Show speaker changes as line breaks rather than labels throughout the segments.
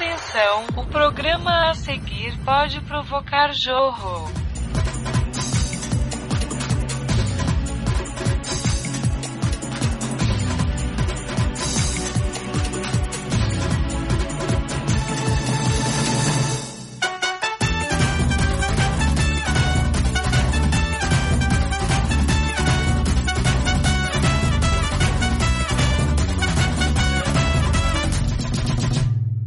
Atenção, o programa a seguir pode provocar jorro.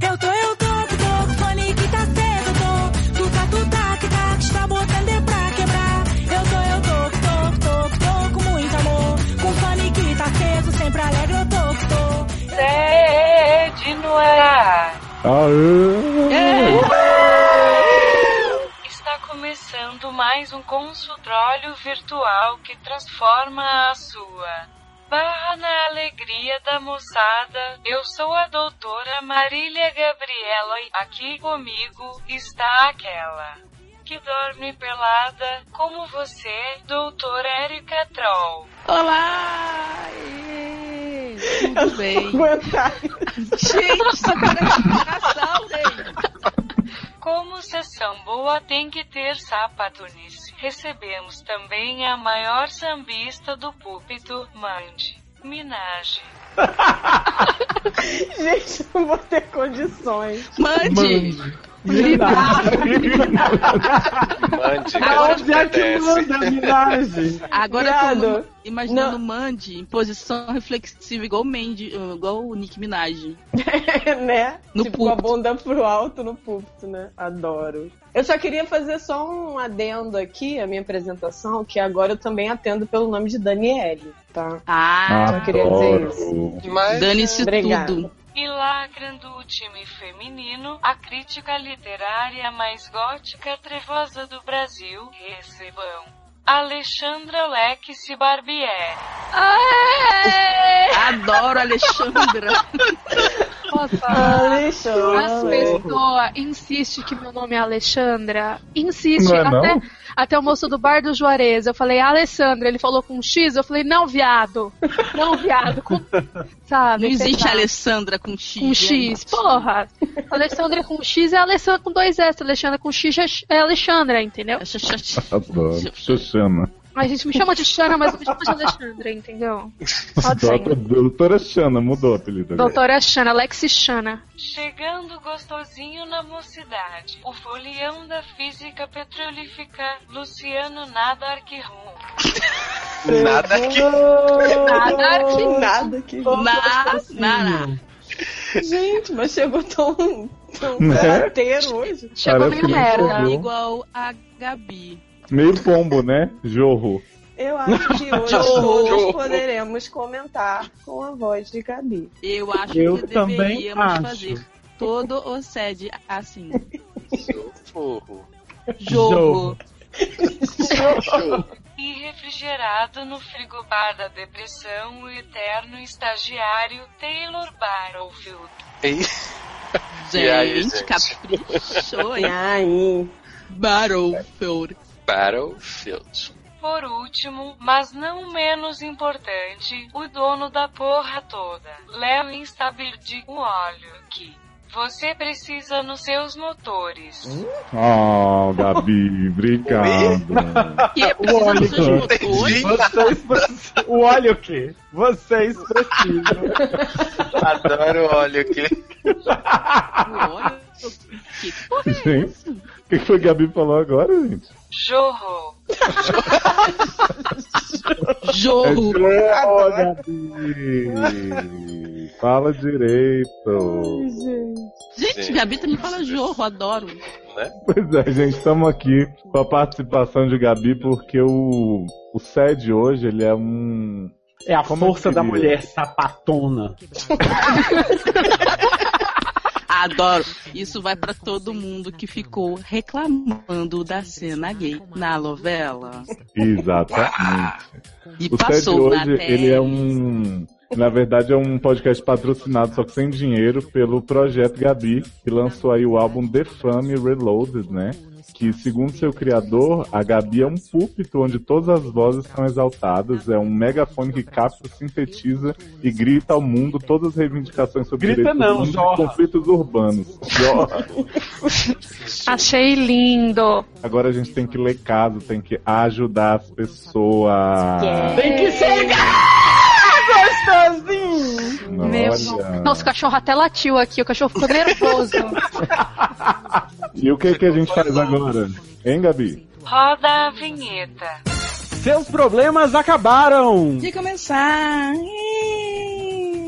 Eu tô, eu tô, que tô, fone que tá cedo, tô. Tu tá, tu tá, que tá, que está botando pra quebrar. Eu tô, eu tô, que tô, que tô, que tô, com muito amor. Com fone que tá cedo, sempre alegre, eu tô, que tô.
Sede no ar. Está começando mais um consultório virtual que transforma a sua barra na alegria da moçada. Eu sou a doutora Marília Gabriela e aqui comigo está aquela que dorme pelada, como você, doutora Erika Troll.
Olá! Ê, Tudo bem?
aguentar.
Gente, isso é cara de coração, né?
Como sessão boa tem que ter sapatunice. Recebemos também a maior sambista do púlpito, Mandy Minaj.
Gente, não vou ter condições.
Mande!
Mande, que a gente
Aonde é que
obedece.
manda, Mirage?
Agora eu tô
Obrigado.
imaginando
Não.
o Mandy em posição reflexiva, igual o Mandy, igual o Nick Minaj.
né?
No
tipo, com a
púlpito.
bunda pro alto no púlpito, né? Adoro. Eu só queria fazer só um adendo aqui à minha apresentação, que agora eu também atendo pelo nome de Daniele, tá?
Ah,
Só queria dizer isso.
Mas
dane-se
Ah. Obrigada.
tudo.
E lacrando o time feminino, a crítica literária mais gótica trevosa do Brasil, recebam Alexandra Lex Barbier.
Adoro a Alexandra.
Opa, as
Ah, Alexandre.
pessoas insistem que meu nome é Alexandra. Insiste.
Não é
até,
não?
até o moço do bar do Juarez. Eu falei, Alessandra. Ele falou com um X. Eu falei, não, viado. Não, viado. Com... Sabe?
Não existe
sei lá,
Alessandra com X.
Com um X. Porra. Alessandra com X é Alessandra com dois S. Alexandra com X é- é Alexandra, entendeu?
Adoro. Xuxana.
A gente me chama de Xana, mas eu me chama de Alexandra, entendeu? Pode ser.
Doutora, doutora é Xana, mudou o apelido. agora.
Doutora Xana, Lexi Xana.
Chegando gostosinho na mocidade, o folião da física petrolífica, Luciano Nadark Rum.
nada que
Nada
que-
Nada que.
Na, na, na.
Gente, mas chegou tão. tão
Né?
bateiro hoje.
Chegou
Parece que
meio
não
merda.
chegou.
Igual a Gabi.
Meio pombo, né? Jorro.
Eu acho que hoje todos poderemos comentar com a voz de Gabi.
Eu acho
Eu
que
também
deveríamos
acho.
fazer todo o sede assim.
porro.
Jogo.
E refrigerado no frigobar da depressão, o eterno estagiário Taylor Barrowfield.
Gente,
E aí, gente?
caprichou, hein?
Ai,
Battlefield.
Battlefield.
Por último, mas não menos importante, o dono da porra toda, Léo Instabird, o óleo que você precisa nos seus motores.
Oh, Gabi, obrigado.
Que é preciso dos seus
Olha,
motores.
Vocês precisam. O óleo o quê? Vocês precisam.
Adoro o óleo aqui.
Olha, que porra é
Gente,
isso?
O que que foi que a Gabi falou agora, gente?
Jorro.
Jorro.
É Ô, Gabi. Fala direito.
gente.
Gente, Gabi também fala jorro, adoro.
Pois é, gente, estamos aqui com a participação de Gabi, porque o, o SED hoje, ele é um...
É a
Como
força
eu
da
queria.
mulher sapatona.
Adoro. Isso vai pra todo mundo que ficou reclamando da cena gay na novela.
Exatamente.
E
O SED
passou na
hoje,
tela.
ele é um. Na verdade, é um podcast patrocinado, só que sem dinheiro, pelo Projeto Gabi, que lançou aí o álbum The Fame Reloaded, né? que, segundo seu criador, a Gabi é um púlpito onde todas as vozes são exaltadas, é um megafone que capta, sintetiza e grita ao mundo todas as reivindicações sobre
Grita
direitos
não,
humanos
jorra.
e conflitos urbanos. Jorra.
Achei lindo.
Agora a gente tem que ler caso, tem que ajudar as pessoas.
Tem que ser
Gostosinho!
Meu
Olha.
Nossa, o cachorro até latiu aqui, o cachorro ficou nervoso.
E o que, que a gente faz agora?
né?
Hein, Gabi?
Roda a vinheta.
Seus problemas acabaram!
De começar.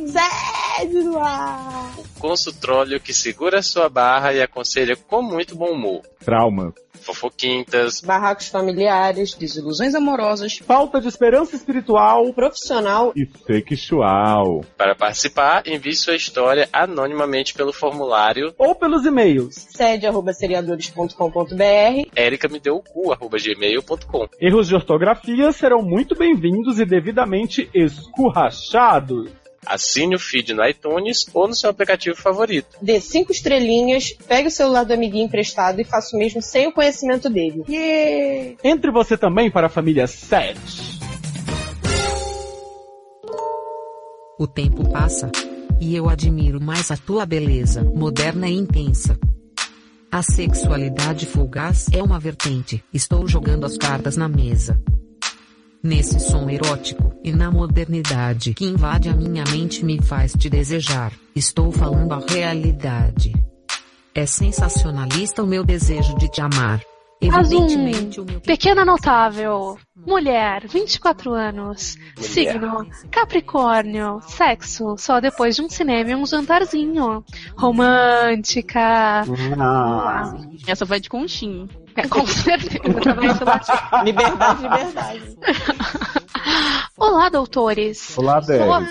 Sério lá!
O consultróleo que segura sua barra e aconselha com muito bom humor.
Trauma.
Fofoquintas,
Barracos familiares,
Desilusões amorosas.
Falta de esperança espiritual.
Um profissional
E sexual.
para participar, envie sua história anonimamente pelo formulário
Ou pelos e-mails.
sede arroba seriadores.com.br
ericamedeucu.gmail.com
Erros de ortografia serão muito bem-vindos e devidamente escurrachados.
Assine o feed no iTunes ou no seu aplicativo favorito.
dê cinco estrelinhas, pegue o celular do amiguinho emprestado e faça o mesmo sem o conhecimento dele.
Entre você também para a família 7.
O tempo passa. E eu admiro mais a tua beleza, moderna e intensa. A sexualidade fugaz é uma vertente, estou jogando as cartas na mesa. Nesse som erótico, e na modernidade que invade a minha mente e me faz te desejar, estou falando a realidade. É sensacionalista o meu desejo de te amar.
Mas um
Evidentemente, o meu
Pequena notável. Mulher, 24 anos. Signo, Capricórnio. Sexo, só depois de um cinema e um jantarzinho. Romântica.
Essa vai de conchinho.
É, Com certeza. tá
Ah. Liberdade, liberdade.
Olá, doutores.
Olá, Débora.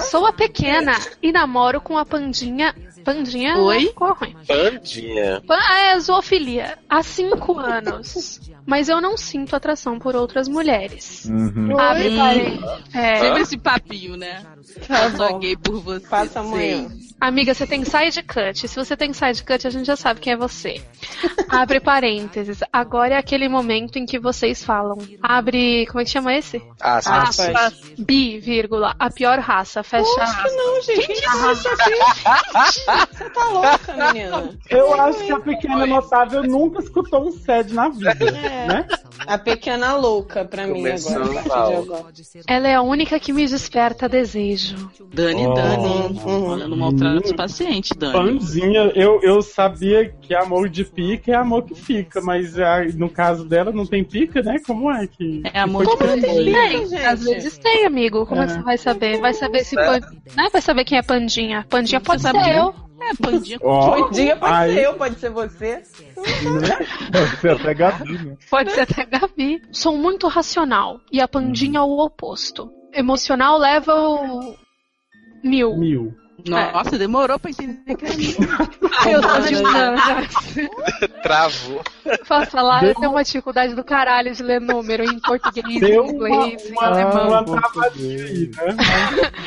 Sou a pequena e namoro com a pandinha. Pandinha?
Oi?
Ficou ruim.
Bandinha.
Pan- É zoofilia. Há cinco anos. Mas eu não sinto atração por outras mulheres.
Uhum.
Abre
Hum.
parênteses. É,
Sempre esse papinho, né?
Tá
Só
bom.
gay por você.
Passa amanhã.
sei.
amiga, você tem side cut. Se você tem side cut, a gente já sabe quem é você. Abre parênteses. Agora é aquele momento em que vocês falam. Abre. Como é que chama esse?
Ah, sim.
Ah, pai.
Aspas. Bi, vírgula. A pior raça. Fecha aspas.
Não, gente, que isso aqui? Você tá louca, menina.
Eu acho que a pequena notável nunca escutou um sede na vida, né?
A pequena louca pra mim
Começando
agora, a partir de
mal.
agora.
Ela é a única que me desperta desejo.
Dani,
Oh.
Dani.
Uhum.
Olha, não maltrata os pacientes, Dani.
Pandinha, eu, eu sabia que amor de pica é amor que fica, mas ah, no caso dela não tem pica, né? Como assim? é que.
É amor de pandinha.
Tem, às vezes tem, amigo. Como é que você vai saber? Vai saber se pan... né? Vai saber quem é Pandinha. Pandinha pode
sabe
ser
quem é?
eu.
É, pandinha.
Ó,
Bom dia, pode
Aí.
ser eu, pode ser você.
você até Gabi, né?
Pode ser até Gabi. Sou muito racional. E a Pandinha é o oposto. Emocional leva o. Mil.
Mil.
É.
Nossa, demorou pra entender que era mim.
Eu sou de humanas.
Travou.
Posso falar? Eu tenho uma dificuldade do caralho de ler número em português,
Deu
em
uma,
inglês, em
uma,
Um
Ah,
alemão.
uma travadinha aí, né?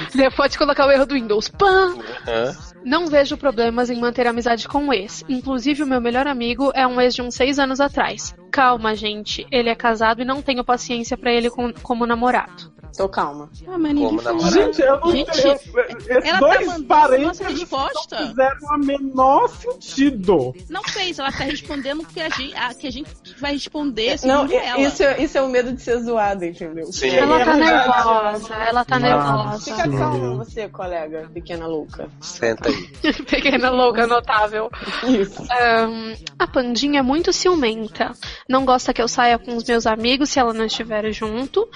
Você pode colocar o erro do Windows. Pam!
Aham.
Não vejo problemas em manter amizade com um ex. Inclusive, o meu melhor amigo é um ex de uns seis anos atrás. Calma, gente. Ele é casado e não tenho paciência pra ele com- como namorado.
Tô calma.
Ah, mas ninguém
Como
falou.
namorado.
Gente, eu não
Gente,
sei. eu- Esses
Ela tá
dois
mandando nossa
parênteses
resposta.
fizeram o menor sentido.
Não fez, ela tá respondendo o que a gente, a- que a gente vai responder
Não,
segundo ela.
isso, é- isso é o medo de ser zoada, entendeu?
Sim.
Ela tá
É verdade.
nervosa. Ela tá
Fica
nervosa.
calma, você, colega, pequena louca.
Senta aí.
Pequena louca notável.
Isso.
Ahn, a Pandinha é muito ciumenta. Não gosta que eu saia com os meus amigos se ela não estiver junto.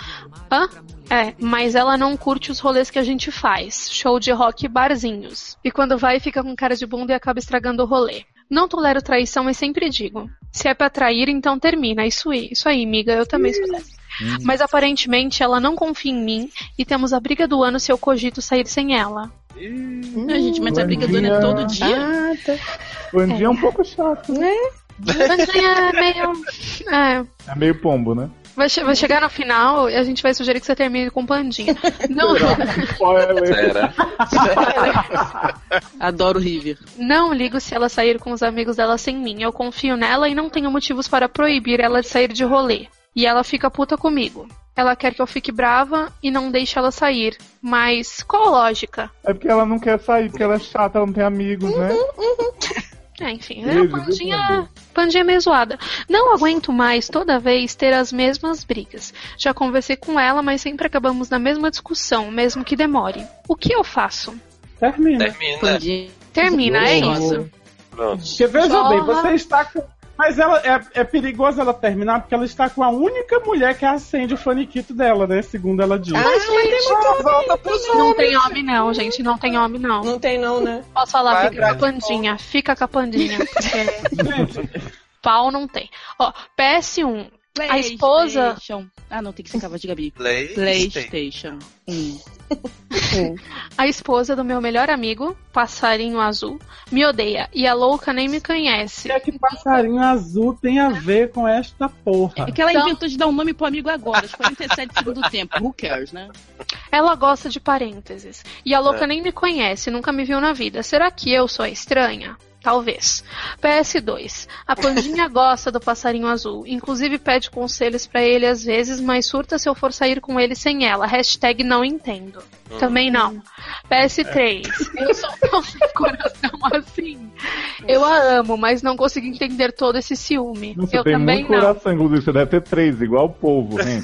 Hã? É, mas ela não curte os rolês que a gente faz. Show de rock e barzinhos. E quando vai, fica com cara de bunda e acaba estragando o rolê. Não tolero traição e sempre digo. Se é pra trair, então termina. Isso aí, isso aí, miga. Eu também sou dessa. Mas aparentemente ela não confia em mim e temos a briga do ano se eu cogito sair sem ela.
Não, gente, mas a briga do Enem é todo dia.
Pandinha é um pouco chato.
Pandinha é meio. É,
É meio pombo, né?
Vai, che- vai chegar no final e a gente vai sugerir que você termine com pandinha. Não,
Spoiler.
Será?
Ah, Adoro River.
não ligo se ela sair com os amigos dela sem mim. Eu confio nela e não tenho motivos para proibir ela de sair de rolê. E ela fica puta comigo. Ela quer que eu fique brava e não deixe ela sair. Mas qual lógica?
É porque ela não quer sair, porque ela é chata, ela não tem amigos, né?
Uhum. É, enfim, né?
Beijo,
Pandinha, pandinha é meio zoada. Não aguento mais toda vez ter as mesmas brigas. Já conversei com ela, mas sempre acabamos na mesma discussão, mesmo que demore. O que eu faço?
Termina.
Termina.
Pandinha.
Termina, é
Boa.
isso.
Pronto.
Porque veja
Porra.
bem, você está com. Mas ela é, é perigoso ela terminar porque ela está com a única mulher que acende o faniquito dela, né? Segundo ela diz.
Só volta pros
Não
homens.
tem homem não, gente. Não tem homem não.
Não tem não, né?
Posso falar,
Vai
fica com a
atrás de
pandinha. Fica com a pandinha. porque
Gente,
pau não tem. Ó, PS1. A esposa-
PlayStation. Ah, não, tem que ser cavalo de Gabi.
Play.
PlayStation. Hum.
A esposa do meu melhor amigo, passarinho azul, me odeia. E a louca nem me
o
conhece.
que é que passarinho azul tem a ver com esta porra?
É que ela
Então-
inventou de dar um nome pro amigo agora, aos 47 segundos do tempo. Who cares, né?
Ela gosta de parênteses. E a louca nem me conhece, nunca me viu na vida. Será que eu sou a estranha? Talvez. PS2. A Pandinha gosta do passarinho azul. Inclusive pede conselhos pra ele às vezes, mas surta se eu for sair com ele sem ela. Hashtag não entendo. Também não. PS3. Eu sou tão de coração assim. Eu a amo, mas não consigo entender todo esse ciúme.
Você
eu
tem
também
muito
não.
coração, inclusive. Você deve ter três, igual o povo, hein?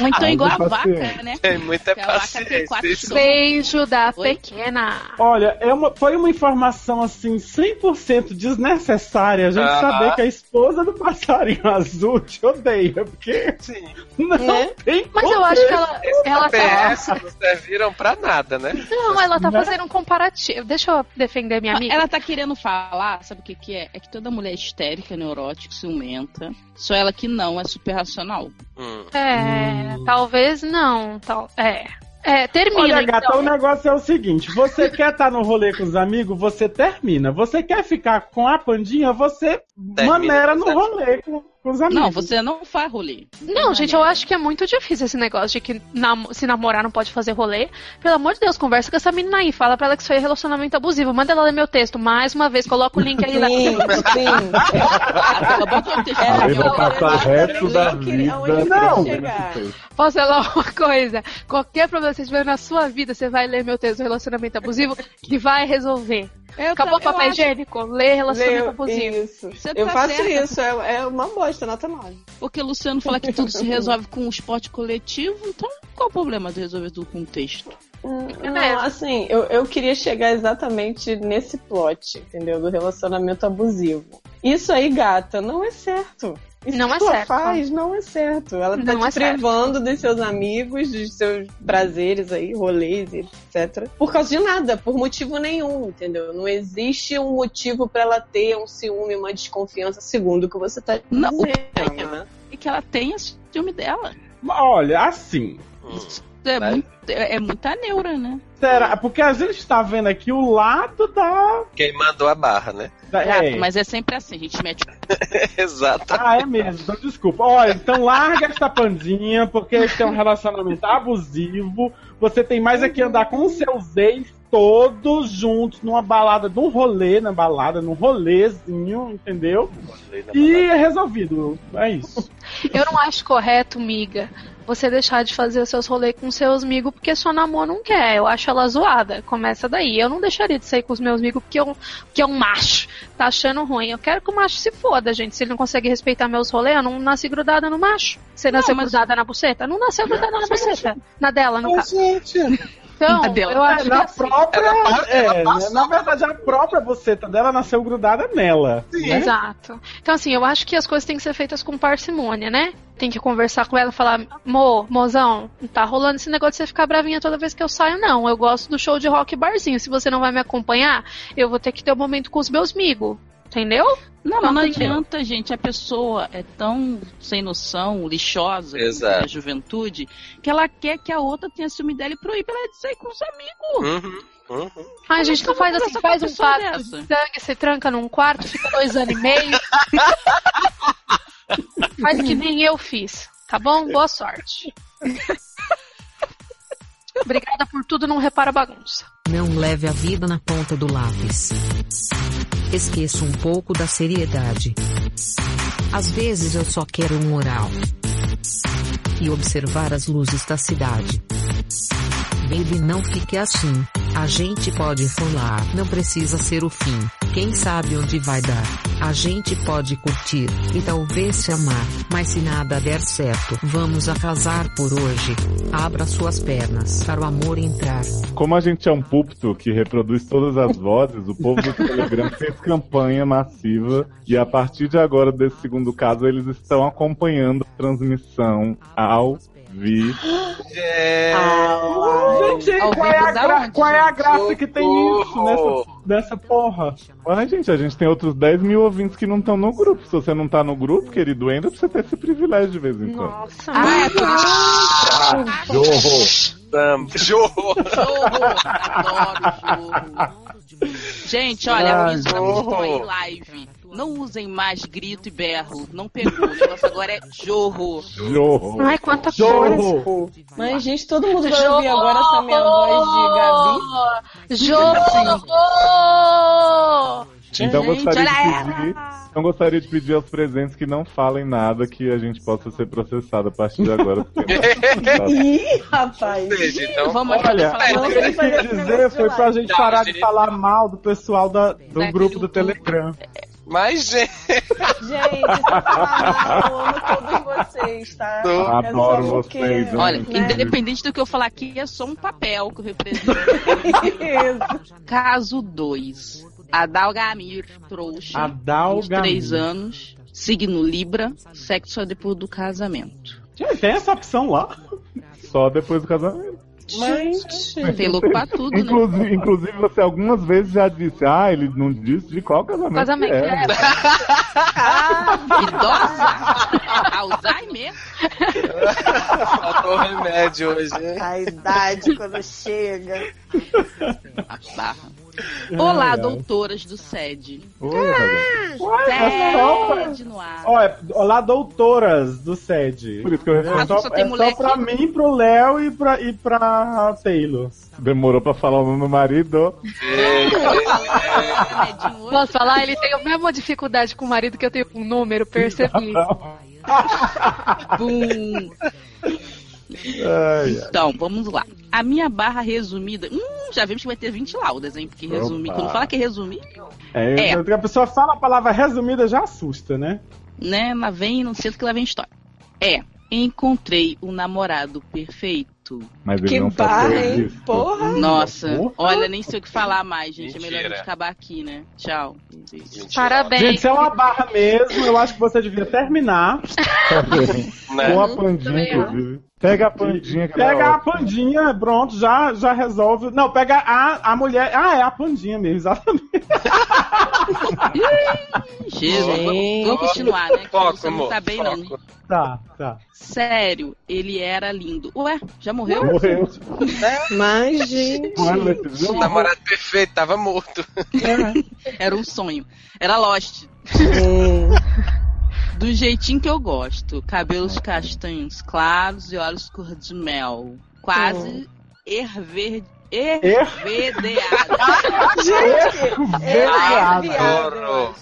Ou então
Ah,
igual a
eu vou
vaca,
fazer.
né?
Tem muita
Porque a vaca tem quatro
paciência.
chutes.
Beijo da
Oi?
pequena.
Olha, é uma- foi uma informação assim 100% desnecessária a gente
Aham.
saber que a esposa do passarinho azul te odeia, porque
Sim.
não
Né?
tem
Mas
como.
eu acho que ela, ela tá.
PS não serviram pra nada, né?
Não, ela tá
Não.
fazendo um comparativo. Deixa eu defender minha amiga.
Ela tá querendo falar, sabe o que que é? É que toda mulher é histérica, neurótica, ciumenta. Só ela que não, é super racional.
Hum.
tá-
É, talvez não. Tal... É. É, termina.
Olha,
então.
gata, o negócio é o seguinte: você quer estar no rolê com os amigos, você termina. Você quer ficar com a pandinha, você
Termina
maneira
com
no
os amigos.
rolê com, com os amigos.
Não, você não faz rolê.
Não, gente, eu acho que é muito difícil esse negócio de que nam- se namorar não pode fazer rolê. Pelo amor de Deus, conversa com essa menina aí. Fala pra ela que isso aí é relacionamento abusivo. Manda ela ler meu texto mais uma vez. Coloca o link aí. na-
Sim, sim.
Ela botou o texto
É,
Aí
aqui,
eu
vou
ó.
tá
passar o resto da
Link,
vida.
aonde eu
queria
vendo
chegar.
esse texto.
Posso falar uma coisa? Qualquer problema que você tiver na sua vida, você vai ler meu texto relacionamento abusivo que vai resolver.
Eu
Acabou o
também- eu
papel
acho-
higiênico. Lê relacionamento
Leu,
abusivo.
isso.
Você
Eu
tá
faço
certa.
isso, é, é uma bosta, nota 9.
Porque o Luciano fala que tudo se resolve com o esporte coletivo, então qual o problema de resolver tudo com o texto?
Não,
mesmo.
assim, eu, eu queria chegar exatamente nesse plot, entendeu? Do relacionamento abusivo. Isso aí, gata, não é certo. Isso
Não
que
é
ela
certo.
faz não é certo. Ela tá
Não
te
é certo.
privando dos seus amigos, dos seus prazeres aí, rolês, etc. Por causa de nada, por motivo nenhum, entendeu? Não existe um motivo pra ela ter um ciúme, uma desconfiança, segundo o que você tá
Não, o
dizendo, né?
E que ela tenha ciúme dela.
Olha, assim.
Hum.
É,
Vai.
muito- é- é muita neura, né?
Será? Porque a gente tá vendo aqui o lado da.
Quem mandou a barra, né?
da- é.
Mas é sempre assim, a gente mete o
Exato.
Ah, é mesmo, então desculpa. Olha, então larga esta pandinha, porque esse é um relacionamento abusivo. Você tem mais é que andar com os seus ex todos juntos numa balada, num rolê, na balada, num rolezinho, entendeu? E é resolvido. É isso.
Eu não acho correto, miga, você deixar de fazer os seus rolês com seus amigos porque sua namor não quer. Eu acho ela zoada. Começa daí. Eu não deixaria de sair com os meus amigos porque eu, porque é um macho. Tá achando ruim. Eu quero que o macho se foda, gente. Se ele não consegue respeitar meus rolês, eu não nasci grudada no macho. Você nasceu grudada na buceta? Não nasceu grudada na buceta. Na dela, no caso.
gente,
Então,
assim, Na dela.
eu acho que
na
assim,
própria. é, né? na verdade, a própria buceta dela nasceu grudada nela. né?
Exato. Então, assim, eu acho que as coisas têm que ser feitas com parcimônia, né? Tem que conversar com ela e falar, Mo, mozão, não tá rolando esse negócio de você ficar bravinha toda vez que eu saio, não. Eu gosto do show de rock e barzinho. Se você não vai me acompanhar, eu vou ter que ter um momento com os meus amigos. Entendeu?
Não, mas não
Não tem
adianta, gente. A pessoa é tão sem noção, lixosa,
Exato.
da juventude, que ela quer que a outra tenha ciúme dela e proíbe ela de sair com os amigos.
Uhum, uhum.
Ai, gente,
que eu
tu faz
vou
assim,
conversar
faz
com
um
uma
pacto de
pessoa
sangue, você tranca num quarto, fica dois anos e meio. Faz que nem eu fiz, tá bom? Boa sorte. Obrigada por tudo, não repara a bagunça.
Não leve a vida na ponta do lápis. Esqueça um pouco da seriedade. Às vezes eu só quero um oral. E observar as luzes da cidade. Baby, não fique assim. A gente pode falar, não precisa ser o fim. Quem sabe onde vai dar? A gente pode curtir e talvez se amar, mas se nada der certo, vamos arrasar por hoje. Abra suas pernas para o amor entrar.
Como a gente é um púlpito que reproduz todas as vozes, o povo do Telegram fez campanha massiva e a partir de agora desse segundo caso eles estão acompanhando a transmissão ao vivo.
Gente,
Ao
qual é, a
vivo da
gra-
onde,
qual é a graça
gente?
que tem isso né? nessa, nessa porra?
Mas, gente, a gente tem outros 10 mil ouvintes que não estão no grupo. Se você não tá no grupo, querido, ainda pra você ter esse privilégio de vez em quando.
Nossa,
Ah, é por isso.
Tamo. Jorro.
Gente, olha,
Ai,
os
Zorro.
estão em live. Não usem mais grito e berro. Não pegou. O negócio agora é jorro.
Jorro.
Ai, quanta coisa.
Jorro!
Pô, Mas, gente, todo mundo vai ouvir agora essa minha voz de Gabi.
Jorro!
Então
Gente,
gostaria
olha
de pedir. Então gostaria de pedir aos presentes que não falem nada que a gente possa ser processado a partir de agora. porque-
Ih, rapaz.
Beijo, então.
Vamos achar
Olha,
que falou.
o que eu
é
quis dizer foi pra gente parar de falar mal do pessoal
tá
da- do
Daquele
grupo do
YouTube.
Telegram.
Mas, gente,
Gente, se eu falar mal, eu amo todos vocês, tá?
Tô.
É só
Adoro
porque-
vocês, eu
Olha,
Né?
independente do que eu falar aqui, é só um papel que eu represento.
Isso.
Caso 2. Adalgamir trouxa.
Adalga.
23 anos. Signo Libra. Sexo é depois do casamento.
Gente, tem essa opção lá?
Só depois do casamento.
Gente.
Tem louco pra tudo, né?
Inclusive, inclusive, você algumas vezes já disse, ah, ele não disse de qual casamento.
Casamento,
que era.
é.
Idosa. Alzheimer.
faltou remédio hoje. hein?
A idade quando chega.
A barra. Olá, doutoras do SED. É,
Oi, Roberto.
É
SED no ar.
Ó, é- Olá, doutoras do SED.
Por isso que eu
Ah.
É
respondi.
só,
só tem
é só
mulher
pra
que-
mim, pro Léo e pra, e pra Taylor.
Demorou pra falar o nome do marido.
Remedinho hoje.
Posso falar? Ele tem a mesma dificuldade com o marido que eu tenho com o número, percebi.
Bum. Então, vamos lá. A minha barra resumida. Hum, já vimos que vai ter 20 laudas, hein? Porque resumir.
Opa.
Quando fala que é resumir,
É,
É.
quando A pessoa fala a palavra resumida já assusta, né?
né? Lá vem, não sei o que lá vem história. É, encontrei o namorado perfeito.
Mas ele
Que
não tá
barra,
sabia
hein?
disso.
Porra.
Nossa,
porra.
olha, nem sei o que falar mais, gente. É melhor a gente
Mentira.
acabar aqui, né? Tchau.
Mentira.
Parabéns.
Gente, se é uma barra mesmo, eu acho que você devia terminar.
Né?
Com a pandinha,
Também, ó.
inclusive. Pega a pandinha. que ela é
Pega a
ótima.
pandinha, pronto, já, já resolve. Não, pega a, a mulher. Ah, é a pandinha mesmo, exatamente.
Jesus.
Gente.
Vamos continuar, né? Que
Foco,
você não
amor.
tá bem, não.
foco.
Tá, tá.
Sério, ele era lindo. Ué, já morreu?
Morreu.
Mas, gente.
Olha, viu?
O namorado perfeito tava morto.
Era um sonho. Era Lost. Do jeitinho que eu gosto.
É.
Cabelos castanhos claros e olhos cor de mel. Quase erver...
É.
ervedeado. é
Verdeado.
Adoro.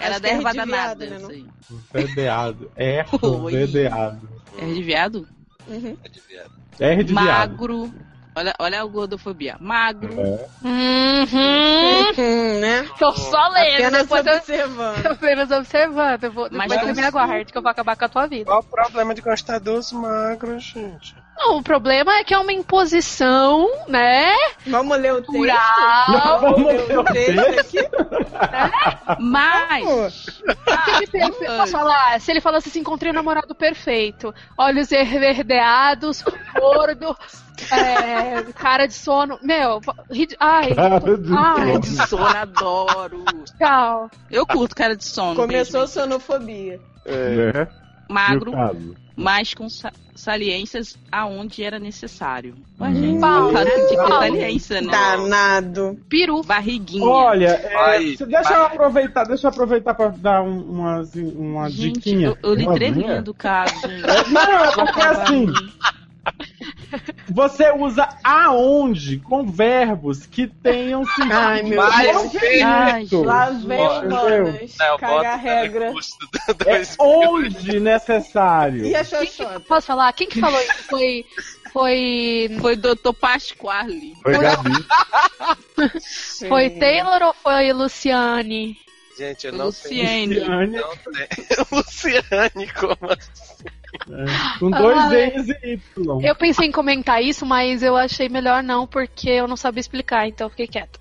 Era
Acho
da
que é
erva
de
danada. assim.
viado, né,
isso aí.
Verdeado. É,
Oi.
verdeado.
Era É de viado?
Uhum.
É
R de viado.
Magro. Olha, olha a gordofobia. Magro.
Uhum.
Hum, né?
é Tô só lendo,
Apenas
depois eu
observando.
apenas observando. Eu vou,
Mas
depois
não-
tu me aguarde que eu vou acabar com a tua vida.
Qual o problema de gostar dos magros, gente?
Não, o problema é que é uma imposição, né?
Vamos ler o texto.
Plural.
Vamos ver o texto.
É.
Mas.
Se ele perfe- Posso falar? Se ele falasse assim, encontrei o namorado perfeito, olhos reverdeados, gordo, é, cara de sono. Meu, ri- ai,
Cara tá de
ai,
Cara de sono, adoro.
tchau.
Eu curto cara de sono.
Começou a
beijo,
sonofobia.
Né? E
magro,
o caso?
mas com sa- saliências aonde era necessário. Ué,
Hum.
gente,
Pau.
cara, tem que ter
Pau.
saliência, né?
tá. Danado.
Peru.
Barriguinha.
Olha, é,
Vai,
se- deixa
vai.
eu aproveitar, deixa eu aproveitar pra dar um- uma, uma
gente,
diquinha.
eu, eu li
Uma
três
linha?
linhas do caso, gente.
Não, é porque assim, você usa aonde com verbos que tenham sentido.
Ai, meu
Vai,
Deus.
filho.
Ai, gente.
Lá vem
Ó,
o Manas.
Não,
Caga
bota
a regra.
custo do-
É
dois-
onde necessário.
E a
Quem que,
Xoxota?
posso falar? Quem que falou isso? Foi. Foi.
Foi doutor Pasquale.
Foi Gabi.
Foi
É.
Taylor ou foi Luciane?
Gente, eu não sei.
Luciene.
Não tem.
Luciane,
Luciane, como é?
Com dois
Ai.
N's e Y.
Eu pensei em comentar isso, mas eu achei melhor não, porque eu não sabia explicar, então eu fiquei quieta.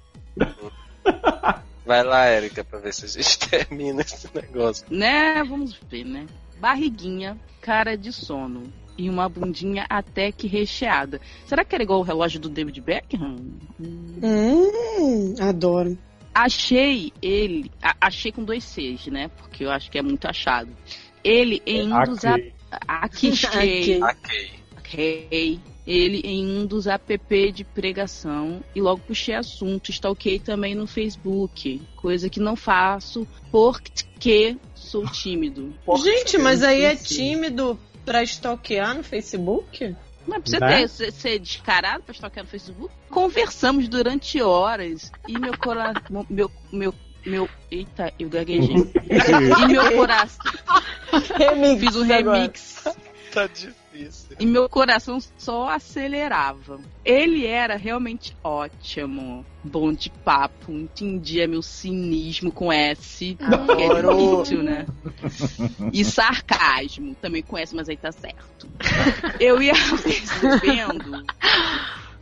Vai lá, Érica, pra ver se a gente termina esse negócio.
Né? Vamos ver, né? Barriguinha, cara de sono e uma bundinha até que recheada. Será que era igual o relógio do David Beckham? Hum.
Hum, adoro.
Achei ele, a- achei com dois Cs, né? Porque eu acho que é muito achado. Ele
É,
em um dos
Aqui.
Aqui
Ok.
Ok. Ele em um dos app de pregação e logo puxei assunto. Stalkei também no Facebook, coisa que não faço porque sou tímido.
Gente, mas aí é
Sim.
tímido pra stalkear no Facebook?
Mas pra você
Né?
ter, ser, ser descarado pra stalkear no Facebook, conversamos durante horas e meu coração. meu, meu, meu. Eita, eu gaguejei. e meu coração.
Remix
Fiz um
agora.
remix.
Tá difícil.
E meu coração só acelerava. Ele era realmente ótimo. Bom de papo, entendia meu cinismo com S, porque é
Adoro.
difícil, né? E sarcasmo, também com S, mas aí tá certo. Eu ia percebendo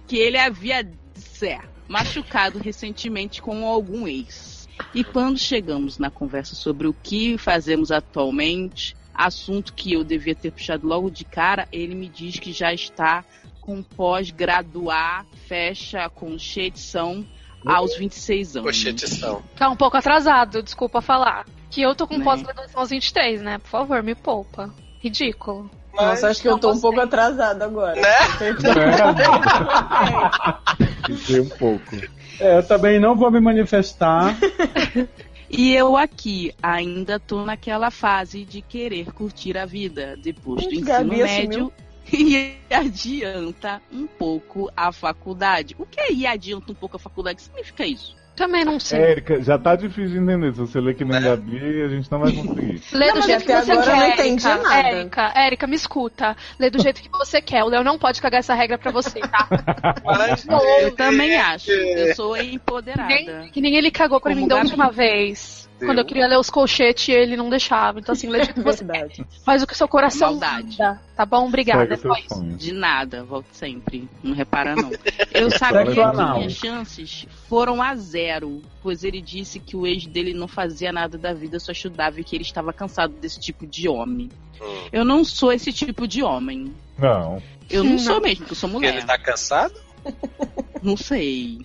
que ele havia sé, machucado recentemente com algum ex. E quando chegamos na conversa sobre o que fazemos atualmente, assunto que eu devia ter puxado logo de cara, ele me diz que já está com pós-graduar, fecha com cheitição aos 26 anos.
Cochetição.
Tá um pouco atrasado, desculpa falar. Que eu tô com
Né?
pós-graduação aos 23, né? Por favor, me poupa. Ridículo.
Mas
Nossa, acho que eu tô um pouco atrasada agora. É.
Fiquei um pouco.
É, eu também não vou me manifestar.
E eu aqui ainda tô naquela fase de querer curtir a vida depois do
Gente,
ensino
Gabi
médio. E adianta um pouco a faculdade. O que é ir adianta um pouco a faculdade? O que significa isso?
Também não sei.
Érica, já tá difícil de entender. Se você ler que nem Gabi, a gente não vai conseguir.
Lê do
Não, mas
jeito que
até
é você
agora eu
quer.
não entendi
Érica.
nada.
Érica, Érica, me escuta. Lê do jeito que você quer. O Léo não pode cagar essa regra pra você, tá?
Mas-
Eu também acho. Eu sou empoderada.
Nem, que nem ele cagou pra
Como
mim da
Gabi.
última vez.
Deu.
Quando eu queria ler os colchetes, ele não deixava. Então, assim, lê do jeito que você quer.
Verdade.
Faz o que o seu coração
Maldade.
manda. Tá bom? Obrigada.
Segue
É
o seu
só isso.
sonho.
De nada, volto sempre. Não repara, não. Eu
Sexo
sabia que
anal.
minhas chances foram a zero, pois ele disse que o ex dele não fazia nada da vida, só estudava e que ele estava cansado desse tipo de homem.
Hum.
Eu não sou esse tipo de homem.
Não.
Eu não,
Não.
sou mesmo, porque eu sou mulher.
Ele tá cansado?
Não sei.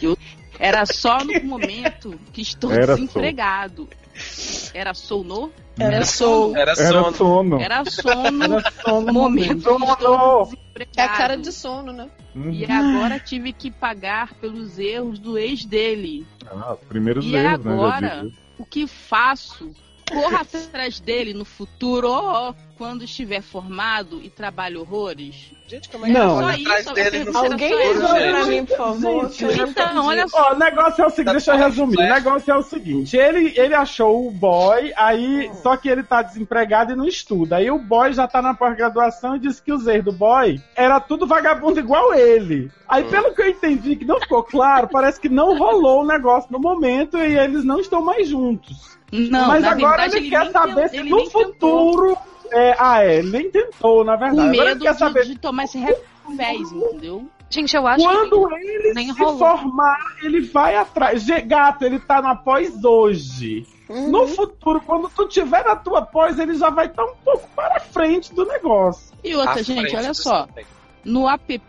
Eu- Era só no momento que estou
Era
desempregado. Era sono?
Era sou.
Era
Era
sono.
sono.
Era sono
Era só no
no momento que estou
Sono!
desempregado.
É a cara de sono, né?
Uhum.
E agora tive que pagar pelos erros do ex dele.
Ah, os primeiros
E
erros, né?
agora?
já digo.
O que faço? Corra atrás dele no futuro, quando estiver formado e trabalho horrores?
Gente, como é que
Não.
eu vou
Só
atrás
isso, a
dele
pergunta
no
era
Alguém
futuro,
só isso.
resolve
gente?
pra mim, por favor.
Gente,
que eu não
Então, olha só.
Ó, o negócio é o seguinte, deixa eu resumir. O negócio é o seguinte, ele, ele achou o boy, aí
Hum.
só que ele tá desempregado e não estuda. Aí o boy já tá na pós-graduação e disse que os erros do boy era tudo vagabundo igual ele. Aí pelo que eu entendi, que não ficou claro, parece que não rolou o negócio no momento e eles não estão mais juntos.
Não,
Mas
na
agora
verdade,
ele quer
nem
saber
tent-
se
ele
no
nem tentou.
futuro... É, ah, é, ele nem tentou, na verdade.
com
agora
medo
ele quer
de,
saber
de tomar esse revés, entendeu?
Gente, eu acho
Quando
que.
ele
nem
se
rolou.
formar, ele vai atrás. Gê, Gato, ele tá na pós hoje.
Uhum.
Uhum.
No futuro, quando tu tiver na tua pós, ele já vai estar um pouco para frente do negócio.
E
À
outra, tá, gente,
frente assim,
olha
do
só.
seu tempo.
No app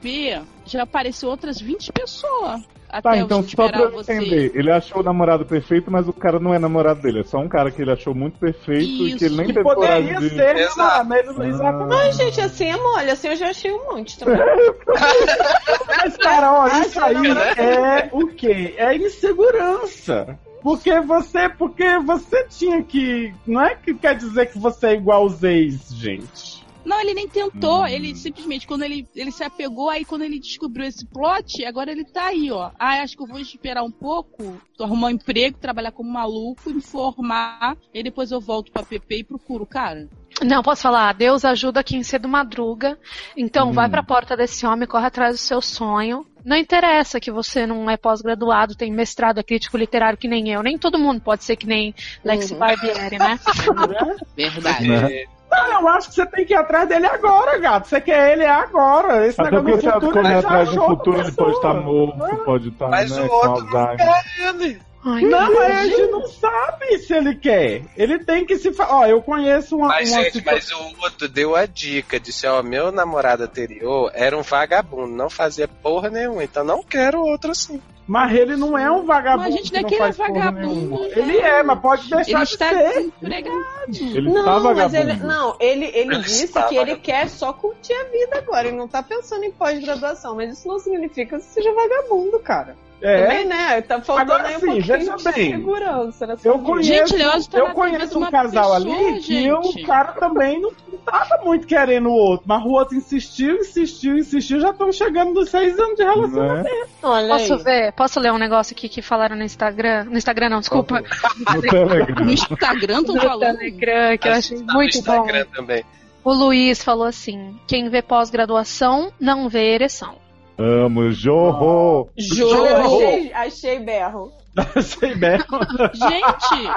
já apareceu outras 20 pessoas. Até
Tá,
eu
então só pra
esperar
eu
você.
entender, ele achou o namorado perfeito, mas o cara não é namorado dele, é só um cara que ele achou muito perfeito e que ele nem
Isso.
teve coragem de...
Poderia ser, né,
Exato.
mano? Eles- Exatamente.
Ai, gente, assim é mole, assim eu já achei um monte também.
Mas, cara, olha,
Acho
isso aí é o quê? É insegurança. Porque você, porque você tinha que. Não é que quer dizer que você é igual aos ex, gente.
Não, ele nem tentou,
Hum.
ele simplesmente, quando ele, ele se apegou, aí quando ele descobriu esse plot, agora ele tá aí, ó. Ah, acho que eu vou esperar um pouco, tô arrumar um emprego, trabalhar como maluco, me formar, e depois eu volto pra PP e procuro, cara.
Não, posso falar, Deus ajuda quem cedo madruga. Então
Hum.
vai pra porta desse homem, corre atrás do seu sonho. Não interessa que você não é pós-graduado, tem mestrado, é crítico literário que nem eu. Nem todo mundo pode ser que nem Lex
Uhum.
Barbieri, né?
é?
Verdade.
Né?
Não, eu acho que você tem que ir atrás dele agora, gato. Você quer ele agora. Esse
Até porque
negócio
se
do
ela
futuro
correr
ele já
atrás do
achou
futuro,
outra
ele pode estar
pessoa. É.
morto, pode estar
Mas
né,
o
com
outro não é
Alzheimer.
quer ele.
Ai,
Não,
meu
mas é a gente não sabe se ele quer. Ele tem que se. Fa... Ó, eu conheço uma.
Mas,
uma
gente,
situa-
mas o outro deu a dica, disse, ó, meu namorado anterior era um vagabundo, não fazia porra nenhuma, então não quero outro assim.
Mas ele não é um vagabundo.
Mas a gente
que
não é que ele é
faz porra
vagabundo,
nenhuma.
né?
Ele é, mas pode deixar
Ele
de
está
ser.
desempregado.
Ele tá
Não, mas
vagabundo.
ele, não, ele, ele
Ele
disse
está
que ele
vagabundo.
quer só curtir a vida agora, ele não tá pensando em pós-graduação, mas isso não significa que seja vagabundo, cara.
É.
Também, né? Tá faltando
Agora
aí um
sim,
pouquinho
veja
de
bem.
segurança nessa
Eu
vida.
conheço,
Gente, Leózio tá
eu
na
conheço
vida de
um
uma
casal
pessoa,
ali que
gente.
o cara também não tava muito querendo o outro, mas o outro insistiu, insistiu, insistiu, já estão chegando nos seis anos de relacionamento.
né?
Olha
Posso
aí.
ver? Posso ler um negócio aqui que falaram no Instagram? No Instagram não, desculpa.
No Telegram.
No Instagram tão
tá
No
falando.
Telegram, que eu achei
Tá no
muito bom.
Instagram também.
O Luiz falou assim: quem vê pós-graduação não vê ereção.
Amo, Jorro!
Juro, achei, achei berro.
Sei bem.
Gente,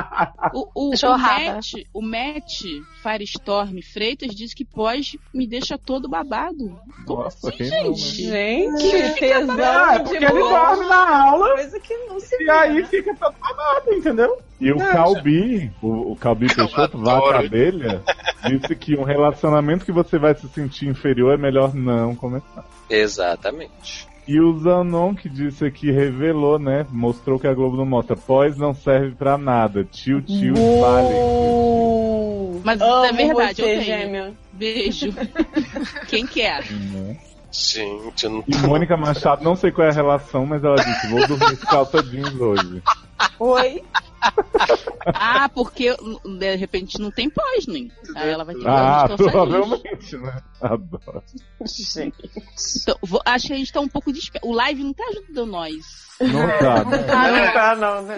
o, o, o
Jorrada.
Matt, o Matt Firestorm Freitas disse que pós me deixa todo babado. Como
Nossa,
assim,
quem não, né?
gente?
Gente, tesão
Ah, é
de
porque ele
boa.
dorme na aula
Coisa que não se
e
vê,
aí
né?
fica todo babado, entendeu?
Assim.
E o
Não,
Calbi, o, o Calbi Peixoto, vaca
adoro.
abelha, disse que um relacionamento que você vai se sentir inferior é melhor não começar.
Exatamente.
E o Zanon que disse aqui, revelou, né? Mostrou que a Globo não mostra. Pós não serve pra nada. Tio, tio, falem.
Uh,
Mas isso
Amo
é verdade,
você,
eu tenho.
gêmea.
Beijo. Quem quer?
Né?
Gente, eu não
E Mônica Machado, não sei qual é a relação, mas ela disse, vou dormir de calça jeans hoje.
Oi.
Ah, porque de repente não tem pós, nem. Aí ela vai então, ter que
Ah,
dar uns calça jeans.
provavelmente, né? Adoro.
Então, vou- acho que a gente tá um pouco desesperado. O live não tá ajudando nós.
Não dá, né?
não tá, não, né?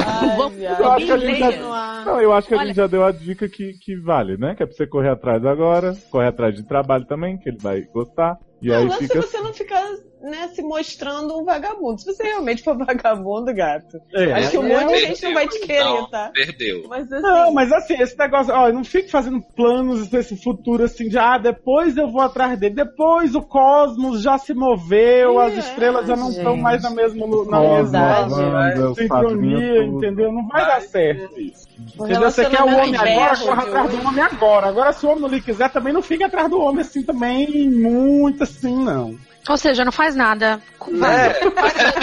Ai,
Vamos-
viado.
Eu acho que a gente tá- já-
Continuar.
Não, eu acho que a
Olha-
gente já deu a dica que, que vale, né? Que é pra você correr atrás agora, correr atrás de trabalho também, que ele vai gostar. E
Não,
aí
mas
fica.
se você não ficar né, se mostrando um vagabundo. Se você realmente for vagabundo, gato, acho que um monte de gente não vai te querer,
Não.
tá?
Perdeu.
Mas assim,
Não, mas assim, esse negócio, ó, eu não fique fazendo planos esse futuro assim de ah, depois eu vou atrás dele, depois o cosmos já se moveu,
É,
as estrelas já não
gente.
estão mais na mesma lu- na né?
Cosmo,
mesma
verdade,
Amanda, né, os
sincronia,
padrinhos, tudo.
entendeu? Não vai dar certo isso.
O
Entendeu? Você quer o homem
relacionamento
agora,
de
corre atrás
hoje.
do homem agora. Agora, se o homem não lhe quiser, também não fica atrás do homem assim também, muito assim, não.
Ou seja, não faz nada.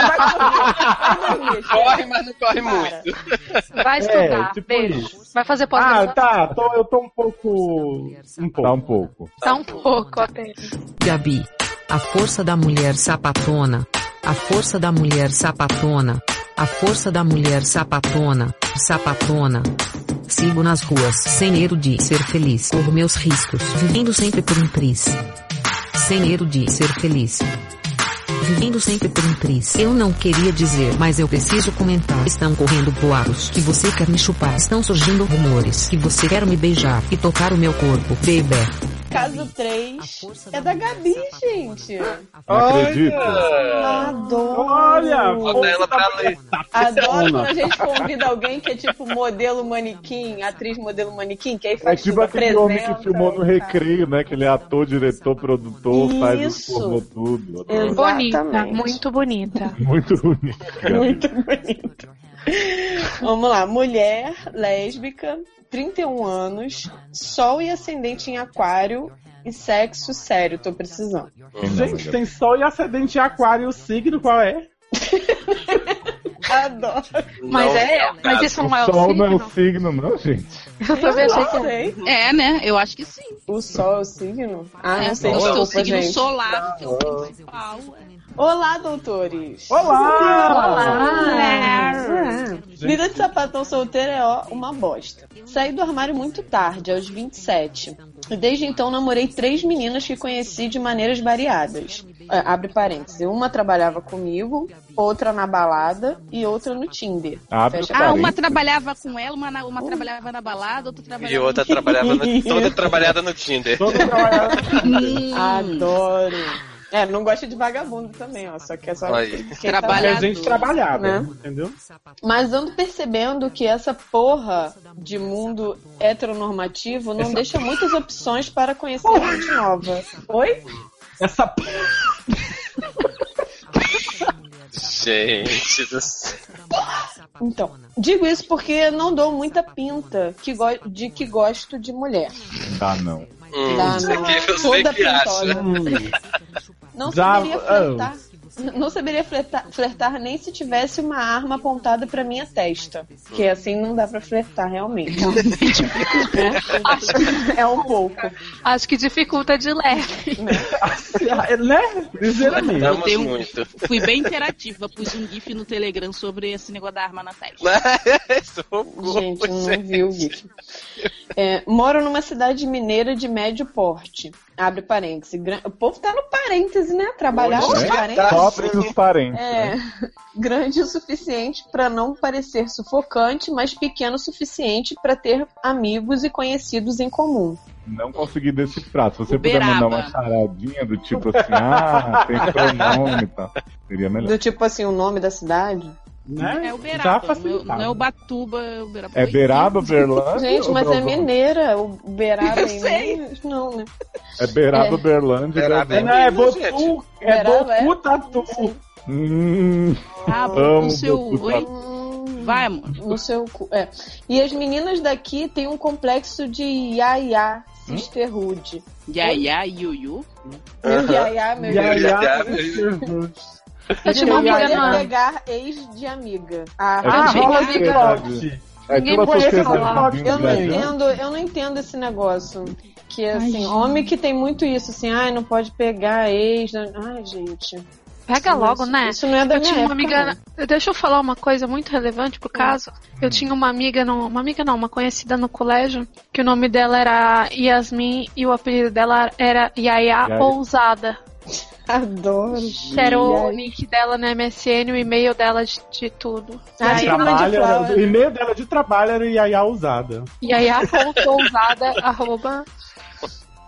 vai dormir,
Corre, mas não corre
Para.
muito.
Vai estudar.
tipo
beijo.
isso.
Vai fazer
Ah,
pós-graduação.
tá, tô- eu tô um pouco. Um pouco.
Tá um pouco.
Tá um pouco até.
Gabi. A força da mulher sapatona. A força da mulher sapatona. A força da mulher sapatona. Sapatona. Sigo nas ruas sem medo de ser feliz por meus riscos, vivendo sempre por um triz. Sem medo de ser feliz. Vivendo sempre por um triz. Eu não queria dizer, mas eu preciso comentar. Estão correndo boatos que você quer me chupar. Estão surgindo rumores que você quer me beijar e tocar o meu corpo, baby.
Caso 3 é da Gabi, gente.
Não acredito.
Tá
Adoro.
Olha,
Ah, Bota ela pra ler.
Adoro quando a gente convida alguém que é tipo modelo manequim, atriz modelo manequim, que aí
É
faz
tipo
tudo,
aquele homem que
apresenta,
filmou no
tá.
recreio, né? Que ele é ator, diretor, produtor, faz
Isso.
o formou tudo.
Exato.
Bonita,
Exatamente.
muito bonita.
Muito bonito. Gabi.
Muito bonito. Vamos lá, um mulher lésbica, 31 anos, sol e ascendente em aquário, e sexo sério, tô precisando.
Gente, tem sol e ascendente em aquário, o signo qual é?
Adoro.
Mas
Não
é,
o caso.
mas
um
isso não é
O
o
sol não é
signo?
o signo, não, gente.
Eu também achei que
Não
era.
sei.
É, né? Eu acho que sim.
O sol é o signo? Ah,
é,
não sei,
o seu
desculpa,
signo
gente.
solar, que é o principal.
Olá, doutores.
Ah, Olá!
Olá!
Gente,
É. Vida de sapatão solteiro é ó, uma bosta. Saí do armário muito tarde, aos 27. E desde então namorei três meninas que conheci de maneiras variadas. É, abre parênteses. Uma trabalhava comigo, outra na balada e outra no Tinder.
Abre
Fecha
o
Ah, uma
parênteses.
trabalhava com ela, uma, na- uma trabalhava na balada, outra trabalhava
E outra trabalhava no, toda trabalhada no Tinder.
Todo trabalhado.
Hum,
Adoro. É, não gosta de vagabundo também, ó. Só que é só
Aí.
quem
Trabalhador.
É gente trabalhada,
Né?
entendeu?
Mas ando percebendo que essa porra de mundo heteronormativo não deixa muitas opções para conhecer gente nova. Oi?
Essa p...
Gente do céu.
Então, digo isso porque não dou muita
é
pinta que go- de que gosto de mulher. Ah,
Dá, Ah, não.
Hum,
Dá,
isso aqui eu sei
Toda
que acha.
pintosa.
Hum,
Não
Já- oh.
saberia flertar. Não saberia flertar, flertar nem se tivesse uma arma apontada pra minha testa. Porque assim não dá pra flertar realmente.
Então,
é um pouco.
Acho que dificulta de leve.
né? Ligeiramente.
Eu
Estamos
tenho-
muito.
Fui bem interativa, pus um gif no Telegram sobre esse negócio da arma na testa.
Socorro,
Gente, não
gente.
viu o vídeo. É, moro numa cidade mineira de médio porte. Abre parêntese. Gran- O povo tá no parêntese, né? Trabalhar
Hoje
com
é?
parêntese.
Só abre os né? parênteses.
Tá assim. É, grande o suficiente pra não parecer sufocante, mas pequeno o suficiente pra ter amigos e conhecidos em comum.
Não consegui decifrar. Se você
Uberaba.
puder mandar uma charadinha do tipo assim, ah, tem pronome e tal, seria melhor.
Do tipo assim, o nome da cidade.
Né?
É
Já
Uberaba, não é-
facilitava.
não é Ubatuba, é Uberaba.
É Beraba, Berlândia?
Gente,
ou
mas é
Belvão?
mineira, o Beraba
Eu
em
sei.
Minas, não, né?
É Beraba, Berlândia.
Beraba,
Beraba.
Não, é
Gente.
Botu, é
Beraba, é?
Botu Tatu.
Hum,
Ah,
Amo
o seu...
Botucatu.
Oi?
Hum,
Vai, amor.
No seu cu. É. E as meninas daqui têm um complexo de Yaya Sisterhood.
Yaya, Yuyu.
Meu
Aham.
Yaya, meu
Yaya,
Yaya.
Eu te
De não
mando
poder
uma.
pegar ex de amiga. Ah,
É
Ah,
gente,
rola
amiga.
bigode.
é
Ninguém
aquela
conhece
sociedade
essa palavra.
de né?
Eu não
viajante.
entendo, eu não entendo esse negócio. Que assim, homem que tem muito isso, assim, ai, não pode pegar ex. não- Ai, gente.
Pega
isso-
logo, né?
Isso não é Ah. da
Eu
minha
tinha uma
época,
amiga.
não.
Deixa eu falar uma coisa muito relevante pro caso. Eu tinha uma amiga, não, uma amiga não, uma conhecida no colégio, que o nome dela era Yasmin e o apelido dela era Yaya
Yaya.
Ousada.
Adoro.
Era o
Yaya.
nick dela no MSN, o e-mail dela de, de tudo.
Ah,
De
tipo
trabalho, era-
Flower.
o e-mail dela de trabalho era Yaya usada.
Yaya.ousada, arroba.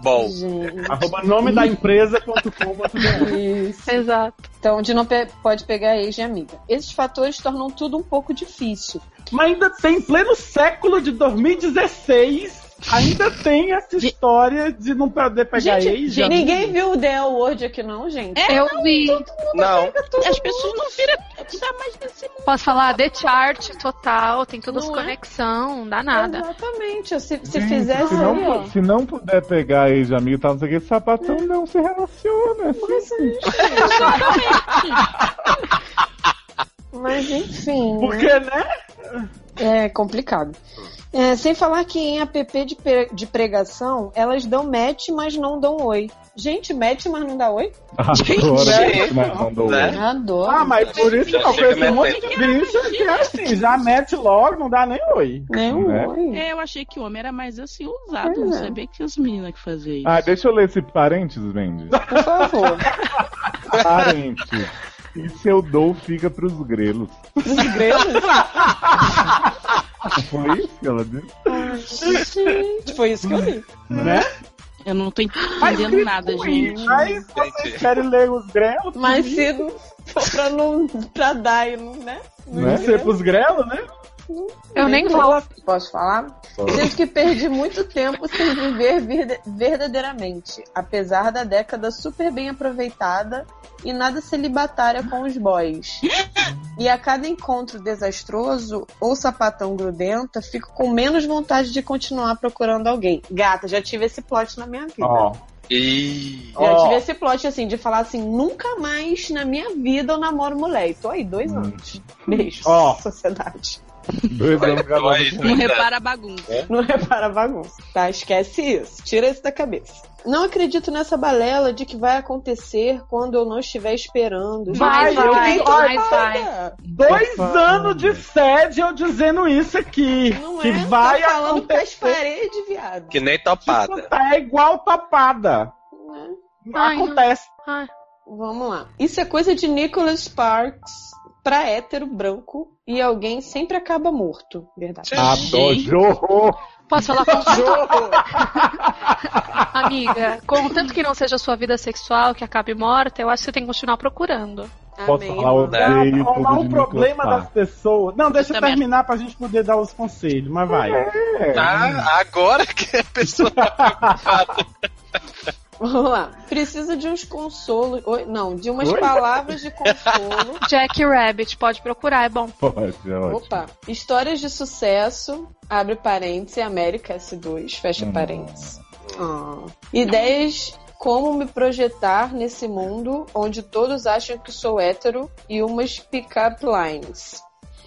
Bom,
Gente,
Arroba nome da empresa.com.br.
isso.
Exato.
Então, de não pe- pode pegar ex de amiga. Esses fatores tornam tudo um pouco difícil.
Mas ainda tem, em pleno século de 2016, ainda tem essa história de não poder pegar
gente,
ex. já.
ninguém viu o The Award aqui É não, gente?
eu vi.
não.
As pessoas não viram... Não dá mais desse mundo.
Posso falar The Chart total, tem todas as
Não é?
conexão, não dá nada.
Exatamente. Se, se
Gente,
fizesse
se não,
aí, ó.
se não puder pegar ex de amigo, e tal, não sei o que, esse sapatão não se relaciona. assim.
Mas enfim. né?
Porque, né?
É complicado. É, sem falar que em app de, pre- de pregação, elas dão match, mas não dão oi. Gente, match, mas não dá oi?
Agora que nós mandou
né?
hoje.
Adoro.
Ah, mas por isso
Já
não,
chega
conheço um monte
metendo.
de bicho que é assim, já mete logo, não dá nem oi.
Nenhum
Né?
um oi.
É, eu achei que o homem era mais assim usado.
Pois
Não
é.
sabia que as meninas que faziam isso.
Ah, deixa eu ler esse parênteses, Mandy.
Por favor.
Parênteses. E seu dou fica pros grelos.
Desgrelo.
Foi isso que ela disse?
Gente, foi isso que eu li.
Né?
Eu não tô
Mas
entendendo
fica
nada,
ruim,
gente.
Mas vocês querem ler os grelos?
Mas se não for pra não. pra dar, e não, né?
Né?
Não ser pros grelos, né?
Eu nem vou.
falo. Posso falar? Sinto que perdi muito tempo sem viver verde- verdadeiramente, apesar da década super bem aproveitada e nada celibatária com os boys. E a cada encontro desastroso ou sapatão grudenta, fico com menos vontade de continuar procurando alguém. Gata, já tive esse plot na minha vida.
Ó,
E
Já
ó.
tive esse plot assim, de falar assim, nunca mais na minha vida eu namoro mulher. E tô aí dois
Hum.
anos. Beijo,
Ó.
sociedade.
Dois anos casados
né?
com
Não repara a bagunça.
Não repara a bagunça, tá? Esquece isso. Tira isso da cabeça. Não acredito nessa balela de que vai acontecer quando eu não estiver esperando.
Vai,
Gente, eu
vai,
fiquei
vai,
tocada.
Dois anos de sede eu dizendo isso aqui.
Não
que
é?
vai
Tô falando pras
acontecer.
paredes, viado.
que nem
Isso
topada.
tá igual papada.
Né?
Ai, não.
Acontece.
Ai.
Vamos lá. Isso é coisa de Nicholas Sparks pra hétero branco e alguém sempre acaba morto. Verdade.
Adoro!
Posso falar com Amiga, contanto que não seja sua vida sexual que acabe morta, eu acho que você tem que continuar procurando.
Posso
Amém,
falar
irmão.
outra?
Não,
Odeio tudo de
o problema
Nicolas
das pessoas. Não, deixa eu
Justamente.
terminar pra gente poder dar os conselhos, mas vai.
Tá, agora que a pessoa tá preocupada.
Vamos lá. Preciso de uns consolos. Oi, não, de umas
Oi?
palavras de consolo.
Jack Rabbit, pode procurar, é bom.
Pode, é ótimo.
Opa. Histórias de sucesso, abre parênteses, América S2, fecha
Hum.
parênteses. Ah. Ideias como me projetar nesse mundo onde todos acham que sou hétero e umas pick-up lines.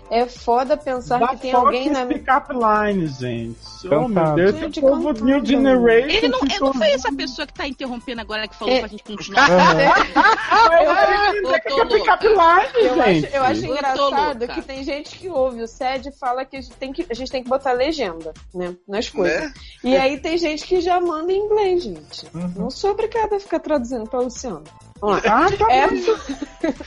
É foda pensar
Dá
que tem
foco
alguém
em
na minha.
pick up line, gente.
Então
oh,
tá.
meu Deus,
Gente,
esse povo
cantando.
New Generation.
Ele não, ele
ficou-
não foi essa pessoa que tá interrompendo agora que falou
É.
pra gente continuar.
Ah, eu queria
eu
dizer que
tô
é pick up
Eu
line,
acho,
gente.
eu acho
Eu tô
engraçado
louca.
que tem gente que ouve o SED e fala que a, gente tem que a gente tem que botar legenda, né? Nas coisas.
Né?
E aí tem gente que já manda em inglês, gente.
Uhum.
Não sou obrigada a ficar traduzindo pra Luciano. Vamos lá.
Ah, tá
É,
bom.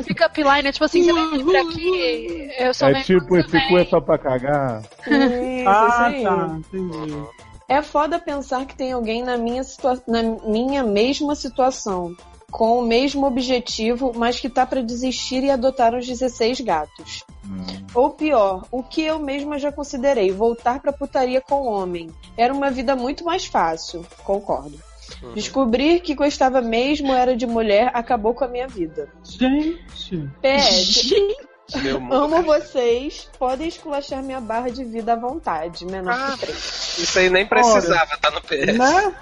Pick up line é tipo assim, você vem por aqui, eu sou
É
meio
tipo,
você
esse
vem.
cu é só pra cagar?
isso, isso
Ah,
aí.
tá. Entendi.
É foda pensar que tem alguém na minha, situa- na minha mesma situação, com o mesmo objetivo, mas que tá pra desistir e adotar os 16 gatos.
Hum.
Ou pior, o que eu mesma já considerei, voltar pra putaria com homem. Era uma vida muito mais fácil, concordo. Descobrir que gostava mesmo era de mulher acabou com a minha vida.
Gente.
É,
PS,
Meu mundo.
amo vocês, podem esculachar minha barra de vida à vontade, menos
Ah,
que três.
Isso aí nem precisava, tá no PS.
Né?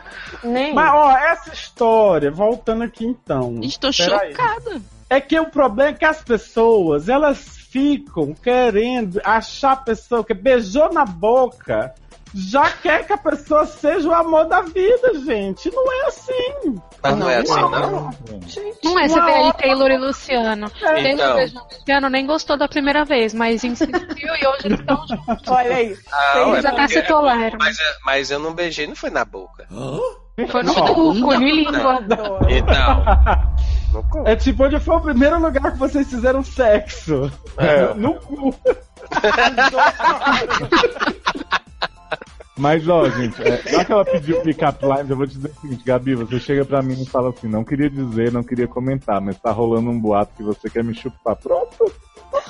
Nem.
Mas, ó, essa história, voltando aqui então.
Estou
Peraí.
chocada.
É que o problema é que as pessoas, elas ficam querendo achar a pessoa que beijou na boca, já quer que a pessoa seja o amor da vida, gente. Não é assim.
Mas não é assim, não.
Não é, você
Uma
vê ali Taylor e Luciano. Taylor
Então.
beijou o Luciano, nem gostou da primeira vez, mas insistiu e hoje eles estão juntos.
Olha aí.
Ah,
Eles
ué,
Eles até
porque-
se toleram.
mas, eu- mas eu não beijei, não foi na boca.
Foi no
Ó,
cu, no língua.
Adoro.
Então. não conta.
É tipo onde foi o primeiro lugar que vocês fizeram sexo.
É.
No cu.
Mas, ó, gente, é, já que ela pediu pick-up lines, eu vou te dizer o seguinte, Gabi, você chega pra mim e fala assim, não queria dizer, não queria comentar, mas tá rolando um boato que você quer me chupar. Pronto,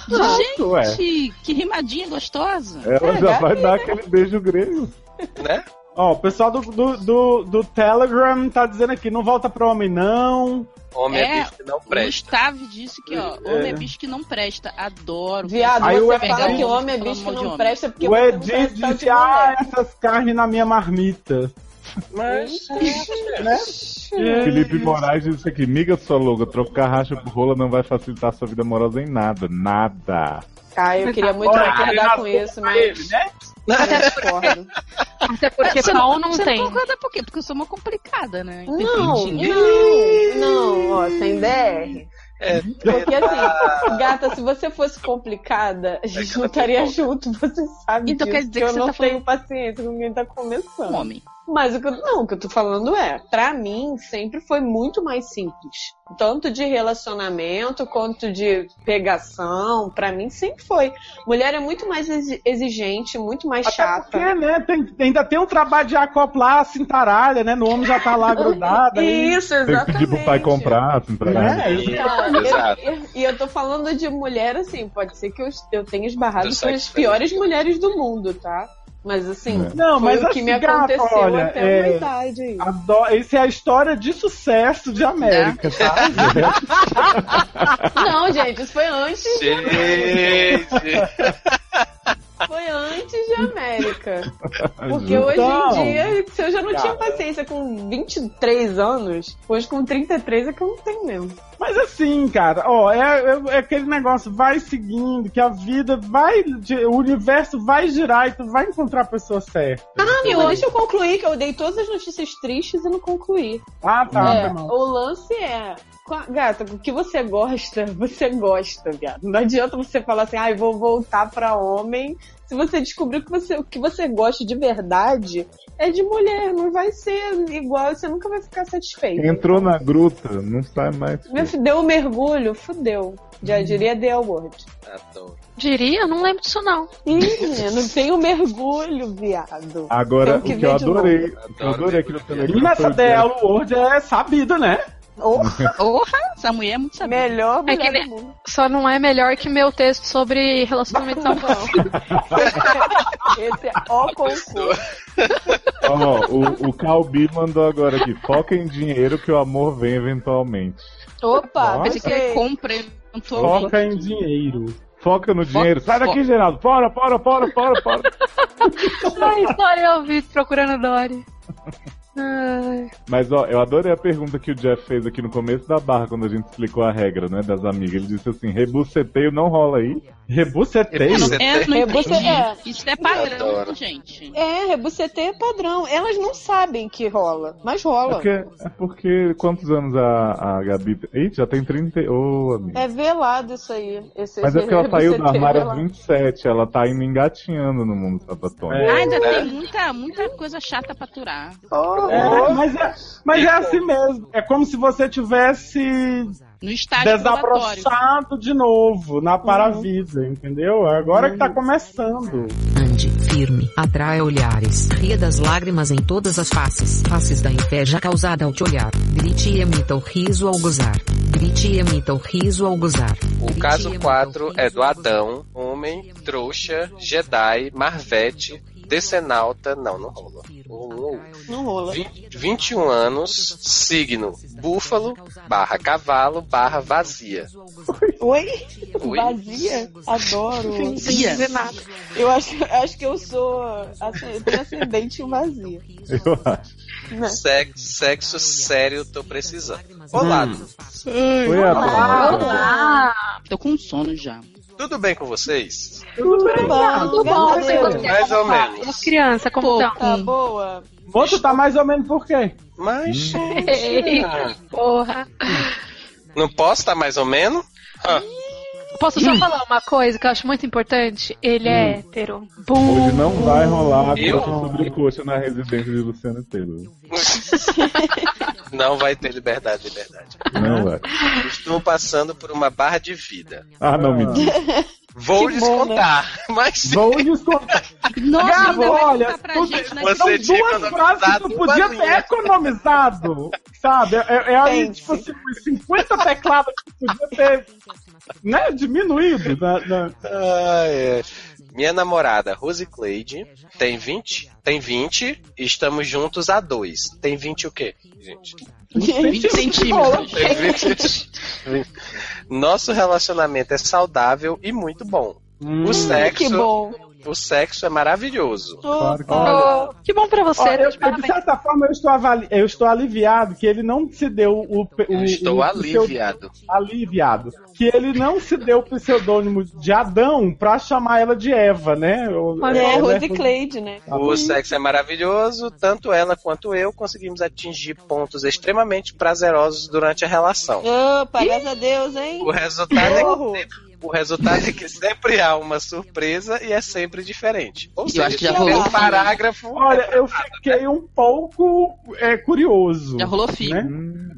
pronto, ué.
Gente, que rimadinha gostosa.
Ela
É,
já vai
né?
dar aquele beijo grego.
Né?
Ó, o pessoal do, do, do, do Telegram tá dizendo aqui, não volta pro homem, não.
Homem é,
É,
bicho que não
O
presta.
Gustavo disse que, ó, homem
É.
é bicho que não presta. Adoro.
Viado,
Aí o
você
Ed
fala
diz-
que homem é
pelo
bicho que
amor de
não
homem.
presta porque
o
você
Ed
não conhece tal
diz,
tá de
ah,
mulher.
essas carnes na minha marmita.
Mas.
Né? É
Felipe Moraes disse aqui, miga sua louca, trocar racha por rola não vai facilitar sua vida amorosa em nada. Nada.
Ah, eu queria muito
Olha, ele
concordar com
nasceu
isso,
pra
mas
ele, né?
eu discordo.
Até é porque
Você
pau
não-
não
você
tem.
Não concorda por quê? Porque eu sou uma complicada, né?
Não,
Entendi.
não, não, ó, sem DR.
É,
Porque assim, gata, se você fosse complicada, a gente não estaria junto, você sabe
Então
disso,
quer dizer
eu
que você
não
tá
tenho paciência com quem tá começando.
Homem.
Mas o que, eu- não, o que eu tô falando é, pra mim sempre foi muito mais simples. Tanto de relacionamento quanto de pegação, pra mim sempre foi. Mulher é muito mais exi- exigente, muito mais
Até
chata.
porque, né, tem- ainda tem um trabalho de acoplar a cintaralha, né? No homem já tá lá grudado. aí-
Isso,
Tem que
exatamente.
pedir pro pai comprar, assim, pra
É,
E-
Ah, eu-
Exato.
eu- E eu tô falando de mulher, assim, pode ser que eu, eu tenha esbarrado
Do
com as
sexo né?
piores mulheres do mundo, tá? Mas assim,
É.
Não,
foi
mas
o que
assim,
me
gata,
aconteceu
olha,
até
é,
uma idade aí.
Adoro, esse é a história de sucesso de América, tá?
Não, gente, isso foi antes,
Gente!
foi antes de América. Porque
Ju.
hoje
Então,
em dia, se eu já não tinha
cara.
paciência com 23 anos, hoje com 33 é que eu não tenho mesmo.
Mas assim, cara, ó, é, é- é aquele negócio, vai seguindo, que a vida vai, de- o universo vai girar e tu vai encontrar a pessoa certa.
Ah, não, deixa eu concluir, que eu dei todas as notícias tristes e não concluí.
Ah, tá,
É,
tá bom.
o lance é. qua- Gata, o que você gosta, você gosta, gata. Não adianta você falar assim, ai, vou voltar pra homem. Se você descobrir que você, o que você gosta de verdade é de mulher, não vai ser igual, você nunca vai ficar satisfeito.
Entrou na gruta, não sai mais.
Meu filho, Deu um mergulho, fudeu. Já diria The Award.
Adoro.
Diria? Não lembro disso, não.
Ih, não tem um mergulho, viado.
Agora,
Tem
o
que
que eu
ver de novo.
adorei, o que eu adorei
Adoro
aqui no
mergulhar.
Telegram.
Menina,
foi
essa
o dia-
DL World é sabida, né?
Porra, essa mulher é muito sabida.
Melhor
É que
mulher
nem-
do mundo.
Só não é melhor que meu texto sobre relacionamento saudável.
Esse é o concurso.
Ó, o, o Calbi mandou agora aqui. Foca em dinheiro que o amor vem eventualmente.
Opa,
Pensei que ele
gostei.
compra e não tô-
Foca em dinheiro.
Foca no dinheiro. Sai daqui, Geraldo. Fora, fora, fora, fora, fora.
Ai, Dory, eu ouvi procurando Dory. Ai.
Mas ó, eu adorei a pergunta que o Jeff fez aqui no começo da barra quando a gente explicou a regra, né, das amigas. Ele disse assim: rebuceteio não rola aí.
Rebuceteio?
Rebuceteio.
É, não
É,
entendi.
você- é.
Isso é
Eu adoro.
padrão, gente.
É, rebucetê é padrão. Elas não sabem que rola, mas
É
rola.
porque, é porque quantos anos a, a Gabi. Ih, já tem 30. Ô, amiga.
É velado isso aí. Esse,
Mas é
esse
porque ela saiu do
rebucetê
armário aos
velado.
27, ela tá ainda engatinhando no mundo sapatônico.
É.
Ah, ainda
É.
tem muita, muita coisa chata pra aturar.
Oh,
É, mas é, mas é assim mesmo. É como se você tivesse
No estágio probatório.
desabrochado de novo na paravisa, entendeu? Agora que tá começando.
Ande firme, atrai olhares, ria das lágrimas em todas as faces, faces da inveja causada ao te olhar, grite e emita o riso ao gozar, grite e emita o riso ao gozar.
O caso 4 é do Adão, homem, trouxa, Jedi, Marvete, decenalta. Não, não rola. O- o-
não rola.
vin- 21 anos, signo búfalo, barra cavalo, barra vazia.
Oi?
Oi?
Vazia? Adoro.
Vazia?
Eu acho, acho que eu sou. assim, eu tenho ascendente em vazia.
Eu acho.
Né?
Sexo, sexo sério, tô precisando. Olá,
Foi a Adão.
Ah,
Tô com sono já.
tudo bem com vocês?
Tudo Tá bom,
tudo bom,
galera?
você gostou?
Mais ou
uma
menos.
criança, como
Pô.
então?
Tá boa?
Moço, tá mais ou menos por quê?
Mas,
Hum.
gente,
Ei,
ah,
Tá, Porra.
não posso estar mais ou menos? Ah,
Posso
Hum.
só falar uma coisa que eu acho muito importante? Ele é hétero.
Hoje não vai rolar a
Eu?
coxa sobre coxa na residência de Luciano Taylor.
não vai ter liberdade, liberdade.
Não vai.
Estou passando por uma barra de vida.
Ah, não me diga.
Vou
Que bom, né?
descontar, mas sim.
Vou descontar.
Nossa,
Gabo,
ainda vai
olha,
contar pra
tu-
gente na
você-
São
tinha
duas
economizado
frases que tu
uma
podia
linha.
ter economizado. Sabe? É, é, é aí,
Gente.
tipo assim, umas 50 tecladas que tu podia ter né, diminuído.
Tipo,
Na, na-
Ah, é. Minha namorada, Rose Cleide, tem 20, tem 20 e estamos juntos há dois. Tem 20 o quê, gente?
20 centímetros.
Tem 20. Nosso relacionamento é saudável e muito bom.
Hum,
O
Que
sexo,
bom.
o sexo é maravilhoso.
Claro
Oh,
que
Opa.
Ô, que bom pra você.
Olha, eu-
tá de
eu, de
parabéns.
certa forma, eu estou, avali- eu estou aliviado que ele não se deu o. pe- o
Eu estou
o-
aliviado.
O seu- aliviado. Que ele não se deu o pseudônimo de Adão pra chamar ela de Eva, né? Eu-
oh,
É,
eu-
Rose Cleide, né?
tá
O sexo é maravilhoso, tanto ela quanto eu conseguimos atingir pontos extremamente prazerosos durante a relação.
Opa, graças a Deus, hein?
O resultado é que
Porra.
sempre, o resultado é que sempre há uma surpresa e é sempre diferente. Ou
Eu
seja,
acho que já
se
rolou
tem um
isso,
parágrafo.
Olha, eu fiquei um pouco é, curioso.
Já rolou fio.
né?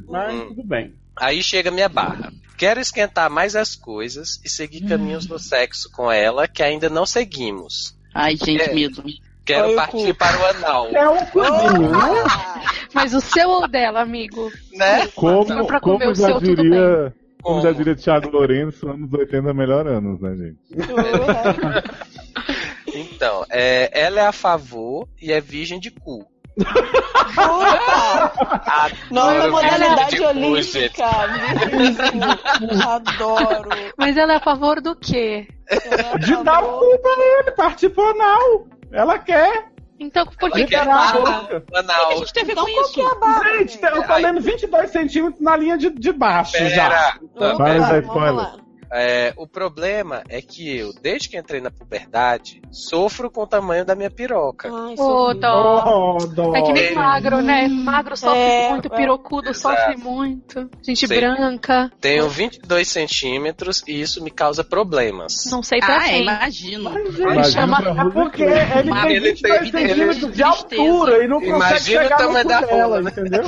Mas tudo bem.
Hum. Aí chega minha barra. Quero esquentar mais as coisas e seguir caminhos no sexo com ela que ainda não seguimos.
Ai, gente,
É.
medo.
Quero
Olha o
partir para o anal.
É um cozinho, né?
Mas o seu ou dela, amigo?
Né?
Não,
Como,
pra comer
como
o
já
seu, tudo
diria. Como já
Como?
diria Thiago Lourenço, anos 80 melhor anos, né, gente?
Então, é, ela é a favor e é virgem de cu.
Puta! Nova
Adoro
modalidade
virgem de cu, gente.
holística. Mesmo. Adoro.
Mas ela é a favor do quê?
De dar o cu pra ele, partir pro anal. Ela quer
Então, por que.
Ela quer
liberar a
parar
boca.
o é anal.
gente tem a ver com isso?
Gente, eu tô
Ai.
lendo 22 centímetros na linha de, de baixo já.
Pera,
Para de dar
Vamos
spoiler.
lá.
É, o problema é que eu, desde que entrei na puberdade, sofro com o tamanho da minha piroca.
Ai,
Ô, então,
sorriso.
dó.
Oh, dó.
É que nem magro, né? Magro sofre
É,
muito,
é.
pirocudo sofre
Exato.
muito. Gente
Sei.
branca,
Tenho 22 centímetros e isso me causa problemas.
não sei pra
Ah,
quem.
imagino.
Gente,
Imagina pra né?
É
Ruth
porque é, ele
Mas
tem
ele
22
tem- ele-
centímetros de
tristeza.
altura e não consegue
Imagina o
chegar no
tamanho
cu
da
dela,
rola, né?
entendeu?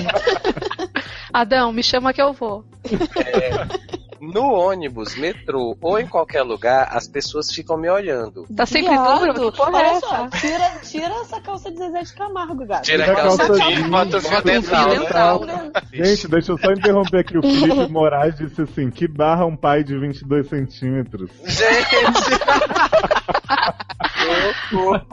Adão, me chama que eu vou.
No ônibus, metrô ou em qualquer lugar, as pessoas ficam me olhando.
Tá sempre
Viado.
duro? Que porra é
Olha
essa?
só, tira, tira essa calça de Zezé de Camargo, gato.
Tira
Tira
a
a
calça
calça
jeans,
jeans,
bota o fio
bota o fio
dental, né?
dental.
né?
Gente, deixa eu só interromper aqui. O Felipe Moraes disse assim: que barra um pai de 22 centímetros.
Gente! Louco.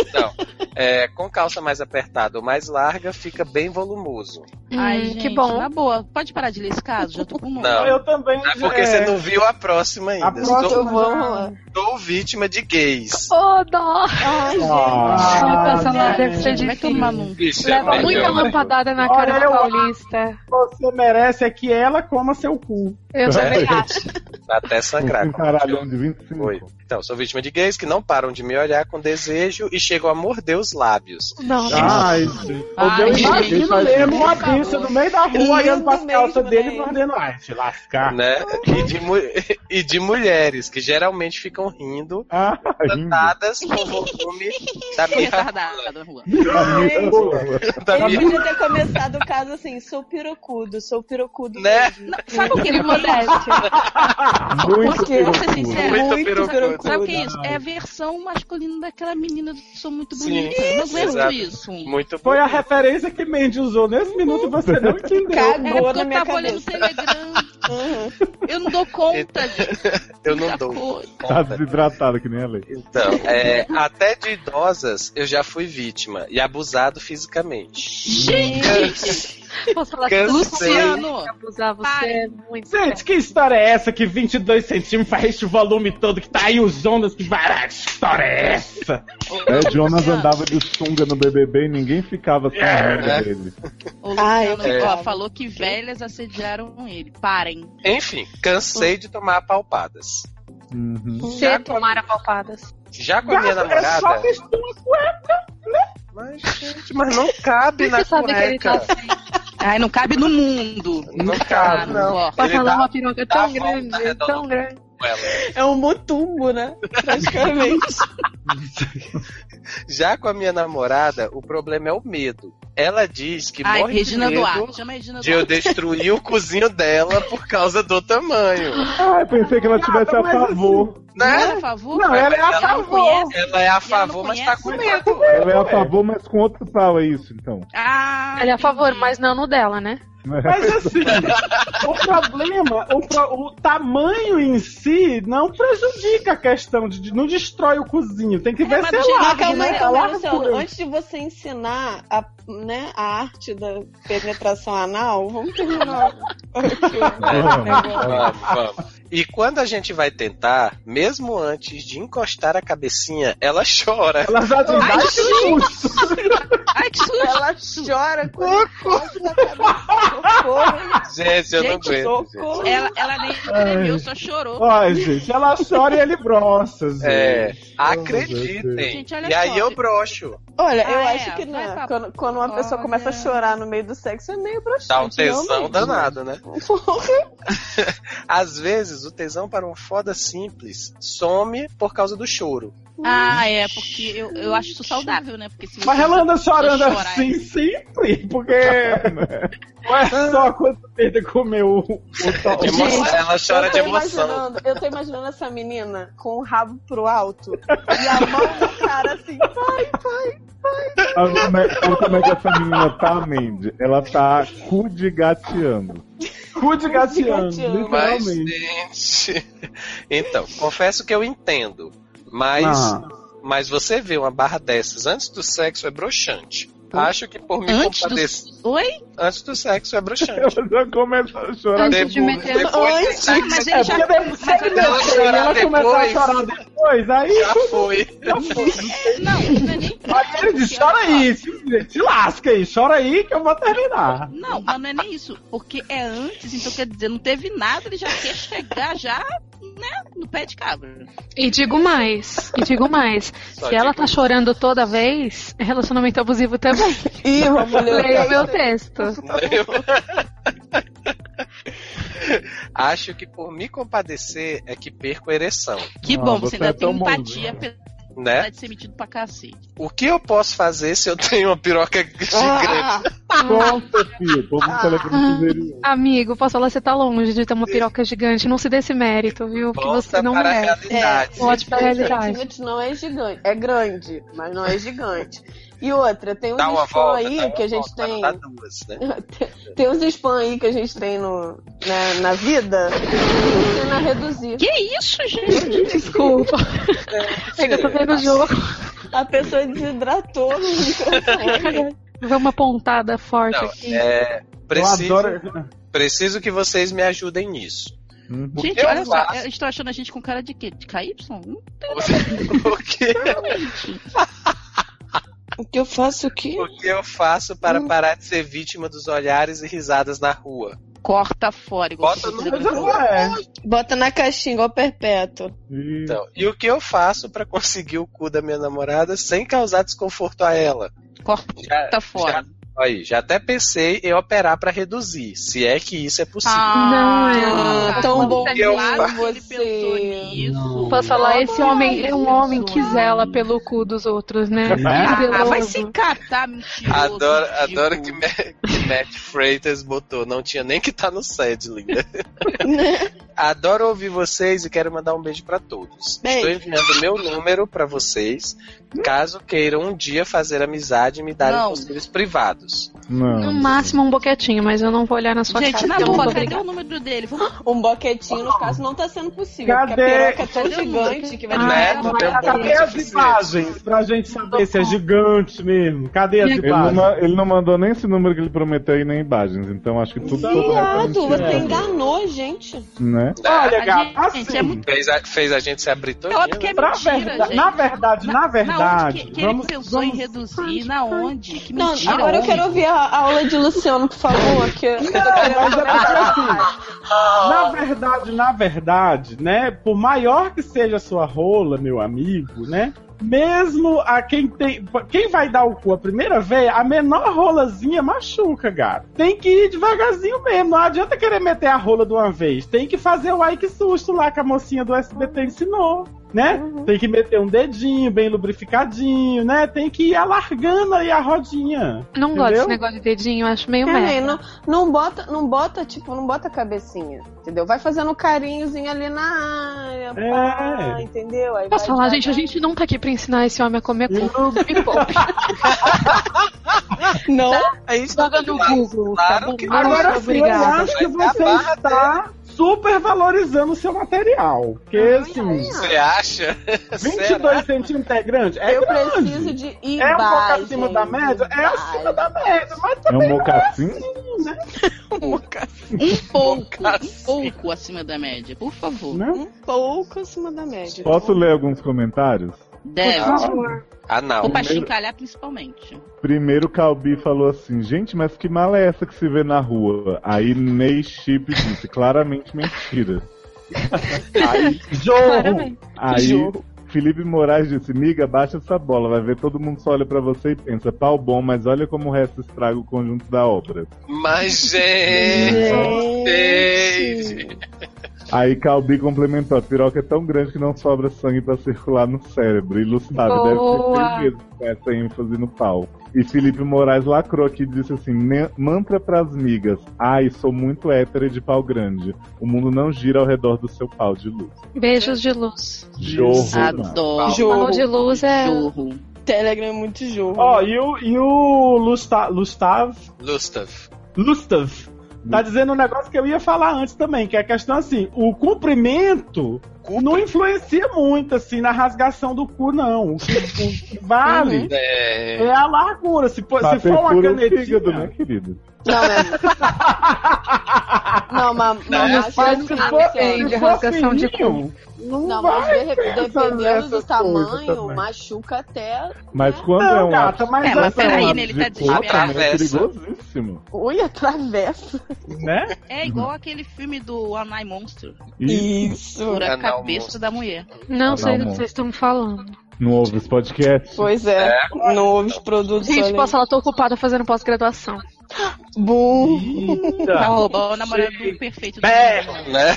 então, é, com calça mais apertada ou mais larga, fica bem volumoso.
Ai,
Hum,
gente,
que bom.
Na boa, pode parar de ler esse caso? Já tô com um.
Não.
Eu também.
É porque
é,
você não viu a próxima ainda.
A próxima
Sou,
Então vamos lá.
sou vítima de gays.
Ô, dó!
Ai,
Ah.
gente.
Nossa, ela
gente.
deve ser
Vai
difícil.
tomar num.
Isso
Leva
é melhor.
muita lampadada na
Olha,
cara do
eu-
paulista.
você merece é que ela coma seu cu.
Eu também acho.
Até sangrar.
Um caralhão de 25.
tá Oi. Então, sou vítima de gays que não param de me olhar com desejo e chegam a morder os lábios.
Não.
Ai, gente.
Ai,
eu
gente,
imagino
faz
mesmo
isso.
uma bicha no meio da rua olhando pras
mesmo,
calças dele
né?
e mordendo. Ai, te lascar.
Né? E, de, mu- e de mulheres que geralmente ficam rindo,
Ah,
Tá
rindo.
tratadas com o volume da minha.
Retardada na rua.
Amiga, boa.
é
Da
Ele
minha
podia ter começado o caso assim, sou pirocudo, sou pirocudo.
Né?
mesmo.
Sabe o que ele acontece?
Muito
Posso-
perigoso.
posso ser
é
sincera?
Muito
Muito
pirocudo.
pirocudo.
Sabe o que é isso? É a versão masculina daquela menina do Sou Muito
Sim,
Bonita. não aguento
exato.
isso.
muito
Foi
boa.
a referência que Mandy usou nesse minuto e você não entendeu.
É
Cagou
porque
na
eu
minha
tava olhando o
cabeça.
Telegram.
Uhum.
Eu não dou conta disso.
Eu não dou. Hum.
Tá
conta.
desidratado que nem a lei.
Então, é, até de idosas eu já fui vítima e abusado fisicamente.
Gente!
Posso falar que
Cansei.
Luciano!
abusar você
Pare.
é muito.
Gente, que história é essa que 22 centímetros faz este volume todo que tá aí os Jonas que barato? Que história é essa?
É, Jonas andava de sunga no BBB e ninguém ficava sem a
É.
amiga dele.
O
Ah, eu
Luciano ó,
ficava.
falou que velhas assediaram ele. Parem.
Enfim, cansei de tomar palpadas.
Uhum.
Você tomara palpadas.
Já com a minha
É só
namorada.
vestir uma cueca.
Mas, gente, mas não cabe na
Você sabe que ele tá
cueca.
assim.
Ai, não cabe no mundo.
Não
Ah,
cabe, não.
ó.
Pra
Ele tá
falar
dá-
uma
dá
piroca tão
a volta
grande,
redonda.
tão grande.
com ela.
É um motumbo, né? Praticamente.
Já com a minha namorada, o problema é o medo. Ela diz que
Ai,
morre
Regina
de medo
Duarte. Chama a Regina
de eu
Duarte.
destruir o cozinho dela por causa do tamanho.
Ah, eu pensei que ela tivesse a
Mas assim,
favor.
Não,
Né?
Por favor.
Não, ela é a
Ela não
favor.
Ela é a favor, mas
conhece?
tá com
Mas tá
medo.
Ela é a favor, mas com outro pau, é isso, então.
Ah,
Ela é a favor, mas não no dela, né?
Mas assim, o problema, o, pro- o tamanho em si não prejudica a questão, de, de- não destrói o cozinho. Tem que ver
mas
se é
do jeito
Mas
largo,
calma aí,
né?
calma aí,
Largo.
Luciano. Antes de você ensinar a, né, a arte da penetração anal, vamos terminar.
É,
Vamos, vamos. E quando a gente vai tentar, mesmo antes de encostar a cabecinha, ela chora.
Ela já te dá esse susto.
Ai, que susto.
Ela chora com a costa da cabeça.
Gente, eu não
Gente,
aguento. gente.
socorro.
Ela, ela nem escreveu, só chorou.
Ai, gente, ela chora e ele brossa, gente.
É,
Deus.
acreditem.
Gente, olha
e aí
só.
eu broxo.
Olha, eu
Ah,
acho
é?
que
Vai
não.
pra-
Quando, quando uma pessoa
Olha.
começa a chorar no meio do sexo, é meio broxante.
Dá um tesão
realmente.
danado, né? Às vezes vezes o tesão para um foda simples some por causa do choro.
Ah, é, porque eu, eu acho isso saudável, né? Porque se
Mas
você-
ela anda chorando
Chorar.
assim sempre, porque não é
Ah,
só quando ele comeu o, o tal.
De emo-
Gente,
Ela chora
eu
de
tô
emoção.
Imaginando, eu tô imaginando essa menina com o rabo pro alto e a mão do cara assim, vai, vai.
Sabe como é- sabe como é que essa menina tá, Mandy? Ela tá cudigateando.
Cu de gateando,
gateando.
Mas,
literalmente.
gente. Então, confesso que eu entendo. Mas,
Ah,
mas você vê uma barra dessas antes do sexo é broxante. Acho que por me
Antes do.
compadecer.
Oi?
Antes do sexo é
ela
broxante.
já começa a chorar.
Depois,
Antes de meter-
depois do
Ah,
sexo
mas
é
ele já.
porque depois,
mas ele
ela
se ela
chorar
começar a
depois,
chorar depois, aí,
já foi.
Não, não é nem.
aí ele diz, chora aí, se, se lasca aí, chora aí que eu vou terminar.
Não, mas não é nem isso. Porque é antes, então quer dizer, não teve nada, ele já quer chegar já, né, no pé de cabra.
E digo mais, e digo mais.
Só
se ela
digo-
tá chorando toda vez, é relacionamento abusivo também.
Ih, vamos
Leia o
ler
meu texto.
Acho que por me compadecer é que perco a ereção,
Que
Ah,
bom,
você
você
é
ainda tem
tão
empatia,
bonzinho.
apesar
né?
de ser metido pra cacete.
O que eu posso fazer se eu tenho uma piroca
Ah,
Ah,
gigante?
Nossa, filho, todo mundo telegrama sugeriu.
Amigo, posso falar, você tá longe de ter uma piroca gigante. Não se dê esse mérito, viu? Que
Volta
você não
para a
merece. É,
realidade.
Volte pra realidade.
centímetros não é gigante. É grande, mas não é gigante. E outra, tem um
Dá uma
spam
volta.
aí
dá uma
que a gente
volta,
tem.
mas não dá duas, né?
Tem uns spam aí que a gente tem no, na, na vida que ensina a reduzir.
Que isso, gente?
Desculpa. É que eu tô vendo o jogo.
A pessoa desidratou no microfone.
Vê uma pontada forte
Não,
aqui.
é,
Eu
preciso,
adoro.
preciso que vocês me ajudem nisso.
Uhum.
O que
Gente,
eu
olha só,
faço?
eles estão achando a gente com cara de quê? De KY? Hum,
O que,
o que eu faço o quê?
o que eu faço para
Uhum.
parar de ser vítima dos olhares e risadas na rua?
Corta fora, igual
Bota
você
no-
Mas
fez agora.
não é.
Bota na caixinha, igual perpétuo.
E-
Então, e o que eu faço para conseguir o cu da minha namorada sem causar desconforto a ela? Já-
Corta fora.
Aí, já até pensei em operar para reduzir, se é que isso é possível.
Não,
é-
Ah, tá,
tão bom
claro que
eu-
ele pensou
você.
nisso.
Posso falar, esse homem é um
Ai,
homem que
Jesus.
zela pelo cu dos outros, né?
Né?
Ah, vai
Deloso.
se catar, mentiroso.
Adoro,
ridículo.
adoro que, Ma- que Matt Freitas botou. Não tinha nem que estar no sede, linda. adoro ouvir vocês e quero mandar um beijo pra todos.
Beijo.
Estou enviando meu número pra vocês, caso queiram um dia fazer amizade e me darem
Não.
conselhos privados.
No
Não.
máximo um boquetinho, mas eu não vou olhar na sua
Gente, tá
cara.
na
então eu
boa,
vou
cadê
brigar.
o número dele? Vamos
Um boquetinho, no caso, não tá sendo possível. Porque
Cadê?
a piroca é tão
Cadê o
gigante
número?
que vai
Ah,
né?
não,
Não
mas
tem um
tá
bom
Cadê as imagens pra gente saber se é gigante mesmo? Cadê as
Ele não,
imagens?
ma- ele não mandou nem esse número que ele prometeu e nem imagens, então acho que tudo todo o resto é
Viado, você
né?
mentira,
enganou, gente.
né?
Olha,
A
gata,
gente
assim,
é muito-
Fez a, fez a gente se abrir né? todo.
Ela porque é
pra
mentira,
verda-
gente.
na verdade, na
Na onde
verdade,
que, que
vamos,
ele pensou em
vamos-
reduzir? Na onde? Que
Não,
mentira.
agora eu
homem.
quero ouvir a, a aula de Luciano, por favor. Que eu tô
Mas
querendo
é porque, assim, na verdade, na verdade, né? Por maior que seja a sua rola, meu amigo, né? Mesmo a quem tem. Quem vai dar o cu a primeira vez, a menor rolazinha machuca, gato. Tem que ir devagarzinho mesmo. Não adianta querer meter a rola de uma vez. Tem que fazer o ai que susto lá que a mocinha do SBT ensinou. Né? Tem que meter um dedinho bem lubrificadinho, né? Tem que ir alargando aí a rodinha.
Não gosto
Entendeu?
desse negócio de dedinho, eu acho meio
Peraí,
merda.
não, não bota, não bota, tipo, não bota a cabecinha, entendeu? Vai fazendo um carinhozinho ali na área, pá,
É.
entendeu? Aí
Posso
vai devagar.
falar, gente, a gente não tá aqui pra ensinar esse homem a comer cu. Me poupe.
Não,
tá
Aí isso
Joga no Google, tá
Claro
bom?
que não.
Agora
Agora sim, eu
obrigada.
acho que
Vai
você
acabar,
está super valorizando o seu material. Porque, assim,
Você acha?
22 centímetros é grande? É
eu
grande.
preciso de ir
É um pouco
baixo,
acima da média? É
baixo.
acima da média, mas
É um mocassim?
Um pouco, um pouco acima da média, por favor.
né?
Um pouco acima da média.
Posso ler alguns comentários?
Deve.
Ah,
Ou
não.
pra chincalhar, principalmente.
Primeiro, Calbi falou assim: gente, mas que mala é essa que se vê na rua? Aí Ney Chip disse: claramente mentira.
Jorro!
Claramente.
Aí Felipe Moraes disse: miga, baixa essa bola, vai ver todo mundo só olha pra você e pensa: pau bom, mas olha como o resto estraga o conjunto da obra.
Mas, gente.
Aí Calbi complementou, a piroca é tão grande que não sobra sangue pra circular no cérebro. E Luciano deve ter
Boa.
feito mesmo com essa ênfase no pau. E Felipe Moraes lacrou aqui e disse assim: "Ne- mantra pras migas. Ai, sou muito hétero e de pau grande. O mundo não gira ao redor do seu pau de luz.
Beijos de luz.
Jorro.
Adoro.
Jorro.
Mano de luz é.
Jorro.
Telegram é muito jogo.
Ó, e o, e o Lusta, Lustav,
Lustav.
Lustav
Hum.
tá dizendo um negócio que eu ia falar antes também, que é a questão assim, o cumprimento não influencia muito, assim, na rasgação do cu, não. O que, o que vale
É,
é a largura. Se, for- se
Bater
for uma
furo no
canetinha...
um fígado, né, querido?
Não, mas... não, mas, mas
Não,
acho
Mas
que
se
assim,
for,
tem de
se for
rasgação de cu.
fininho, Não,
Não,
vai.
mas de- dependendo do
nessas coisas
tamanho,
também.
machuca até.
Mas quando
Não,
é um
gata, mas
É, mas
assim,
peraí,
ápice
né, ele tá
de cor, também é
desatravessa.
perigosíssimo.
Ui, atravessa.
né?
É igual aquele filme do Anai Monstro.
E
Isso.
Por a
Anai
cabeça
Monstro.
da mulher.
Não sei do
amor.
que vocês estão falando.
não ouve esse podcast.
Pois é. Não houve os produtos.
Gente,
olha.
posso falar, tô ocupada fazendo pós-graduação.
Bum,
Tá
Eita.
roubando o namorado do perfeito do
Berro.
mundo.
né?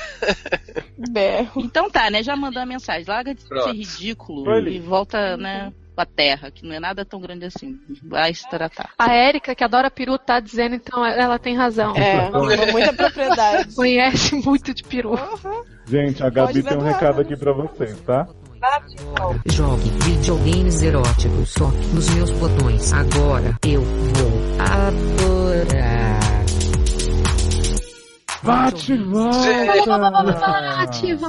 berro.
Então tá, né? Já mandou a mensagem. Larga de
Pronto.
ser ridículo
Foi ali.
e volta, né? Pra terra, que não é nada tão grande assim. Vai se tratar.
A Érica, que adora peru, tá dizendo, então ela tem razão.
É, com muita propriedade.
Conhece muito de peru.
Gente, a Gabi
Pode
tem um
graduar,
recado
né?
aqui pra vocês, tá?
Jogue videogames eróticos só nos meus botões. Agora eu vou adorar.
Bate, volta!
Ativa.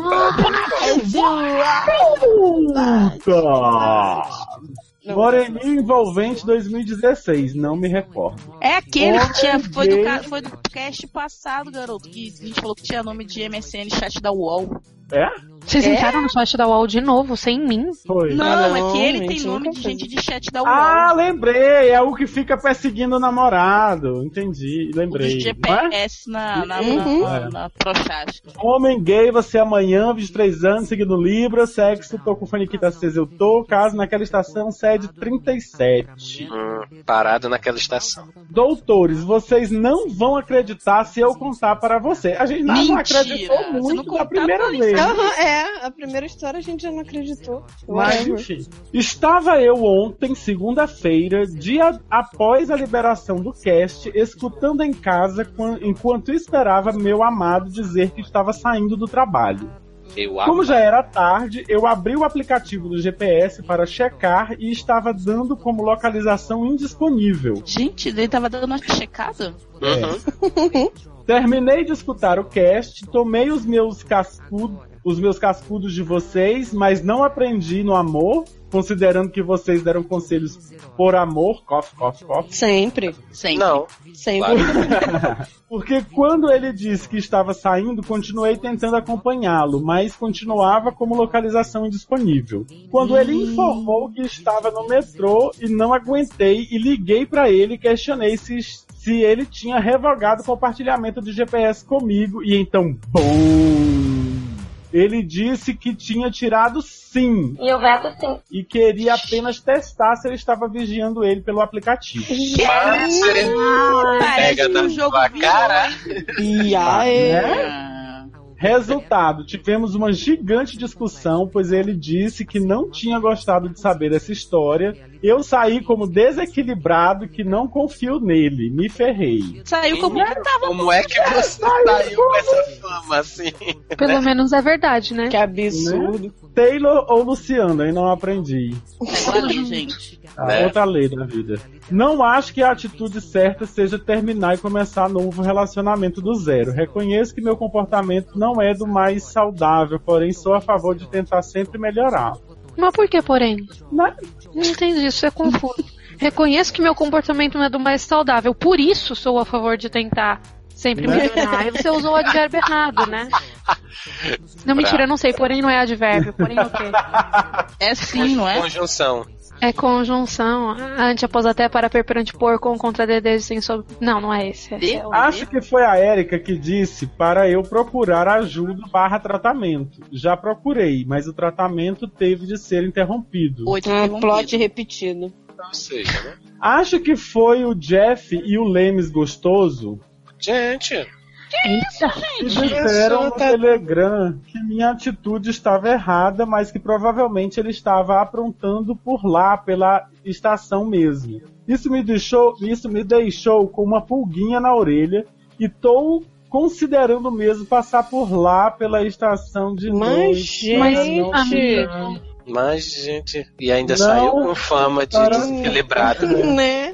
Moreni Envolvente 2016, não me recordo.
É aquele que tinha. Foi do,
Olha,
ca- foi do cast passado, garoto. Que a gente falou que tinha nome de MSN chat da UOL.
É?
Vocês entraram no chat da UOL de novo, sem mim?
Foi.
Não,
não,
é que ele tem
gente,
nome
nunca
de
fez.
gente de chat da UOL.
Ah, lembrei, é o que fica perseguindo o namorado. Entendi,
o
lembrei. é?
do GPS na, na, na-
Uhum.
na, na Prochasca.
Não é? Homem gay, você amanhã, 23 anos, seguindo Libra, sexo, tô com faniquita acesa, eu tô, caso naquela estação, sede 37.
Hum, parado naquela estação.
Doutores, vocês não vão acreditar se eu contar para você. A gente não
Mentira,
acreditou
você não
muito
contar
da primeira
pra
vez.
Aham, é, a primeira história a gente já não acreditou.
Mas
Whatever.
enfim. Estava eu ontem, segunda-feira, dia após a liberação do cast, escutando em casa quan- enquanto esperava meu amado dizer que estava saindo do trabalho.
Eu
Como
amo.
já era tarde, eu abri o aplicativo do GPS para checar e estava dando como localização indisponível.
Gente, ele tava dando uma checada?
Uhum.
Terminei de escutar o cast, tomei os meus cascudos, os meus cascudos de vocês, mas não aprendi no amor, considerando que vocês deram conselhos por amor, cof, cof, cof.
Sempre,
Sempre.
Não,
sempre.
claro.
Porque quando ele disse que estava saindo, continuei tentando acompanhá-lo, mas continuava como localização indisponível. Quando ele informou que estava no metrô e não aguentei e liguei para ele e questionei se, se ele tinha revogado o compartilhamento do GPS comigo e então, bom, ele disse que tinha tirado sim
E o veto sim.
e queria apenas testar se ele estava vigiando ele pelo aplicativo.
Mas ele
Parece
pega
que o
na
jogo
sua
virou,
cara.
hein?
E aí?
Né?
Ah,
Resultado, tivemos uma gigante discussão, pois ele disse que não tinha gostado de saber dessa história. Eu saí como desequilibrado que não confio nele, me ferrei. né?
Saiu como que tava.
Como é que você saiu com essa fama assim?
Pelo menos é verdade, né?
Que absurdo.
Taylor ou Luciano, eu não aprendi.
Agora, gente.
A
Né?
Outra lei da vida. Não acho que a atitude certa seja terminar e começar novo relacionamento do zero. Reconheço que meu comportamento não é do mais saudável, porém sou a favor de tentar sempre melhorar.
Mas por que, porém?
Né?
Não entendi, isso é confuso. Reconheço que meu comportamento não é do mais saudável, por isso sou a favor de tentar sempre
Né?
melhorar. Aí você usou o advérbio errado, né? Não, mentira, eu não sei, porém não é advérbio, porém é o quê?
É sim, não é?
Conjunção.
É conjunção, ante, após, até, para, per, perante, por, com, contra, desejo, sem, sob... Não, não é esse. esse é o-
Acho que foi a Érica que disse para eu procurar ajuda barra tratamento. Já procurei, mas o tratamento teve de ser interrompido.
Oito
Ah,
interrompido.
plot repetido.
Ou seja, né?
Acho que foi o Jeff e o Lemes Gostoso
Gente,
Eita.
E disseram no um Telegram que minha atitude estava errada, mas que provavelmente ele estava aprontando por lá, pela estação mesmo. Isso me deixou, isso me deixou com uma pulguinha na orelha e tô considerando mesmo passar por lá pela estação de
Mas,
noite. pra
gente,
não
amigo.
Mas, gente, e ainda
Não,
saiu com fama de
cara,
desequilibrado, né?
Né?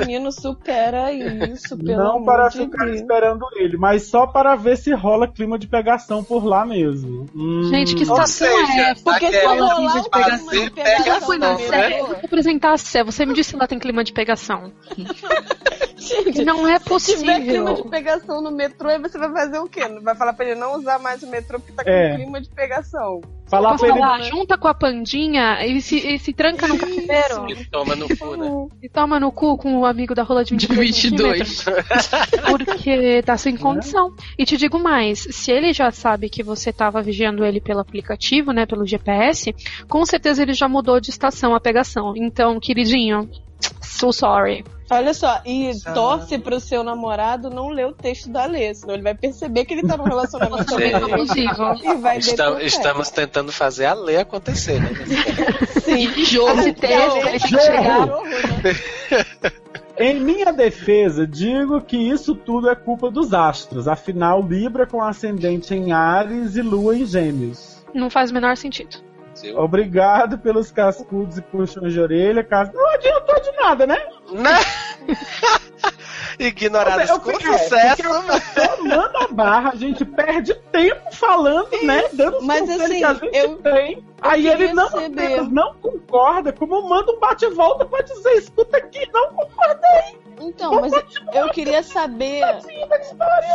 Menino, supera isso, pelo
Não
amor
para
de
ficar
Deus.
esperando ele, mas só para ver se rola clima de pegação por lá mesmo. Hum,
Gente, que
Ou
estação é
seja,
essa?
tá
Porque se
querendo
rolar um
fazer
clima de pegação,
Eu fui na
pegação,
né?
Sé, eu vou representar a Sé. Você me disse que lá tem clima de pegação.
Gente,
Não é
se tiver clima de
possível.
pegação no metrô, aí você vai fazer o quê? Vai falar pra ele não usar mais o metrô porque tá com
É.
clima de pegação.
falar
Posso
pra ele
falar, junta com a pandinha e se, e se tranca no cativeiro
Que toma no cu, né?
e toma no cu com o amigo da rola de
De
23 centímetros.
22.
Porque tá sem condição. E te digo mais, se ele já sabe que você tava vigiando ele pelo aplicativo, né, pelo GPS, com certeza ele já mudou de estação a pegação. Então, queridinho, so sorry.
Olha só, e
Nossa.
torce pro seu namorado não ler o texto da Lê, senão ele vai perceber que ele tá num relacionamento
Você vê.
abusivo
Abusivo.
e vai
Esta-
dar tudo certo.
estamos tentando fazer a lei acontecer, né?
Sim.
Que jogo.
né?
Esse texto, ele tem que
Jorro.
chegar.
Em minha defesa, digo que isso tudo é culpa dos astros. Afinal, Libra com ascendente em Ares e Lua em Gêmeos.
Não faz o menor sentido.
Brasil.
Obrigado pelos cascudos e puxões de orelha. Cas... Não adiantou de nada, né?
Né? Ignoradas
Eu- eu
com
fiquei-
sucesso,
Tomando a barra, a gente perde tempo falando, né? Dando os
Mas,
conselhos
assim,
que a gente
eu-
tem. Aí
queria
ele não,
saber.
não concorda, como manda um bate-volta pra dizer, escuta aqui, não concordei.
Então, mas eu queria saber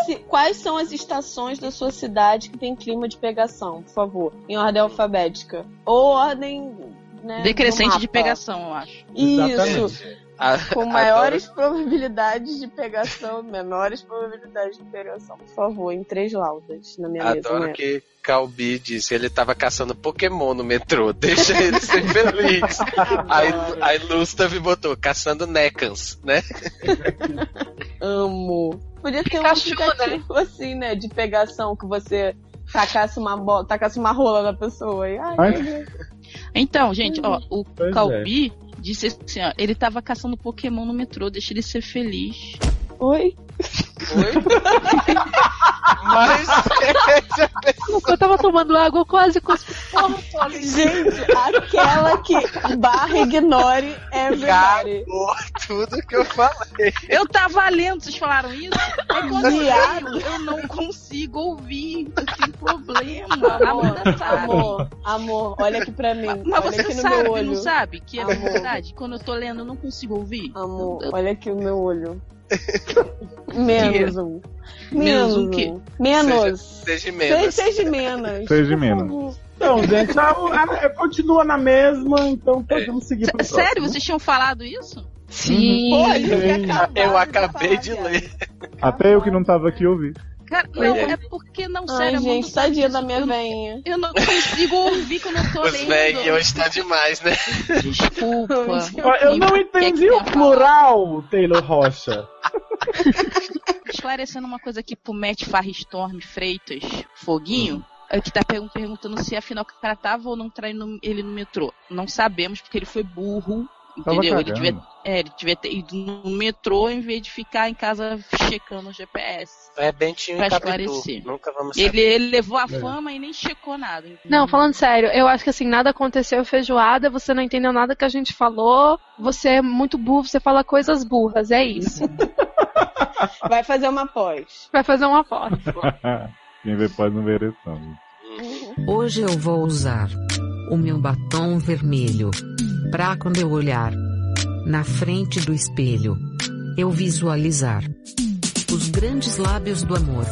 se- quais são as estações da sua cidade que tem clima de pegação, por favor, em ordem alfabética. Ou ordem. Né, do
Decrescente
mapa.
de pegação, eu acho.
Isso,
Exatamente.
A-
com
adoro-
maiores probabilidades de pegação, menores probabilidades de pegação. Por favor, em três laudas na minha mesa.
Adoro
né?
que Calbi disse, ele tava caçando Pokémon no metrô, deixa ele ser feliz. aí, Ah, aí Lustav botou, caçando Necans, né?
Amo. Podia ter um
né?
Pikachu,
aplicativo assim, né? De pegação que você tacasse uma bola, tacasse uma rola na pessoa. E, ai,
Ai.
meu Deus.
Então, gente, ó, o
é.
Pois é.
Calbi disse assim, ó, ele tava caçando Pokémon no metrô, deixa ele ser feliz.
Oi?
Oi? Mas é
Eu tava tomando água, eu quase cuspi.
Gente, aquela que barra ignore é everybody.
cagou tudo que eu falei.
Eu tava lendo, vocês falaram isso? Aí quando eu
Viado.
leio, eu não consigo ouvir, eu tenho problema. A
Amor,
Amanda sabe.
amor, amor, olha aqui pra mim.
Mas
olha
você
aqui no
sabe,
meu
não
olho.
sabe? Que é
Amor.
verdade. Quando eu tô lendo, eu não consigo ouvir.
Amor,
Eu-
olha aqui o meu olho. Menos um.
Menos um
um.
quê?
Menos.
Seja
Seis,
menos.
seis de menos.
Seis de
Por
menos.
favor.
Então, gente, a- a- continua na mesma, então podemos seguir pro
S- Sério,
próximo.
vocês tinham falado isso?
Sim.
Pô, a gente
Gente,
acabou
Eu
de
acabei
falar,
de
viado.
ler.
Até eu que não tava aqui ouvi.
Cara, não,
é.
é. porque não,
Ai,
sério. a Amanda
gente,
sabe
tadinha
disso.
da minha
eu, não-
veinha.
eu não consigo ouvir quando eu tô
Os
lendo.
velhos hoje tá demais, né?
Desculpa.
Eu
assim,
não
Quem- quem
entendi
quer
o
falar?
plural, Taylor Rocha.
Esclarecendo uma coisa aqui pro Matt Farristorm Freitas Foguinho, é que tá pergun- perguntando se afinal o cara tava ou não traindo ele no metrô. Não sabemos, porque ele foi burro,
Tava
entendeu? Ele
cagando.
devia, é, ele devia ter ido no metrô em vez de ficar em casa checando o GPS.
É Bentinho
Pra
e Capitu.
esclarecer.
Nunca vamos saber.
Ele, ele levou
É.
a fama e nem checou nada. entendeu?
Não, falando sério, eu acho que assim, nada aconteceu feijoada, você não entendeu nada que a gente falou, você é muito burro, você fala coisas burras, é isso.
Vai fazer uma pós.
Vai fazer uma foto.
Quem vê pode não ver ereção.
Hoje eu vou usar o meu batom vermelho pra quando eu olhar na frente do espelho eu visualizar os grandes lábios do amor,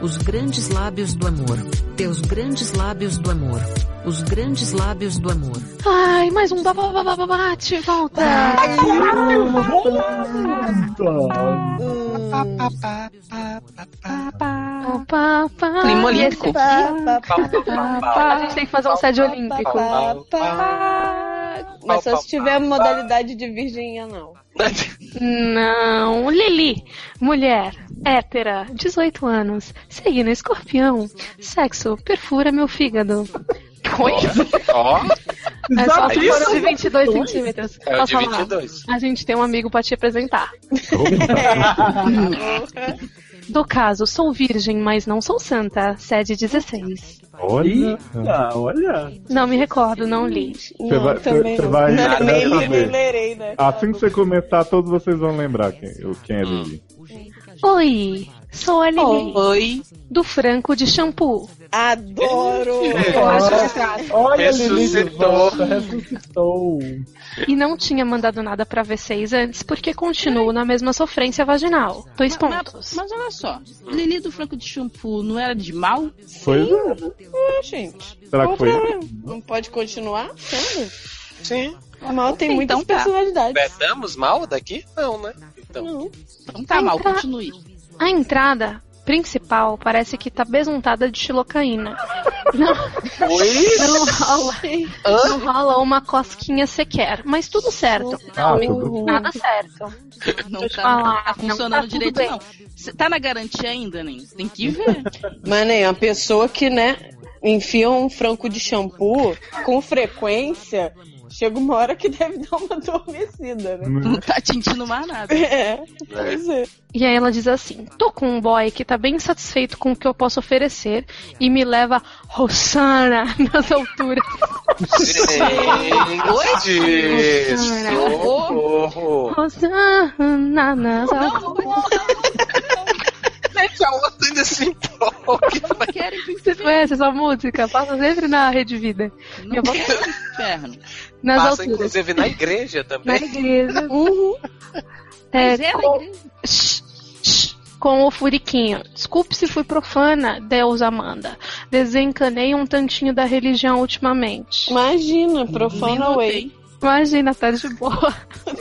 os grandes lábios do amor, teus grandes lábios do amor, os grandes lábios do amor.
Ai, mais um bababababate, volta!
Hum.
Pá, pá, pá.
Clima
E esse
olímpico.
Pá, pá,
Pau, pau,
pá,
Ah,
pau,
pá,
pau.
A gente tem que fazer um sede olímpico.
pá, pá, pá. Mas só se tiver modalidade de virgínia, não.
Não, Lili, mulher, hétera, 18 anos, signo escorpião, sexo, perfura meu fígado. Coisa.
né? Ó,
É só
Exato,
fora
isso.
de 22 centímetros.
é o
Posso
de
falar?
22.
A gente tem um amigo pra te apresentar. Do caso, sou virgem, mas não sou santa. Sede 16.
Olha.
Ah, olha.
Não me recordo, não li.
Você vai,
também
você
não.
vai,
Nem-
vai
nem li, nem
saber.
lerei, né?
Assim que você começar, todos vocês vão lembrar quem, o- quem é Lili.
Oi, sou a Lili,
Oi.
do Franco de Shampoo.
Ah.
Adoro!
Eu acho
é
que tá- trata.
Olha, Lili de
Ressuscitou.
volta, ressuscitou.
E não tinha mandado nada pra V6 antes, porque continuo na mesma sofrência vaginal. Dois pontos.
Mas, mas olha só, Lili do Franco de Shampoo não era de mal?
Pois é.
Ah, gente.
Será
qual
que
o
foi?
problema? Não pode continuar? Sendo?
Sim.
A Mal tem
Então
muitas
tá.
personalidades.
Betamos mal daqui? Não, né?
Ah,
Então,
Não.
Então tá mal,
Então-
continue.
A entrada principal parece que tá besuntada de xilocaína. Não, não rola, não rola uma cosquinha sequer, mas tudo certo.
Ah,
Não,
tudo bem.
nada certo.
Não tá, tá
falar, não tá
funcionando
tudo
direito,
bem.
não. Cê tá na garantia ainda, nem? Tem que ver.
Mas nem a pessoa que, né, enfia um franco de shampoo com frequência, chega uma hora que deve dar uma adormecida, né?
Não tá tintindo mais nada.
É, pois é.
E aí ela diz assim: tô com um boy que tá bem satisfeito com o que eu posso oferecer e me leva Rossana nas alturas.
Gente, socorro.
Rossana nas alturas.
Gente, é a outra ainda se empolga.
Querem pro
Vocês conhecem essa música? Passa sempre na Rede Vida.
inferno.
Minha
Não
avó-
quero pro inferno.
Nas
Passa,
alturas.
inclusive, na igreja
Na
também.
igreja.
Uhum.
É,
Mas é na
com- Shh, shh, com o furiquinho. Desculpe se fui profana, Deus Amanda. Desencanei um tantinho da religião ultimamente.
Imagina,
Nem
profana way.
notei.
Imagina, tá de boa.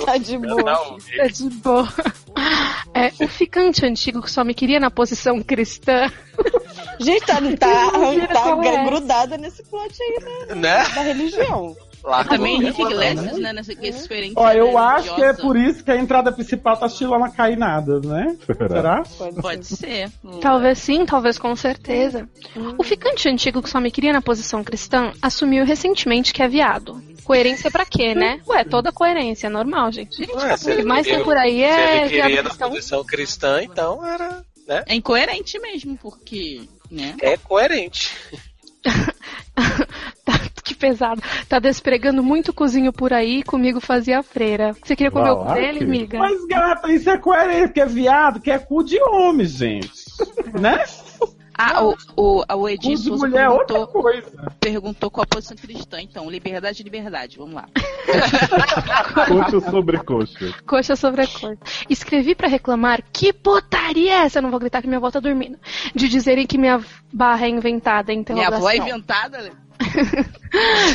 Tá de boa.
Não,
Tá de boa. É, o ficante antigo que só me queria na posição cristã.
Gente, tá, tá,
Imagina
tá
qual é.
grudada nesse plot aí da,
né? Ah,
da religião.
Lá
Também
no-
Henrique Iglesias, né? Nessa experiência.
Ó, eu
né,
acho que é
religiosa.
por isso que a entrada principal tá chilona cainada, né?
Será?
Será?
Pode ser.
Talvez sim, talvez com certeza. O ficante antigo que só me queria na posição cristã assumiu recentemente que é viado. Coerência pra quê, né? Ué, toda coerência, é normal, gente.
Ué, Ah, se
O que
ele
mais tem
queria-
por aí
Se
é
ele queria
viado
na
cristão.
posição cristã, então era. Né?
É incoerente mesmo, porque. Né?
É coerente.
Tá, que pesado. Tá despregando muito cozinho por aí, comigo fazia a freira. Você queria comer o cu
Valaque?
dele, amiga?
Mas, gata, isso é coerente, porque é viado, que é cu de homem, gente. né?
Ah, o, o, o
Cu
Edinho
de
Souza
mulher é outra
perguntou,
coisa.
perguntou qual a posição cristã, então. Liberdade, liberdade. Vamos lá.
Coxa ou sobrecoxa?
Coxa sobre coxa. Escrevi pra reclamar que putaria é essa? Eu não vou gritar que minha avó tá dormindo. De dizerem que minha barra é inventada, então.
Minha avó é inventada. né?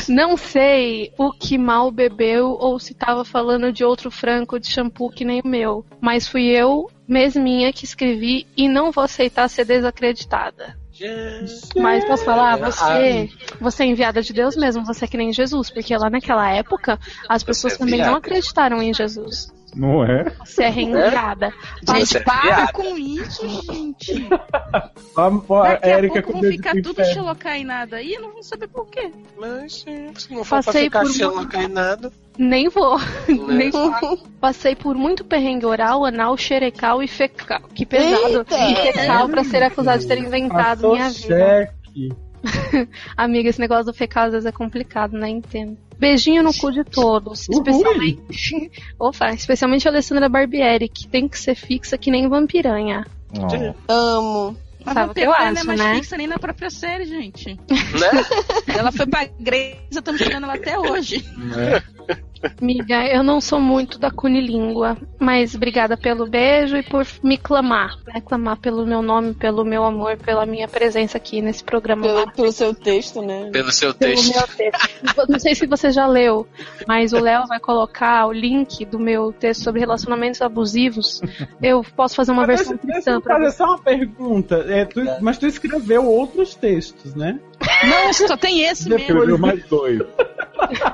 Não sei o que mal bebeu ou se tava falando de outro franco de shampoo que nem o meu. Mas fui eu, mesminha, que escrevi e não vou aceitar ser desacreditada. Mas posso falar, você, você é enviada de Deus mesmo, você é que nem Jesus, porque lá naquela época as pessoas
é
também não
viada.
acreditaram em Jesus.
Não é?
Você é reenviada.
Gente,
é
para
viada.
com isso, gente.
A, a
Daqui a
Érica
pouco
com
vão
medo
ficar
do
tudo
inferno.
xilocainado aí e não vão saber por quê.
Mas sim, se não for pra
Passei
ficar
por uma-
cheio, não cai nada.
Nem vou.
Né?
Nem vou. Passei por muito perrengue oral, anal, xerecal e fecal. Que pesado.
Eita!
E fecal pra ser acusado de ter inventado
Passou
minha vida.
cheque.
Amiga, esse negócio do fecal às vezes é complicado, né? Entendo. Beijinho no cu de todos. Especialmente. Opa, especialmente a Alessandra Barbieri, que tem que ser fixa que nem vampiranha.
Ó,
Amo.
Mas
Sabe
a
o que eu
Petralha
acho,
não é mais
né?
fixa nem na própria série, gente.
Né?
Ela foi pra Grey's, estamos esperando ela até hoje.
né?
Amiga, eu não sou muito da cunilíngua, mas obrigada pelo beijo e por me clamar. Né? Clamar pelo meu nome, pelo meu amor, pela minha presença aqui nesse programa.
Pelo, pelo seu texto, né?
Pelo seu
pelo
texto.
meu texto. Não sei se você já leu, mas o Léo vai colocar o link do meu texto sobre relacionamentos abusivos. Eu posso fazer uma
Mas
versão
deixa- deixa
cristã
eu
pra
fazer
você.
só uma pergunta. É, tu- mas tu escreveu outros textos, né?
Não, só tem esse mesmo.
Depois-
Escreveu mais dois.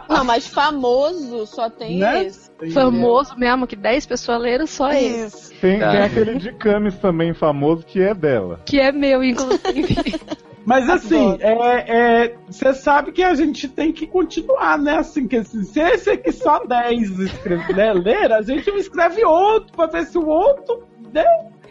Não, mas famoso só tem
Né?
esse.
Famoso mesmo, que 10 pessoas leram só
É.
esse.
Tem,
Tá.
tem aquele de Camis também famoso que é dela.
Que é meu, inclusive.
Mas assim, é, você sabe que a gente tem que continuar, né? Assim, que esse- se esse aqui só 10 escreve, né, ler, a gente escreve outro pra ver se o outro. Né?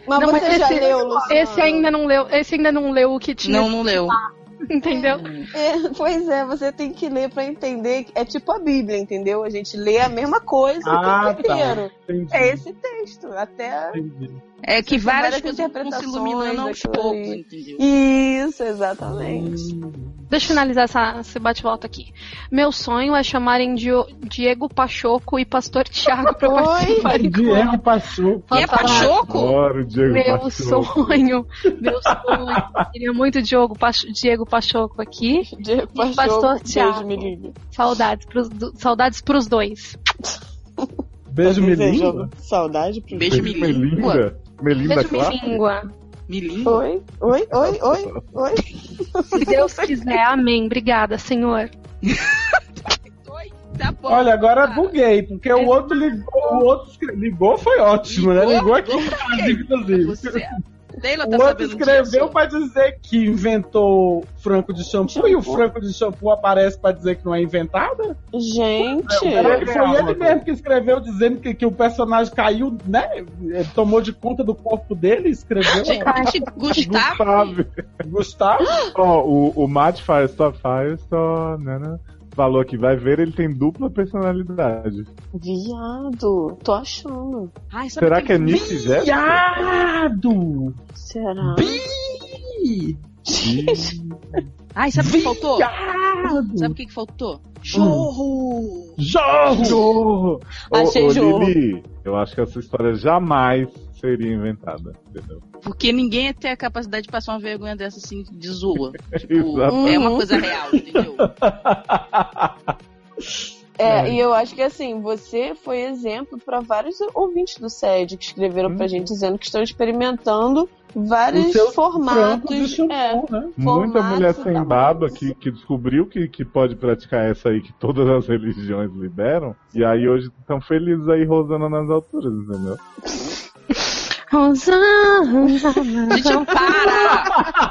Mas
Não,
Ah, você
mas
já
esse-
leu, Luciana?
esse ainda não leu, esse ainda não leu o que tinha,
Não, não leu.
entendeu?
É, pois é, você tem que ler pra entender. É tipo a Bíblia, entendeu? A gente lê a mesma coisa
Ah,
o tempo
tá.
inteiro.
Entendi,
É esse texto, até...
entendi.
É que
várias
várias coisas vão se
interpretações
iluminando aos
daquilo
poucos,
ali.
entendeu?
Isso, exatamente.
Hum. Deixa eu finalizar essa, esse bate-volta aqui. Meu sonho é chamarem Dio- Diego Pachoco e Pastor Tiago pra
Oi.
participarem.
Diego Pachuco.
E é Pachoco?
Adoro o Diego
Meu
Pachuco.
sonho, meu sonho. Eu Queria muito Diogo Pach- Diego Pachoco aqui.
Diego
Pastor Tiago.
me livre.
Saudades pros, do- saudades pros dois.
Beijo, Melinda.
Desejando Saudade pro
Beijo, me língua.
Melinda. Melinda
Beijo,
Clark?
língua.
Me língua.
Oi, oi, oi, oi, oi.
Se Deus quiser, amém. Obrigada, Senhor.
Oi, tá bom.
Olha, agora buguei, porque o outro ligou, o outro escre- ligou foi ótimo, né? Ligou aqui em casa, inclusive.
Você- Taylor tá
O outro
sabendo
escreveu
disso?
pra dizer que inventou franco de shampoo e o franco de shampoo aparece pra dizer que não é inventado? Será que
Gente,
foi ele mesmo que escreveu dizendo que, que o personagem caiu, né? Eh, Tomou de conta do corpo dele e escreveu? né?
Gente,
tá
Gustavo.
Gustavo.
Gustavo?
Ó, o, o Matt Firestore, Firestore, né, né, falou que vai ver, ele tem dupla personalidade.
viado, tô achando.
Ai, sabe
Será
que-
que é Nick Jefferson?
Viado!
Ah.
Será?
Ih,
Ai, sabe o que faltou? Sabe
Viado!
o que que faltou? Jorro!
Jorro!
Jorro! Ô,
é
Achei
ô,
jorro.
Lili, eu acho que essa história jamais seria inventada, entendeu?
Porque ninguém ia ter a capacidade de passar uma vergonha dessa assim de zoa. Tipo,
Exato.
é uma coisa real, entendeu?
É, e eu acho que assim, você foi exemplo para vários ouvintes do SED que escreveram pra gente dizendo que estão experimentando vários
O seu Franco de
formatos.
shampoo,
É,
né?
Muita
Formato
mulher sem
da
baba
massa.
que, que descobriu que, que pode praticar essa aí que todas as religiões liberam, e aí hoje estão felizes aí rosando nas alturas, entendeu?
Rosana.
Gente, para!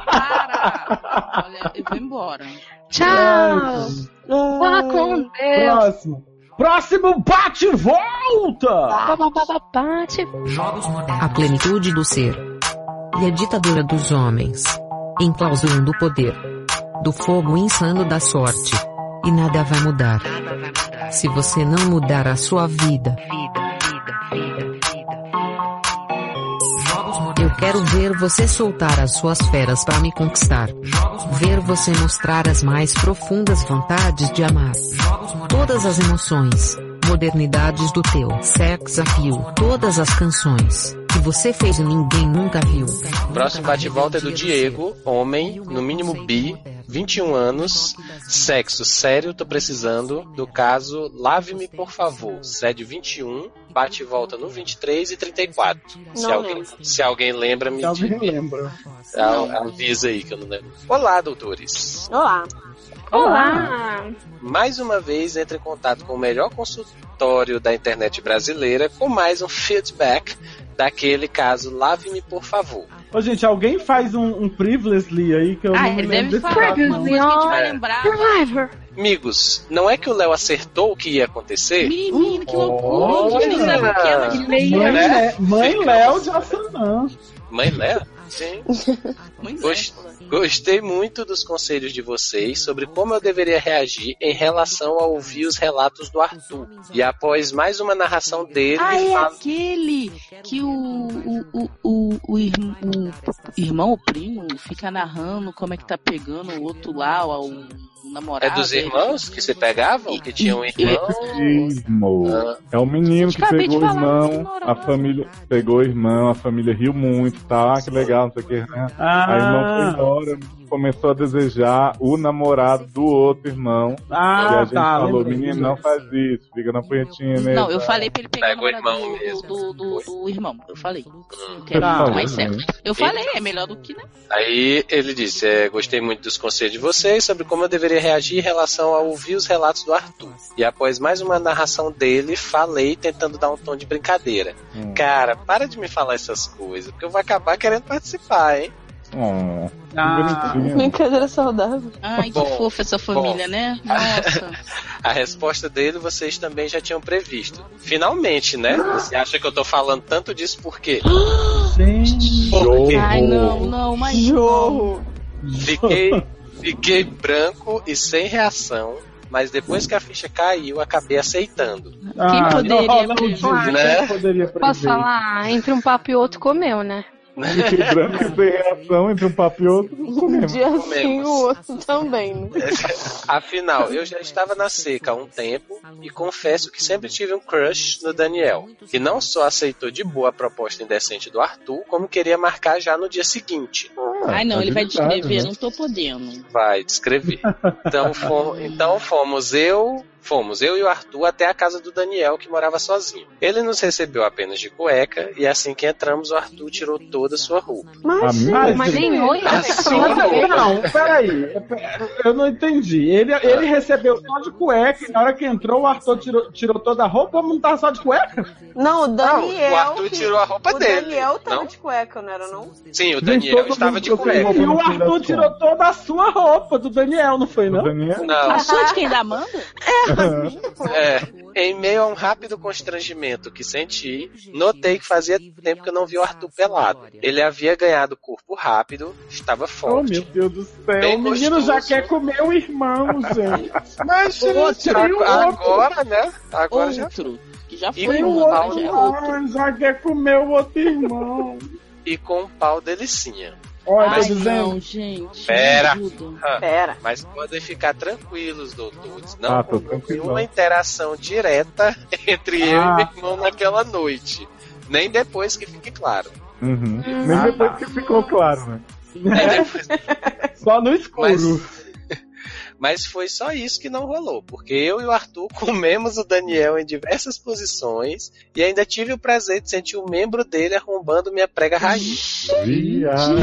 Para! Olha, eu vou embora.
Tchau. Vá com Deus.
Próximo. Próximo bate-volta!
Pá, pá, pá, pá, pá, Tipo, te
A plenitude do ser. E a ditadura dos homens. Enclausurando o poder. Do fogo insano da sorte. E nada vai mudar. Se você não mudar a sua vida. Eu quero ver você soltar as suas feras para me conquistar. Ver você mostrar as mais profundas vontades de amar. Todas as emoções, modernidades do teu sex appeal, todas as canções que você fez e ninguém nunca viu.
Próximo bate-volta é do Diego, homem, no mínimo bi, 21 anos, sexo sério, tô precisando, do caso Lave-me, por favor, sede 21, bate-volta no 23 e 34. Se
Não
alguém,
lembro.
se alguém lembra, me
Se alguém lembra.
a- avisa aí que eu não lembro. Olá, doutores.
Olá.
Olá.
mais uma vez entra em contato com o melhor consultório da internet brasileira com mais um feedback daquele caso Lave-me por favor.
Ô, gente, alguém faz um, um previously aí que eu
Ah,
não
ele
lembro
deve
desse
falar
caso,
alguma
não.
coisa que a gente vai
É.
lembrar.
Survivor.
Amigos, não é que o Léo acertou o que ia acontecer?
Menina, que loucura!
Olha.
A gente não sabe o que é, mas
Mãe
Mãe,
Né?
Lé- Mãe
Ficamos.
Léo de Assanã.
Mãe Léo? Sim.
Pois é.
Gost- Gostei muito dos conselhos de vocês sobre como eu deveria reagir em relação a ouvir os relatos do Arthur. E após mais uma narração dele,
Ah, é
fala-
aquele que o, o, o, o, o irm- o irmão, o primo, fica narrando como é que tá pegando o outro lá, o, o
é
namorado.
dos
dele.
irmãos que se pegavam, que tinham um irmão.
Ismo.
Ah,
É um menino que
Acabei de
pegou o
falar,
irmão,
senhora,
a família
Ah,
pegou o irmão, a família riu muito, tá? Que legal, não sei o que. né? A irmã foi
Ah,
embora, começou a desejar o namorado do outro irmão. e a
Ah,
gente
tá.
falou,
lembrei.
menino, não faz isso, fica na punhetinha mesmo.
Não, eu falei pra ele pegar
Pega o
namorado
irmão mesmo. assim, Hum.
do, do, do, do irmão. Eu falei. Que é
Eu
Tá.
muito
falei,
mais
né?
certo. Eu falei, é melhor do que né?
Aí ele disse: é, Gostei muito dos conselhos de vocês sobre como eu deveria reagir em relação a ouvir os relatos do Arthur. E após mais uma narração dele, falei tentando dar um tom de brincadeira.
Hum.
Cara, para de me falar essas coisas, porque eu vou acabar querendo participar, hein?
Oh, que
Ah.
bonitinho. né?
Brincadeira saudável.
Ai, que
Bom,
fofa essa família, né? Nossa.
A resposta dele vocês também já tinham previsto. Finalmente, né? Você acha que eu tô falando tanto disso por quê?
Gente.
Porque
Ai, não, não, mas.
Jorro.
Fiquei, fiquei branco e sem reação, mas depois que a ficha caiu, acabei aceitando.
Ah,
poderia
não, não,
prever?
não,
Né?
quem poderia
Posso
prever?
falar? Entre um papo e outro comeu, né?
Fiquei branco e sem reação entre um papo e outro. não
Um
comemos.
dia sim, o outro também. né?
Afinal, eu já estava na seca há um tempo e confesso que sempre tive um crush no Daniel, que não só aceitou de boa a proposta indecente do Arthur, como queria marcar já no dia seguinte.
Ah,
Ai, não, ele vai
Tá
agilidade,
descrever,
né?
não tô podendo.
Vai descrever. Então, fo- então fomos eu. Fomos eu e o Arthur até a casa do Daniel, que morava sozinho. Ele nos recebeu apenas de cueca, e assim que entramos, o Arthur tirou toda a sua roupa.
A minha?
Mas nem oi, né?
Assim,
Não, não, não, peraí. Eu não entendi. Ele, ele recebeu só de cueca e na hora que entrou, o Arthur tirou, tirou toda a roupa, mas não tá só de cueca?
Não, o Daniel.
o Arthur
que-
tirou a roupa
o
dele.
Daniel tava
não?
de cueca, não era não?
Sim, o
Gente,
Daniel
todo
estava
mundo
de
com
cueca.
roupa.
E o Arthur tirou toda a sua roupa do Daniel, não foi, não?
né? Daniel?
Não,
Tá
A sua de quem dá manda?
É, em meio a um rápido constrangimento que senti, notei que fazia
é
tempo que eu não vi o Arthur pelado. Ele havia ganhado corpo rápido, estava
Oh, meu
forte.
Deus do céu.
Bem
o menino já
gostoso.
quer comer o irmão, gente.
Mas
gente, e o
agora, né? Agora já.
Outro. Que já
E
foi
E o
um
um, mas já
outro
é outro.
irmão já quer comer o outro irmão.
E com um pau delicinha.
Olha, tá
Ai,
dizendo.
não, gente.
Pera.
me ajuda.
Pera.
Mas podem ficar tranquilos, doutores. Não
Ah, tô
houve
tranquilo.
nenhuma interação direta entre eu
Ah.
e meu irmão naquela noite. Nem depois que fique claro.
Uhum. Nem depois que ficou claro, né?
Nem depois
Só no escuro.
Mas, mas foi só isso que não rolou, porque eu e o Arthur comemos o Daniel em diversas posições e ainda tive o prazer de sentir um membro dele arrombando minha prega raiz.
Viado.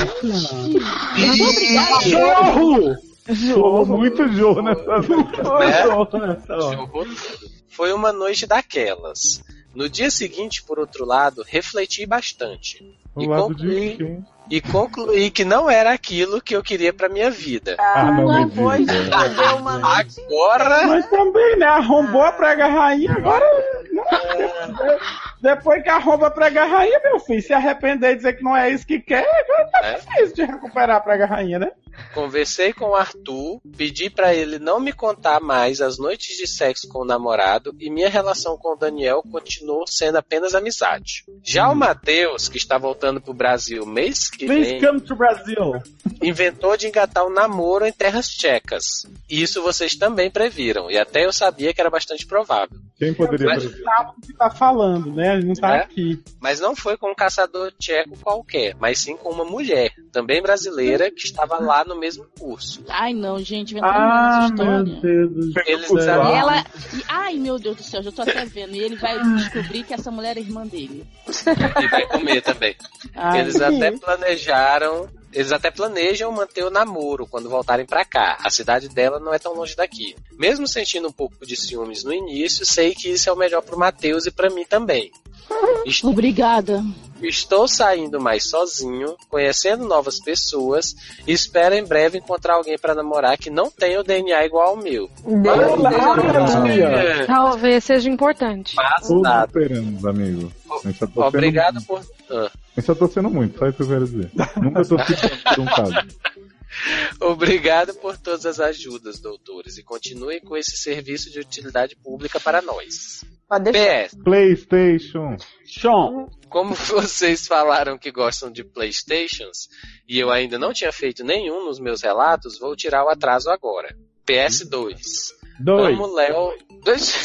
Mas obrigado.
Jorro!
Rolou muito jogo nessa vez.
Né?
Jorro nessa hora.
Jogou tudo. Foi uma noite daquelas. No dia seguinte, por outro lado, refleti bastante
O
E
lado de
concluí.
quem?
e concluí que não era aquilo que eu queria pra minha vida.
Ah, não me
Depois de
diga.
Ah.
fazer uma noite.
Agora,
Mas também, né? Arrombou a prega rainha,
Ah.
agora. né? Depois que arromba a prega rainha, meu filho, se arrepender e dizer que não é isso que quer, agora tá
É.
difícil de recuperar a prega rainha, né?
Conversei com o Arthur, pedi pra ele não me contar mais as noites de sexo com o namorado e minha relação com o Daniel continuou sendo apenas amizade. Já o Matheus, que está voltando pro Brasil mês que
Please
vem,
come to Brasil.
inventou de engatar um namoro em terras tchecas. E Isso vocês também previram, e até eu sabia que era bastante provável.
Quem poderia
Mas-
prever?
Sabe o que tá falando, né? Ele não tá
É.
aqui.
Mas não foi com um caçador tcheco qualquer, mas sim com uma mulher, também brasileira, que estava lá no mesmo curso.
Ai, não, gente, inventando mais
Ah,
essa história.
meu Deus do céu.
Eles
Claro.
E
haviam-
ela. e- ai, meu Deus do céu, já tô até vendo. E ele vai descobrir que essa mulher é irmã dele.
e vai comer também.
Ai,
Eles até planejaram. Eles até planejam manter o namoro quando voltarem pra cá. A cidade dela não é tão longe daqui. Mesmo sentindo um pouco de ciúmes no início, sei que isso é o melhor pro Matheus e pra mim também. Est-
Obrigada.
Estou saindo mais sozinho, conhecendo novas pessoas e espero em breve encontrar alguém pra namorar que não tenha o DNA igual ao meu.
Olá,
Talvez seja importante.
Todos
Fascinado.
esperamos, amigo. A gente tá torcendo
Obrigado por. Ah.
Eu já tô sendo muito, só isso que eu quero dizer. Nunca tô ficando por um caso.
Obrigado por todas as ajudas, doutores, e continuem com esse serviço de utilidade pública para nós.
Pra deixar
PS,
Playstation.
Sean,
como vocês falaram que gostam de Playstations, e eu ainda não tinha feito nenhum nos meus relatos, vou tirar o atraso agora. PS2.
dois.
Amo Léo. Dois.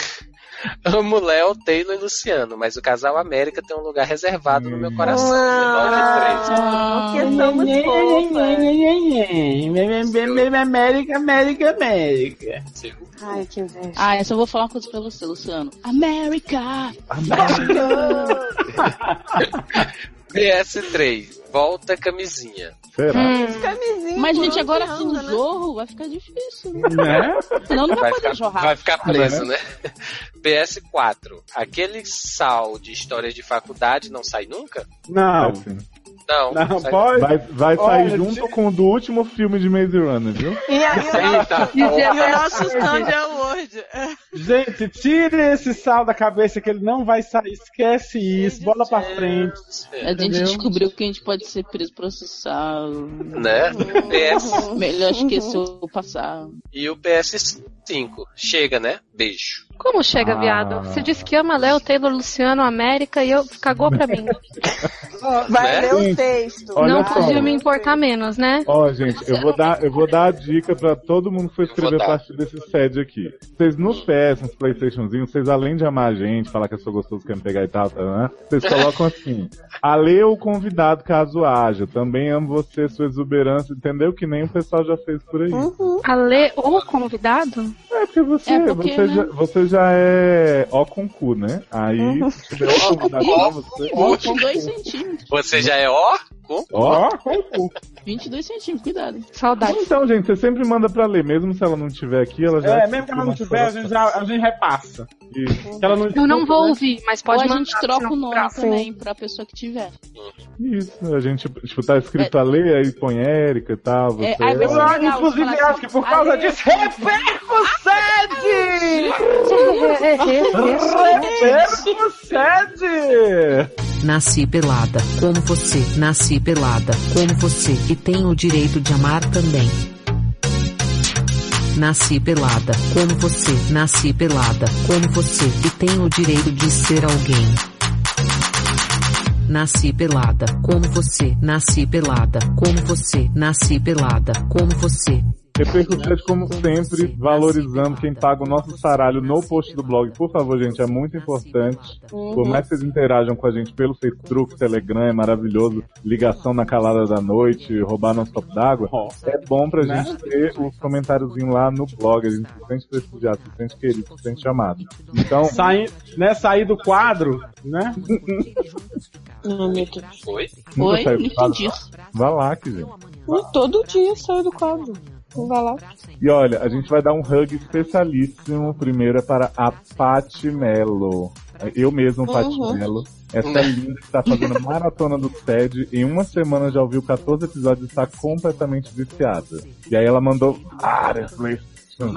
Amo Léo, Taylor e Luciano, mas o casal América tem um lugar reservado no
Hum.
meu coração.
Ah, que
é
somos fofas.
América, América, América.
Ai, que inveja.
Ah, eu só vou falar uma coisa pra você, Luciano. America!
PS3, volta camisinha.
Hum.
Será?
Camisinha.
Mas, gente,
por
agora
onde
com o
anda, né?
jorro vai ficar difícil, né?
Né?
Senão não vai,
Vai
poder
ficar,
jorrar.
vai ficar
é,
preso, né? PS4, aquele sal de histórias de faculdade não sai nunca?
Não,
Vai sim.
Não.
não
sai
pode.
Assim, Vai, vai sair
Olha,
junto
gente.
com o do último filme de Maze Runner, viu?
E aí, o nosso-
Eita,
e
é
o
porra.
nosso stand é o Word.
Gente, tire esse sal da cabeça que ele não vai sair. Esquece isso. Bola pra frente.
A gente
Entendeu?
descobriu que a gente pode ser preso, processado.
Né? PS...
Melhor esquecer o passado.
E o PS5, chega, né? Beijo.
Como chega,
Ah.
viado? Você disse que ama Léo, Taylor, Luciano, América e eu cagou pra mim.
Vai
Né?
ler o texto.
Olha
não
só.
podia me importar menos, né?
Ó, gente, eu vou dar, eu vou dar a dica pra todo mundo que for escrever
dar.
a partir desse sede aqui. Vocês nos PS, nos Playstationzinhos, vocês além de amar a gente, falar que eu sou gostoso, quer me pegar e tal, tal, né? Vocês colocam assim: Ale o convidado caso haja. Também amo você, sua exuberância, entendeu? Que nem o pessoal já fez por
Hum.
aí.
Uhum.
A Lê ou convidado?
É porque você,
É porque,
você,
né?
já, você já é ó com cu, né? Aí,
Uhum.
se tiver ó convidado pra você.
Ó,
22 centímetros.
Você já é ó? Com?
Ó,
é
22 centímetros, cuidado.
Saudade.
então, gente, você sempre manda pra ler, mesmo se ela não estiver aqui, ela já.
É, mesmo que ela não tiver, a gente, já- a gente repassa.
Isso.
Uhum.
Que ela não
Eu não vou
né?
ouvir, mas pode
Ou a
mandar.
gente troca
senão
o nome
troca.
também pra pessoa que tiver.
Isso, a gente, tipo, tá escrito a lei, aí põe Érica e tal, você...
É, aí
Eu,
você-
Ah,
acho, inclusive,
Fala assim,
acho que por causa
Ale-
disso, repercussede! Repercussede!
Nasci pelada, como você. Nasci pelada, como você. E tenho o direito de amar também. Nasci pelada, como você. Nasci pelada, como você. E tenho o direito de ser alguém. Nasci pelada, como você. Nasci pelada, como você. Nasci pelada, como você.
Repercussete, como sempre, valorizando quem paga o nosso saralho no post do blog. Por favor, gente, é muito importante.
Uhum.
Por mais que vocês interajam com a gente pelo Facebook, Telegram, é maravilhoso. Ligação na calada da noite, roubar nosso copo d'água. É bom pra
Né?
gente ter os comentáriozinhos lá no blog. A gente se sente prestigiado, se sente querido, se sente amado. Então,
Sair, né, sair do quadro, né?
Foi?
nunca
Oi?
saiu
Não
do quadro.
entendi isso.
Vá lá, que gente.
Todo dia sai do quadro. Vai lá.
E olha, a gente vai dar um hug especialíssimo. Primeiro é para a Pati Melo. Eu mesmo, Pati
Uhum.
Melo. Essa linda que tá fazendo a maratona do TED. Em uma semana já ouviu 14 episódios e está completamente viciada. E aí ela mandou várias PlayStation.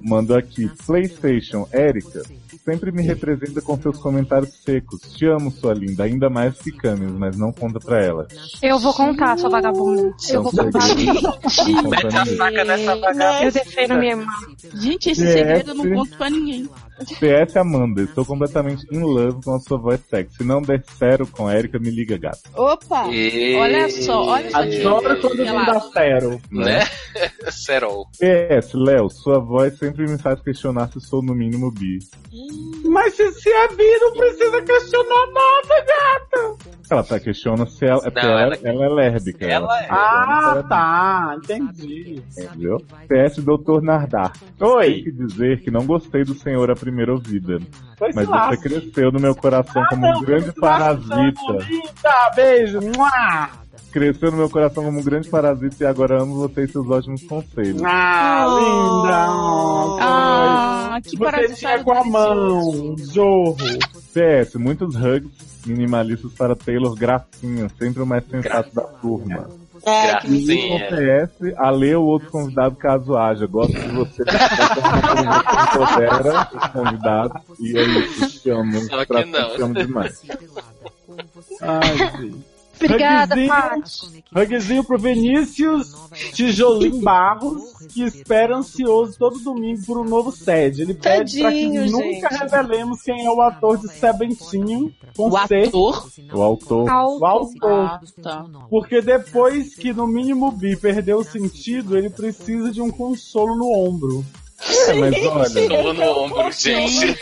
Mandou aqui. PlayStation, Érica. Sempre me representa com seus comentários secos. Te amo, sua linda. Ainda mais que Camis, mas não conta pra ela.
Eu vou contar, sua vagabunda. Eu vou
Então,
contar.
segredo. Não conta ninguém.
Eu defendo minha irmã.
Gente, esse
É,
segredo eu não
sim.
conto pra ninguém.
PS Amanda, estou completamente in love com a sua voz sexy. Se não der zero com a Erika, me liga, gato.
Opa!
E-
Olha só, olha só.
Adoro quando não dá zero.
Né? Serol.
PS, Léo, sua voz sempre me faz questionar se sou no mínimo bi.
Mas se, se é bi, não precisa questionar nada, gata!
Ela tá questionando se ela é, porque
Não,
ela,
ela-
ela é lérbica.
Ela é.
Ah, tá, entendi.
Entendeu? PS Doutor Nardar.
Oi.
Tem que dizer que não gostei do senhor à primeira ouvida.
Foi
Mas
esse laço.
você cresceu no meu coração
Ah,
como um grande parasita.
Linda, beijo! Mua.
Cresceu no meu coração como um grande parasita e agora amo você e seus ótimos conselhos.
Ah, linda!
Oh. Ah, que
Você tinha
parasitado
com a
delicioso.
mão, jorro.
PS, muitos hugs minimalistas para Taylor Gracinha, sempre o mais sensato da turma.
É, que me...
E
Gracinha.
PS, a Lê ou outro convidado caso haja. Gosto de você. da forma como você é empodera os convidados. um E é isso, te amo.
Só que
Pra-
não.
Te amo demais.
Ai, gente.
Obrigada,
Hugzinho.
Paty.
Hugzinho pro Vinícius Tijolim Barros, que espera ansioso todo domingo por um novo sede. Ele pede pra que
Tadinho,
nunca
gente.
revelemos quem é o ator de Seventinho com
O
C,
ator?
O autor.
o autor.
Ah, tá.
Porque depois que no mínimo Bi perdeu o sentido, ele precisa de um consolo no ombro.
É, mas olha.
Tomando o ombro, gente.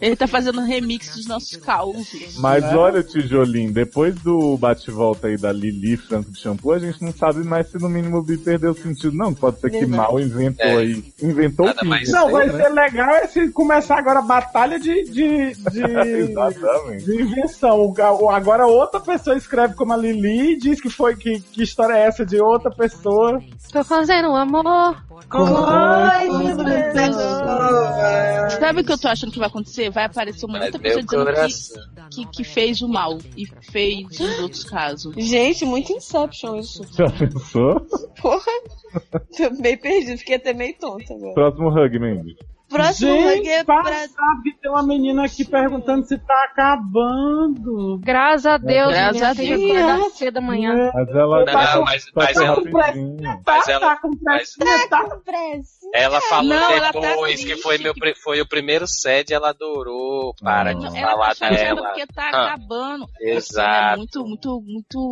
Ele tá fazendo um remix dos nossos causos.
Mas olha, tijolinho, depois do bate-volta aí da Lili Franco de Shampoo, a gente não sabe mais se no mínimo bi perdeu sentido, não. Pode ser que
Verdade.
mal inventou
É.
aí. Inventou
Nada
o
mais.
fim.
Não, vai
né?
ser legal é se começar agora a batalha de. de, de...
Exatamente.
de invenção. Agora outra pessoa escreve como a Lili e diz que foi que, que história é essa de outra pessoa. é
Tô fazendo amor.
Ai, que beleza.
Sabe o que eu tô achando que vai acontecer? Vai aparecer uma
Mas
outra pessoa
meu
dizendo que,
coração. né?
que, que fez o mal e fez os outros casos.
Gente, muito Inception isso.
Já pensou?
Porra. Tô meio perdido, fiquei até meio tonta agora.
Próximo hug, Mandy.
Próximo
Gente,
hug é
pá,
pra.
sabe, tem uma menina aqui perguntando se tá acabando. É.
Graças a Deus,
Graças
menina,
a
tem que
Deus.
acordar cedo amanhã.
Mas ela.
Não, não, mas- mas é
tá
um ela-
rapidinho.
Tá,
Mas ela-
tá com pressinha, tá com
Ela falou
Não, ela tá
depois que
triste,
foi, meu, pri- foi o primeiro sede, ela adorou. Para
Não,
de
Ela
falar
tá chateada
dela.
porque tá
Ah.
acabando. É
Exato.
muito, muito,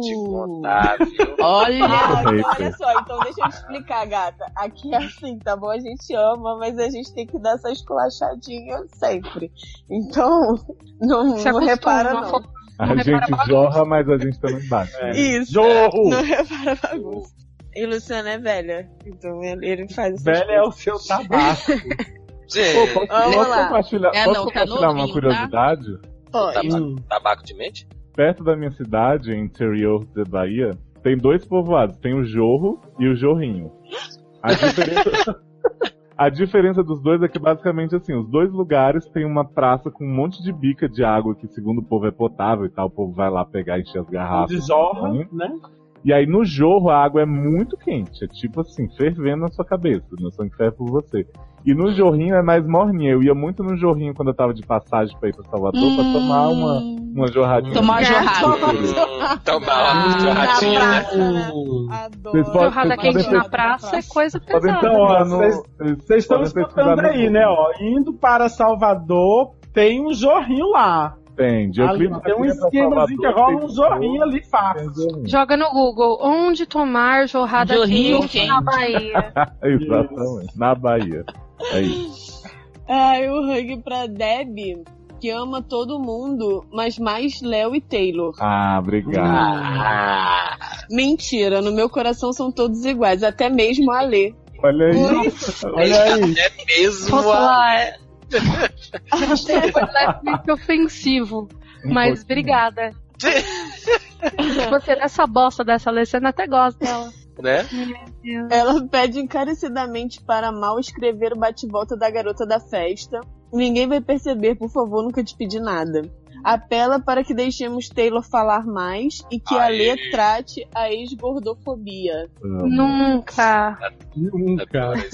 Te
muito.
contar, viu?
Olha,
Ah, então, olha só, então deixa eu te explicar, gata. Aqui é assim, tá bom? A gente ama, mas a gente tem que dar essa esculachadinha sempre. Então, não,
Se
não
acostuma,
repara,
não
não.
fo-
A
é
gente jorra, mas a gente também bate.
Isso.
jorro.
Não repara a bagunça. E Luciano é velha, então ele, ele faz essas
Velha é o seu tabaco.
Gente,
Pô, posso,
Vamos
posso
lá.
compartilhar,
É,
posso
não, tá
compartilhar
novinho,
uma
tá?
curiosidade?
coisas.
tabaco, tabaco de mente?
Perto da minha cidade, interior da Bahia, tem dois povoados. Tem o Jorro e o Jorrinho. A diferença... A diferença dos dois é que basicamente assim, os dois lugares tem uma praça com um monte de bica de água que segundo o povo é potável e tal, o povo vai lá pegar e encher as garrafas.
De jorra, né?
E aí no jorro a água é muito quente, é tipo assim, fervendo na sua cabeça, né? meu sangue ferve um por você. E no jorrinho é mais morninha, eu ia muito no jorrinho quando eu tava de passagem pra ir pra Salvador pra tomar uma,
Hum.
uma jorradinha.
Tomar uma
É,
jorrada.
Hum, Toma
Ah,
uma torradinha,
na
né?
praça, né?
Hum.
Adoro.
Vocês podem-
Jorrada
vocês
quente
podem-
na praça é coisa
Podem-
pesada.
Então, ó,
no-
vocês vocês estão
podem
escutando
pesquisar no
aí, né? Ó, indo para Salvador, tem um jorrinho lá.
Tem, Dioclino
Ali, tem um
Catarina né, pra
esquemazinho que
Salvador,
rola
tem
um jorrinho ali
tem
fácil.
jorrinho.
Joga no Google, onde tomar jorrada
Jorrinho
quente na
quente.
Bahia.
Exatamente, É na Bahia. É isso.
Ai, o hug pra Deb, que ama todo mundo, mas mais Léo e Taylor.
Ah, obrigado.
Ah,
Mentira, no meu coração são todos iguais, até mesmo a Lê.
Olha aí, olha aí.
é mesmo.
Posso
a-
falar, é levemente ofensivo.
Um
Mas obrigada. Você dessa bosta dessa Alessandra até gosta
Tá
dela.
Né?
Ela pede encarecidamente para mal escrever o bate-volta da garota da festa. Ninguém vai perceber, por favor, nunca te pedi nada. Apela para que deixemos Taylor falar mais e que a
Aê.
Lê trate a ex-gordofobia.
Então,
Nunca.
um
Nunca.
né?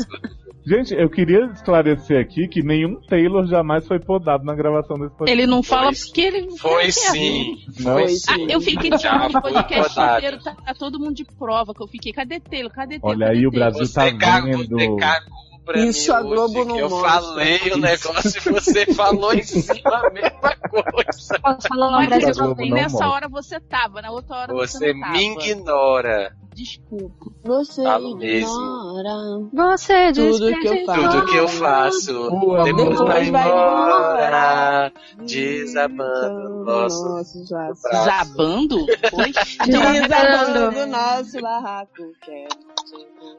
Gente, eu queria esclarecer aqui que nenhum Taylor jamais foi podado na gravação desse podcast.
Ele não fala
Foi-
porque ele.
Foi
quer. né?
sim.
Não?
Foi
Ah,
sim.
eu fiquei tirando
Já
o podcast
foi
inteiro, tá, tá todo mundo de prova que eu fiquei. Cadê Taylor? Cadê Taylor?
Olha
Cadê
aí, o
Taylor?
Brasil tá
Você cagou,
vendo.
você cagou pra
Isso
mim
a Globo
hoje,
não
que Eu
mostra.
falei o negócio e você falou em cima a mesma coisa.
Posso falar
Mas
no Brasil
Globo
também,
não
nessa
mostra.
hora você tava, na outra hora você,
Você
não tava.
me ignora.
Desculpa.
Você
Falo mesmo.
ignora.
Você diz
Tudo que eu faço.
Tudo que eu faço,
Boa,
depois
boa.
vai
Depois vai
embora. Desabando nosso
Nossa, já. Então,
braço.
Zabando? Oi?
Desabando o nosso barraco. é quero.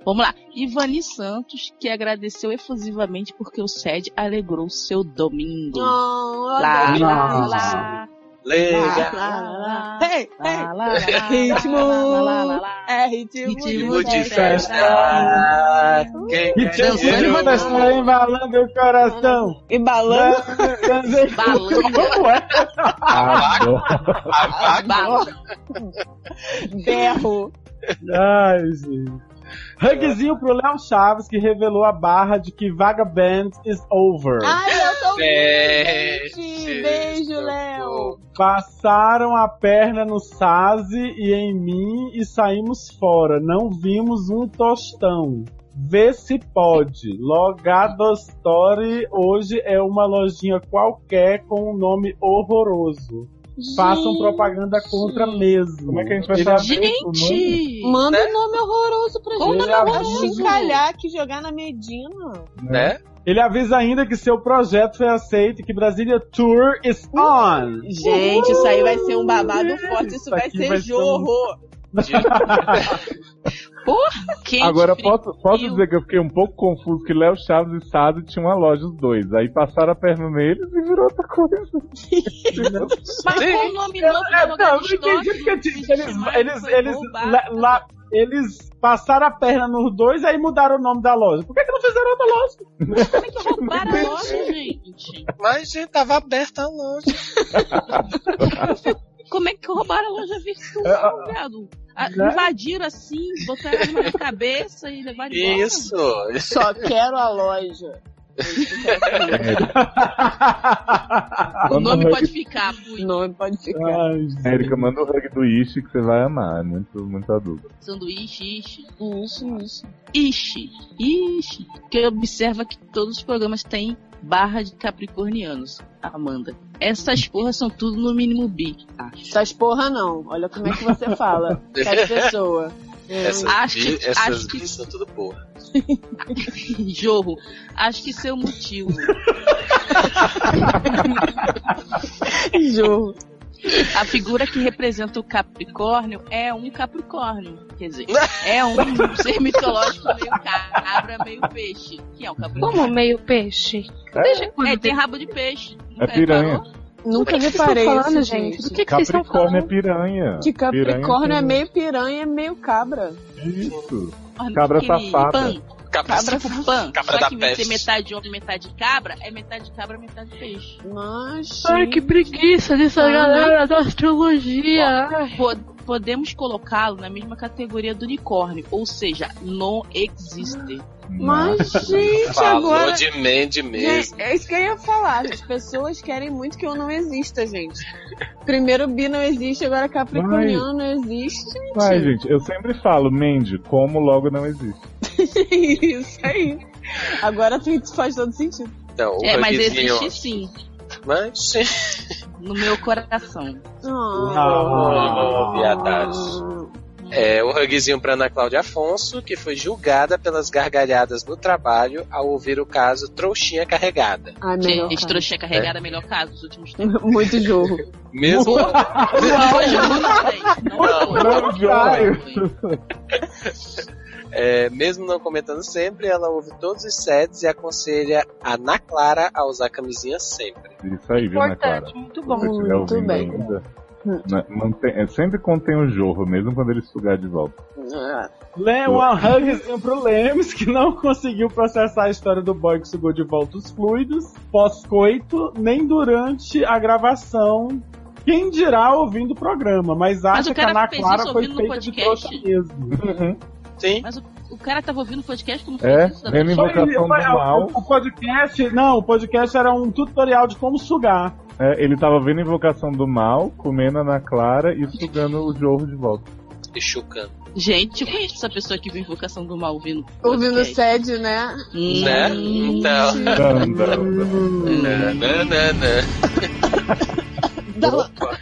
Vamos lá. Ivani Santos, que agradeceu efusivamente porque o SED alegrou seu domingo.
Não,
Hum. Lá,
adoro.
lá,
Nossa.
lá,
Legal.
Lá, lá, lá.
Lá,
Ei, ei.
lá, lá, lá, lá,
Ritmo.
lá, lá, lá, lá.
É ritmo,
Ritmo
Ritmo de
de
festa. Quem
E
quer
Dançando
tinha
dinheiro?
uma das embalando o coração.
E balando.
Balando,
Como é?
Adoro.
balando.
Berro.
Ai, gente. Hugzinho pro Léo Chaves, que revelou a barra de que Vaga Band is over.
Ai, eu tô
Gente,
Gente,
tá
beijo, Léo.
Passaram a perna no Sazi e em mim e saímos fora. Não vimos um tostão. Vê se pode. Logadostory hoje é uma lojinha qualquer com um nome horroroso. façam propaganda contra mesmo.
Como é que a gente vai
Ele
saber?
Gente!
Manda um nome horroroso pra
Ou
gente.
nome horroroso.
chincalhar que jogar na Medina.
né?
Ele avisa ainda que seu projeto foi aceito e que Brasília Tour is on.
Gente, isso aí vai ser um babado forte. Isso vai
aqui
ser
vai ser um-
jorro.
Quente,
Agora,
frio.
posso, posso dizer que eu fiquei um pouco confuso que Léo Chaves e Sado tinham uma loja os dois. Aí passaram a perna neles e virou outra coisa.
Mas
Sim.
qual o nome novo
É,
do
não,
lugar
eu
de
não entendi
estoque?
porque tipo, eles,
Mas
eles,
foi
eles,
roubado.
la- la- eles passaram a perna nos dois aí mudaram o nome da loja. Por que, que não fizeram outra loja?
Roubaram a loja, gente.
Mas, gente, tava aberta a loja.
Como é que roubaram a loja virtual, viado? A-
Né?
Invadiram assim, botaram a mão na cabeça e levaram embora.
Isso.
Só quero a loja.
O
Manda
nome
um
pode
hug,
ficar, fui.
Não pode ficar.
Ai,
Érica, manda o hug do Ishi que você vai amar. É muito, muito adulto.
Sanduíche, ishi.
Isso, isso.
Ishi. Ishi. Que observa que todos os programas têm barra de capricornianos, Amanda. Essas porras são tudo no mínimo bi. tá? Acho,
Essas porra não. Olha como é que você fala. Que as pessoas.
Essas,
Acho
bi-
que-
essas
acho que-
bis são tudo porra.
Jorro, acho que seu motivo.
Jorro.
A figura que representa o Capricórnio é um Capricórnio. Quer dizer, é um ser mitológico meio cabra, meio peixe. Que é o Capricórnio.
Como meio peixe? Tipo,
É.
Desde quando
É, tem
tem-
rabo de peixe.
É piranha.
Nunca
Do que que vocês
reparei
estão falando,
isso,
gente? Do
gente.
que, que vocês estão
Capricórnio é
falando?
piranha.
Que Capricórnio
um-
Piranha
é meio piranha, é meio cabra.
Isso.
Olha,
Cabra
aquele
safada.
Pan,
Cabra,
cabra com pan.
Cabra
Só
da
que em vez de ser
peste.
metade homem, metade cabra, é metade cabra, metade peixe.
Mas.
Ai, que preguiça dessa
Ah.
galera da astrologia. Ai.
Po- podemos colocá-lo na mesma categoria do unicórnio, ou seja, não existe.
Mas, gente,
falou
agora.
de Mandy mesmo.
Gente, é isso que eu ia falar. As pessoas querem muito que eu não exista, gente. Primeiro bi não existe, agora capricorniano não existe.
Mas, gente, eu sempre falo, Mandy, como logo não existe.
isso aí. Agora tu isso faz todo sentido.
Então, o
é, mas
hugzinho-
existe sim,
Mas sim.
no meu coração.
Ah, viadagem. É, um hugzinho pra Ana Cláudia Afonso, que foi julgada pelas gargalhadas no trabalho ao ouvir o caso Trouxinha Carregada.
Ai, melhor
Gente,
cara.
trouxa carregada, é. melhor caso dos últimos tempos.
Muito jorro.
Mesmo.
Não foi jogo, não foi.
Não,
não foi.
Não foi.
É, mesmo não comentando sempre, ela ouve todos os sets e aconselha a Ana Clara a usar camisinha sempre.
Isso aí, viu, Ana Clara?
Importante, muito
Se você
bom.
estiver
Muito
ouvindo
bem.
ainda, né, mantém- é, sempre contém o jorro, mesmo quando ele sugar de volta.
Le- Um hugzinho pro Lemes, que não conseguiu processar a história do boy que sugou de volta os fluidos, pós-coito, nem durante a gravação. Quem dirá ouvindo o programa, mas acha
o
que a
cara
Ana
fez
Clara
isso
foi
ouvindo no
feita de trouxa
podcast?
mesmo.
Sim.
Mas o, o cara tava ouvindo o podcast como foi
É,
isso? da
mesmo
Foi-
invocação do
foi-
mal.
O podcast, não, o podcast era um tutorial de como sugar.
É, ele tava vendo Invocação do Mal, comendo a Ana Clara e sugando o jorro de volta.
E chucando.
Gente, eu conheço essa pessoa que viu Invocação do Mal ouvindo.
Ouvindo
podcast.
sede, né?
Hum,
Né? Então. Nananana. Opa.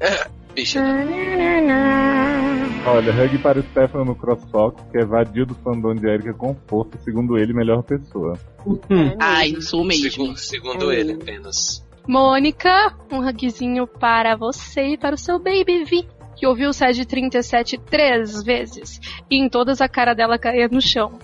É, Bicha,
Olha, hug para o Stefano no CrossFox, que é vadio do fandom de Erika com força, segundo ele, melhor pessoa. Hum.
É
Ai,
mesmo.
sou mesmo.
um segundo, segundo ele apenas.
Mônica, um hugzinho para você e para o seu baby V, que ouviu o SED 37 três vezes. E em todas a cara dela caía no chão.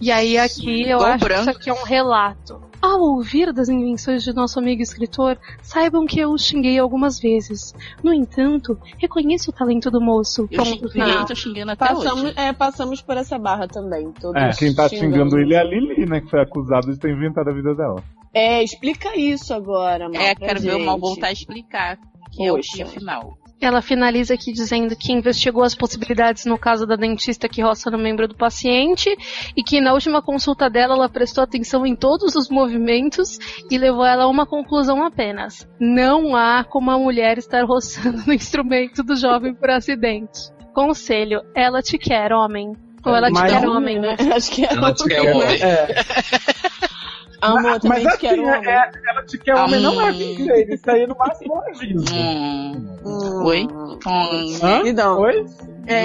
E aí aqui eu
Tom
acho que
branco.
isso aqui é um relato. Ao ouvir das invenções de nosso amigo escritor, saibam que eu o xinguei algumas vezes. No entanto, reconheço o talento do moço.
Eu
Ponto
xinguei,
final.
eu tô xingando até
Passamos,
hoje.
é, passamos por essa barra também. Todos
É, quem tá xingando ele é
é.
a Lili, né, que foi acusada de ter inventado a vida dela.
É, explica isso agora, Mal.
É,
pra
quero ver o
gente.
mal voltar a explicar. Que é o
Poxa.
dia final.
Ela finaliza aqui dizendo que investigou as possibilidades no caso da dentista que roça no membro do paciente e que na última consulta dela ela prestou atenção em todos os movimentos e levou ela a uma conclusão apenas. Não há como a mulher estar roçando no instrumento do jovem por acidente. Conselho, ela te quer, homem. Ou ela
um,
te
Mas-
né? É
quer, homem, né?
um
Acho que é.
Ela te quer homem.
É.
Amo, eu também
Mas
te
assim,
quero,
é-
um homem.
ela te quer homem, não é
Hum.
brincadeira. Isso aí no máximo é um aviso.
Hum.
Hum.
Oi? Hum.
Hã?
Então,
Oi?
é,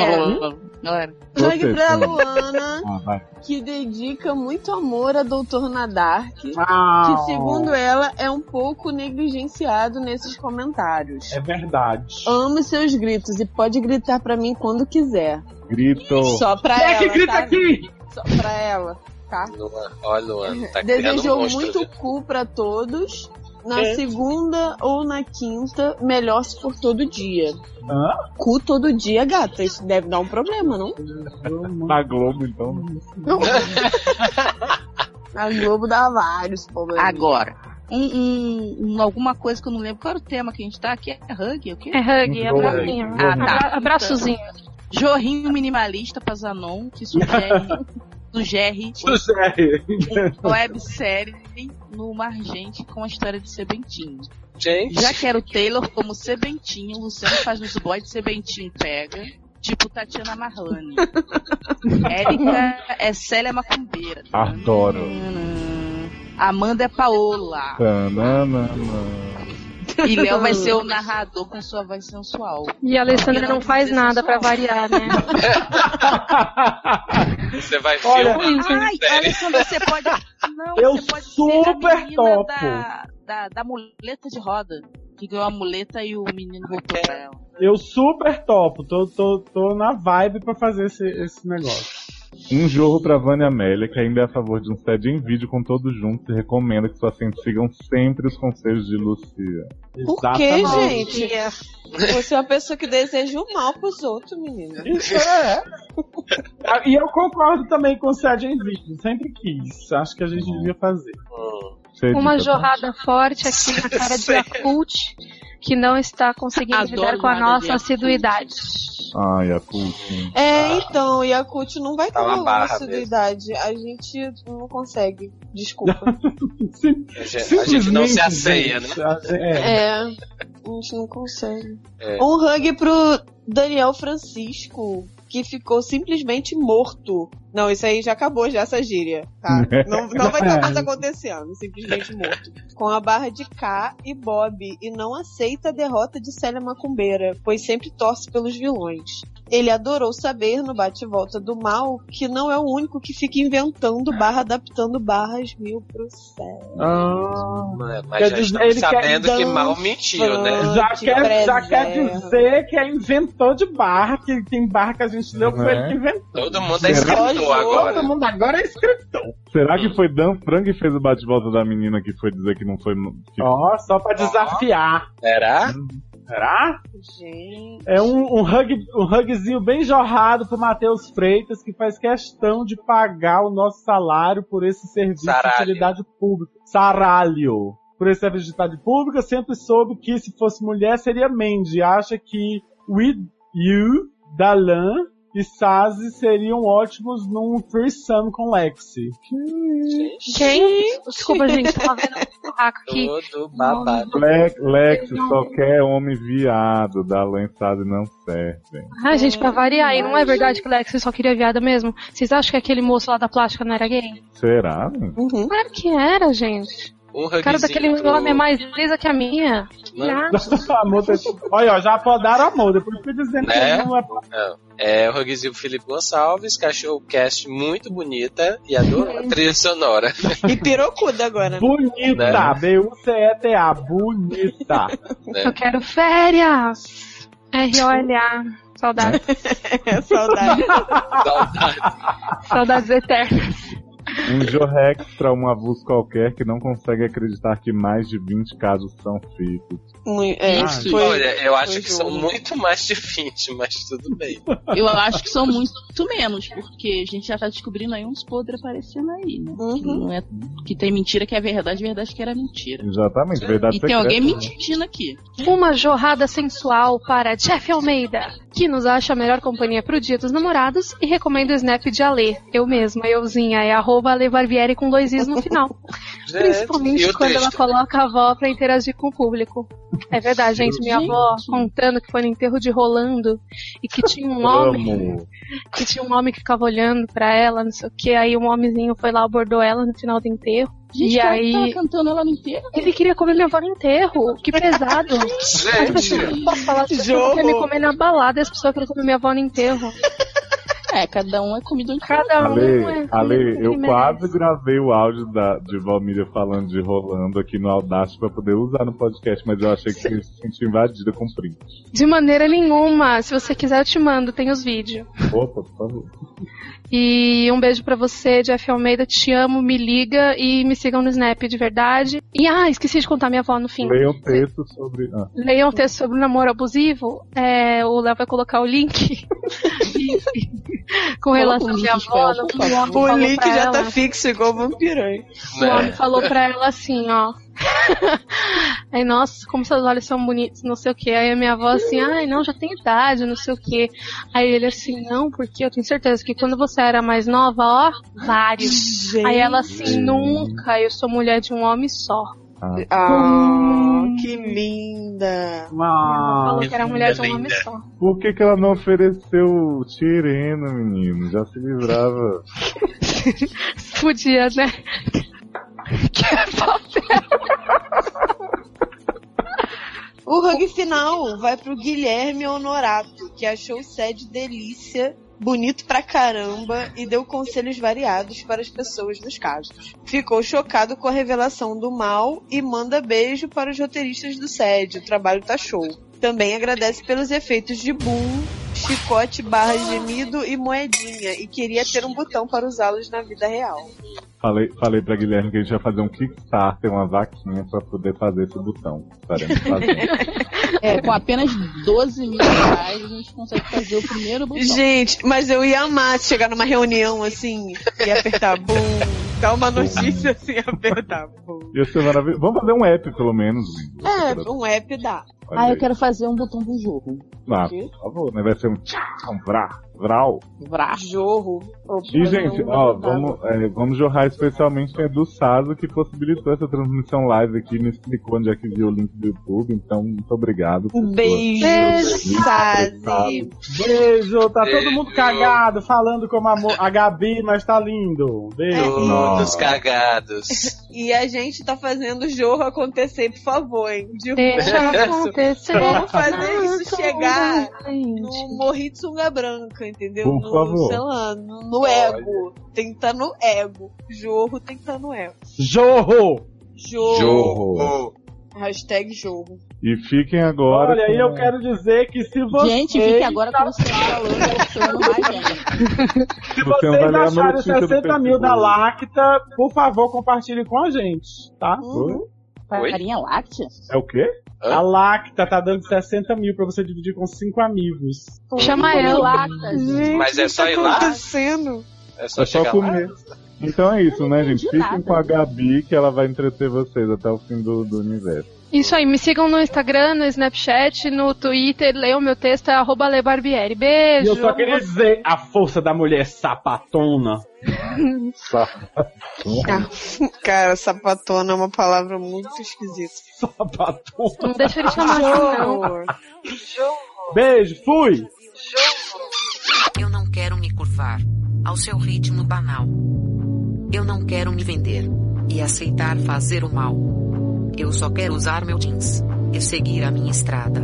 Galera.
jogue
Você,
pra
sim.
Luana,
Ah, vai.
que dedica muito amor a Doutor Nadark, que
Ah,
segundo ela é um pouco negligenciado nesses comentários.
É verdade.
Amo seus gritos e pode gritar pra mim quando quiser.
Grito.
Só pra
Quem é
ela.
que grita
tá?
aqui?
Só pra ela, tá?
Luan, olha, Luan, tá criando um
Desejou
monstro.
muito
viu?
cu pra todos. Na
É.
segunda ou na quinta, melhor se for todo dia.
Hã?
Cu todo dia, gata. Isso deve dar um problema, não?
Na Globo, então.
A Globo dá vários problemas.
Agora. Um, um- um- alguma coisa que eu não lembro. Qual era o tema que a gente tá aqui? É hug? É o quê?
É hug, abracinho.
Ah,
tá.
Abra- Abraçozinho.
Jorrinho minimalista pra Zanon, que sugere, sugere
Sugere.
uma websérie no Margente com a história de Sebentinho.
Gente,
Já quero Taylor como Sebentinho, Luciano faz nos boys, Sebentinho pega. Tipo Tatiana Marlane. Érica é Célia Macumbeira. tá
Ah. Adoro.
Amanda é Paola.
Tananana.
E Léo vai ser o narrador com sua voz sensual.
E a Alessandra não faz nada pra variar, né?
você vai ver
Olha,
uma
Ai,
série.
Alessandra, você pode. Não,
Eu
você pode ser a
super
menina
topo.
Da, da, da muleta de roda. Que ganhou a muleta e o menino voltou pra ela.
Eu super topo. Tô, tô, tô na vibe pra fazer esse, esse negócio.
Um jorro pra Vânia Amélia, que ainda é a favor de um sede em vídeo com todos juntos e recomenda que suas clientes sigam sempre os conselhos de Lucia.
Por
Exatamente.
que, gente? Você é uma pessoa que deseja o mal pros outros, menina.
Isso é. Ah, E eu concordo também com o Sérgio em vídeo. Sempre quis. Acho que a gente devia fazer.
Hum,
Cheio
Uma
de-
jorrada forte aqui na cara de Yakult, que não está conseguindo
Adoro
lidar com a
nada de
nossa
Yakult.
assiduidade.
Ai, a Putin.
É, então, Yakut não vai
Tá
ter
uma
uma
barra
assiduidade. A gente não consegue. Desculpa.
Sim-
a gente- a gente não se
simplesmente,
asseia, né?
gente. A- É.
é, a gente não consegue.
É.
Um hug pro Daniel Francisco, que ficou simplesmente morto. Não, isso aí já acabou, já essa gíria. Tá? Não, não vai estar mais acontecendo, simplesmente morto. Com a barra de K e Bob, e não aceita a derrota de Célia Macumbeira, pois sempre torce pelos vilões. Ele adorou saber no bate-volta do mal que não é o único que fica inventando barra, adaptando barras mil pro céu.
Ah.
Mas
Quer
já
dizer,
estamos
ele quer um
sabendo que
dançar.
mal mentiu, né?
Já
Te
quer, já
preserva.
quer dizer que é inventor de barra, que tem barra que a gente leu foi
Né?
ele que inventou.
Todo mundo é
Será?
escritor agora.
Todo mundo agora é escritor.
Será que foi Dan Frank que fez o bate-volta da menina que foi dizer que não foi. que-
Ó, só pra desafiar.
Será?
Será?
Gente.
É um, um, hug, um hugzinho bem jorrado pro Matheus Freitas, que faz questão de pagar o nosso salário por esse serviço de
Saralho.
utilidade pública. Saralho. Por esse serviço de utilidade pública, sempre soube que se fosse mulher seria Mandy. Acha que With You, Dalan e Sazi seriam ótimos num threesome com Lexi.
Gente, desculpa, gente, tava vendo um buraco aqui.
Todo babado.
Lex, Lex
um
só quer homem viado, da lançada e não serve.
Ah, gente, pra variar, e não é verdade que o Lex só queria viada mesmo? Vocês acham que aquele moço lá da plástica não era gay?
Será?
Uhum.
Claro que era, gente.
Um
O cara
hugzinho
daquele
pro-
homem é mais lisa que a minha. Ah,
Não,
A Moda- tá- Olha, ó, já podaram a moda, por isso que dizendo
Né?
que não é
não. É o hugzinho pro Felipe Gonçalves, que achou o cast muito bonita e adorou a trilha sonora.
E pirocuda agora, né?
bonita. B-U-C-E-T-A, bonita.
Né?
Eu quero férias. R-O-L-A. Saudades.
É saudade.
Saudade.
Saudades eternas.
Um Jorrex pra um avulso qualquer que não consegue acreditar que mais de 20 casos são feitos.
Mui- é,
Isso.
foi-
Olha, eu acho
foi
que são
jogo.
muito mais de 20, mas tudo bem.
Eu acho que são muito, menos, porque a gente já tá descobrindo aí uns podres aparecendo aí, né? Que,
Uhum.
não é, que tem mentira que é verdade, verdade que era mentira.
Exatamente,
Tá
verdade
E tem alguém
secreta. né?
né?
mentindo aqui.
Uma jorrada sensual para Jeff Almeida, que nos acha a melhor companhia pro dia dos namorados e recomenda o snap de Ale. Eu mesma, euzinha, é arroba Ale Barbieri com dois is no final. Principalmente
e o
quando ela
texto?
coloca a avó pra interagir com o público. É verdade, gente. Minha avó contando que foi no enterro de Rolando e que tinha um homem,
Amo.
que tinha um homem que ficava olhando pra ela, não sei o que. Aí um homenzinho foi lá, abordou ela no final do enterro.
Gente,
e
cara,
aí.
tava cantando ela no inteiro.
Ele queria comer minha avó no enterro. Que pesado. As pessoas
Gente,
não posso falar, as pessoas
Jorro.
querem me comer na balada, as pessoas querem comer minha avó no enterro.
É, cada um é comido em casa.
Cada um
Ale,
é.
um
Ale, eu
merece.
quase gravei o áudio da, de Valmíria falando de Rolando aqui no Audacity pra poder usar no podcast, mas eu achei que você se sentiu invadida com print.
De maneira nenhuma. Se você quiser, eu te mando, tem os vídeos.
Opa, por favor.
E um beijo pra você, Jeff Almeida. Te amo, me liga e me sigam no Snap de verdade. E ah, esqueci de contar minha avó no fim.
Leia um texto sobre. Ah,
Leiam o texto sobre o namoro abusivo. É, o Léo vai colocar o link. Com relação
o
à
link,
minha avó,
Fel, por favor.
no- o homem
O
falou
link
pra
já
ela-
tá fixo igual vampiranha.
O homem
né?
falou pra ela assim, ó. Aí, nossa, como seus olhos são bonitos, não sei o que. Aí a minha avó assim, ai, não, já tem idade, não sei o que. Aí ele assim, não, porque eu tenho certeza que quando você era mais nova, ó, vários.
Gente.
Aí ela assim, nunca, eu sou mulher de um homem só.
Ah,
Hum.
que linda.
Ah,
Falou que era mulher de um
linda,
homem
linda.
só.
Por que, que ela não ofereceu o Tirena, menino? Já se livrava.
Podia, né?
O rug final vai pro Guilherme Honorato, que achou o sede delícia, bonito pra caramba e deu conselhos variados para as pessoas nos casos. Ficou chocado com a revelação do mal e manda beijo para os roteiristas do sede. O trabalho tá show. Também agradece pelos efeitos de boom, chicote, barra gemido e moedinha e queria ter um botão para usá-los na vida real.
Falei, falei pra Guilherme que a gente ia fazer um Kickstarter, uma vaquinha pra poder fazer esse botão. Estaremos fazendo.
É, com apenas 12 mil reais a gente consegue fazer o primeiro botão.
Gente, mas eu ia amar se chegar numa reunião assim e apertar bum, dar uma notícia assim, e apertar bum.
Ia ser maravilhoso. Vamos fazer um app, pelo menos. menino.
É, um app dá.
Olha
Ah,
aí.
eu quero fazer um botão do jogo.
Ah, por favor, né? Vai ser um tchau, um vrá, vral.
Vrá.
Jorro.
E, gente, ó, vamos, é, vamos jorrar especialmente é do Sazo, que possibilitou essa transmissão live aqui, me explicou onde é que viu o link do YouTube, então, muito obrigado.
Um beijo,
Beijo,
Sazi.
beijo, tá todo mundo
Beijo.
cagado, falando como a, mo- a Gabi, mas tá lindo.
É.
Beijo.
Todos cagados.
E a gente tá fazendo o jorro acontecer, por favor, hein? De
Deixa acontecer.
Vamos fazer isso chegar
né?
Gente.
no Morritsunga Branca, entendeu?
Por
no,
favor.
sei lá, no, no ego. Tem que estar no ego. Jorro tem que estar no ego.
Jorro!
Jorro.
Jorro.
Hashtag jorro.
E fiquem agora.
Olha, aí
com-
eu quero dizer que se você.
Gente, fique agora com o seu falando, eu tô no Magenta.
Se
Você não vai
vocês
ler a
acharem
notícia do
60 mil
Facebook.
da Lacta, por favor, compartilhem com a gente, tá?
Uhum.
Oi?
Oi?
Carinha láctea?
É o quê?
A Lacta tá dando 60 mil pra você dividir com cinco amigos.
Chama
Carinha
ela.
láctea, gente.
Mas é só ir lá? É só,
É só
chegar lá?
comer. Então é isso, né, gente?
entendi
Fiquem
nada.
com a Gabi, que ela vai entreter vocês até o fim do, do universo.
Isso aí, me sigam no Instagram, no Snapchat, no Twitter, leiam meu texto, é arroba lebarbieri.
E
Beijo!
eu só queria dizer a força da mulher sapatona.
Cara, sapatona é uma palavra muito esquisita.
Sapatona.
Não deixa ele chamar assim, não.
Beijo, fui!
Eu não quero me curvar ao seu ritmo banal. Eu não quero me vender e aceitar fazer o mal. Eu só quero usar meu jeans e seguir a minha estrada.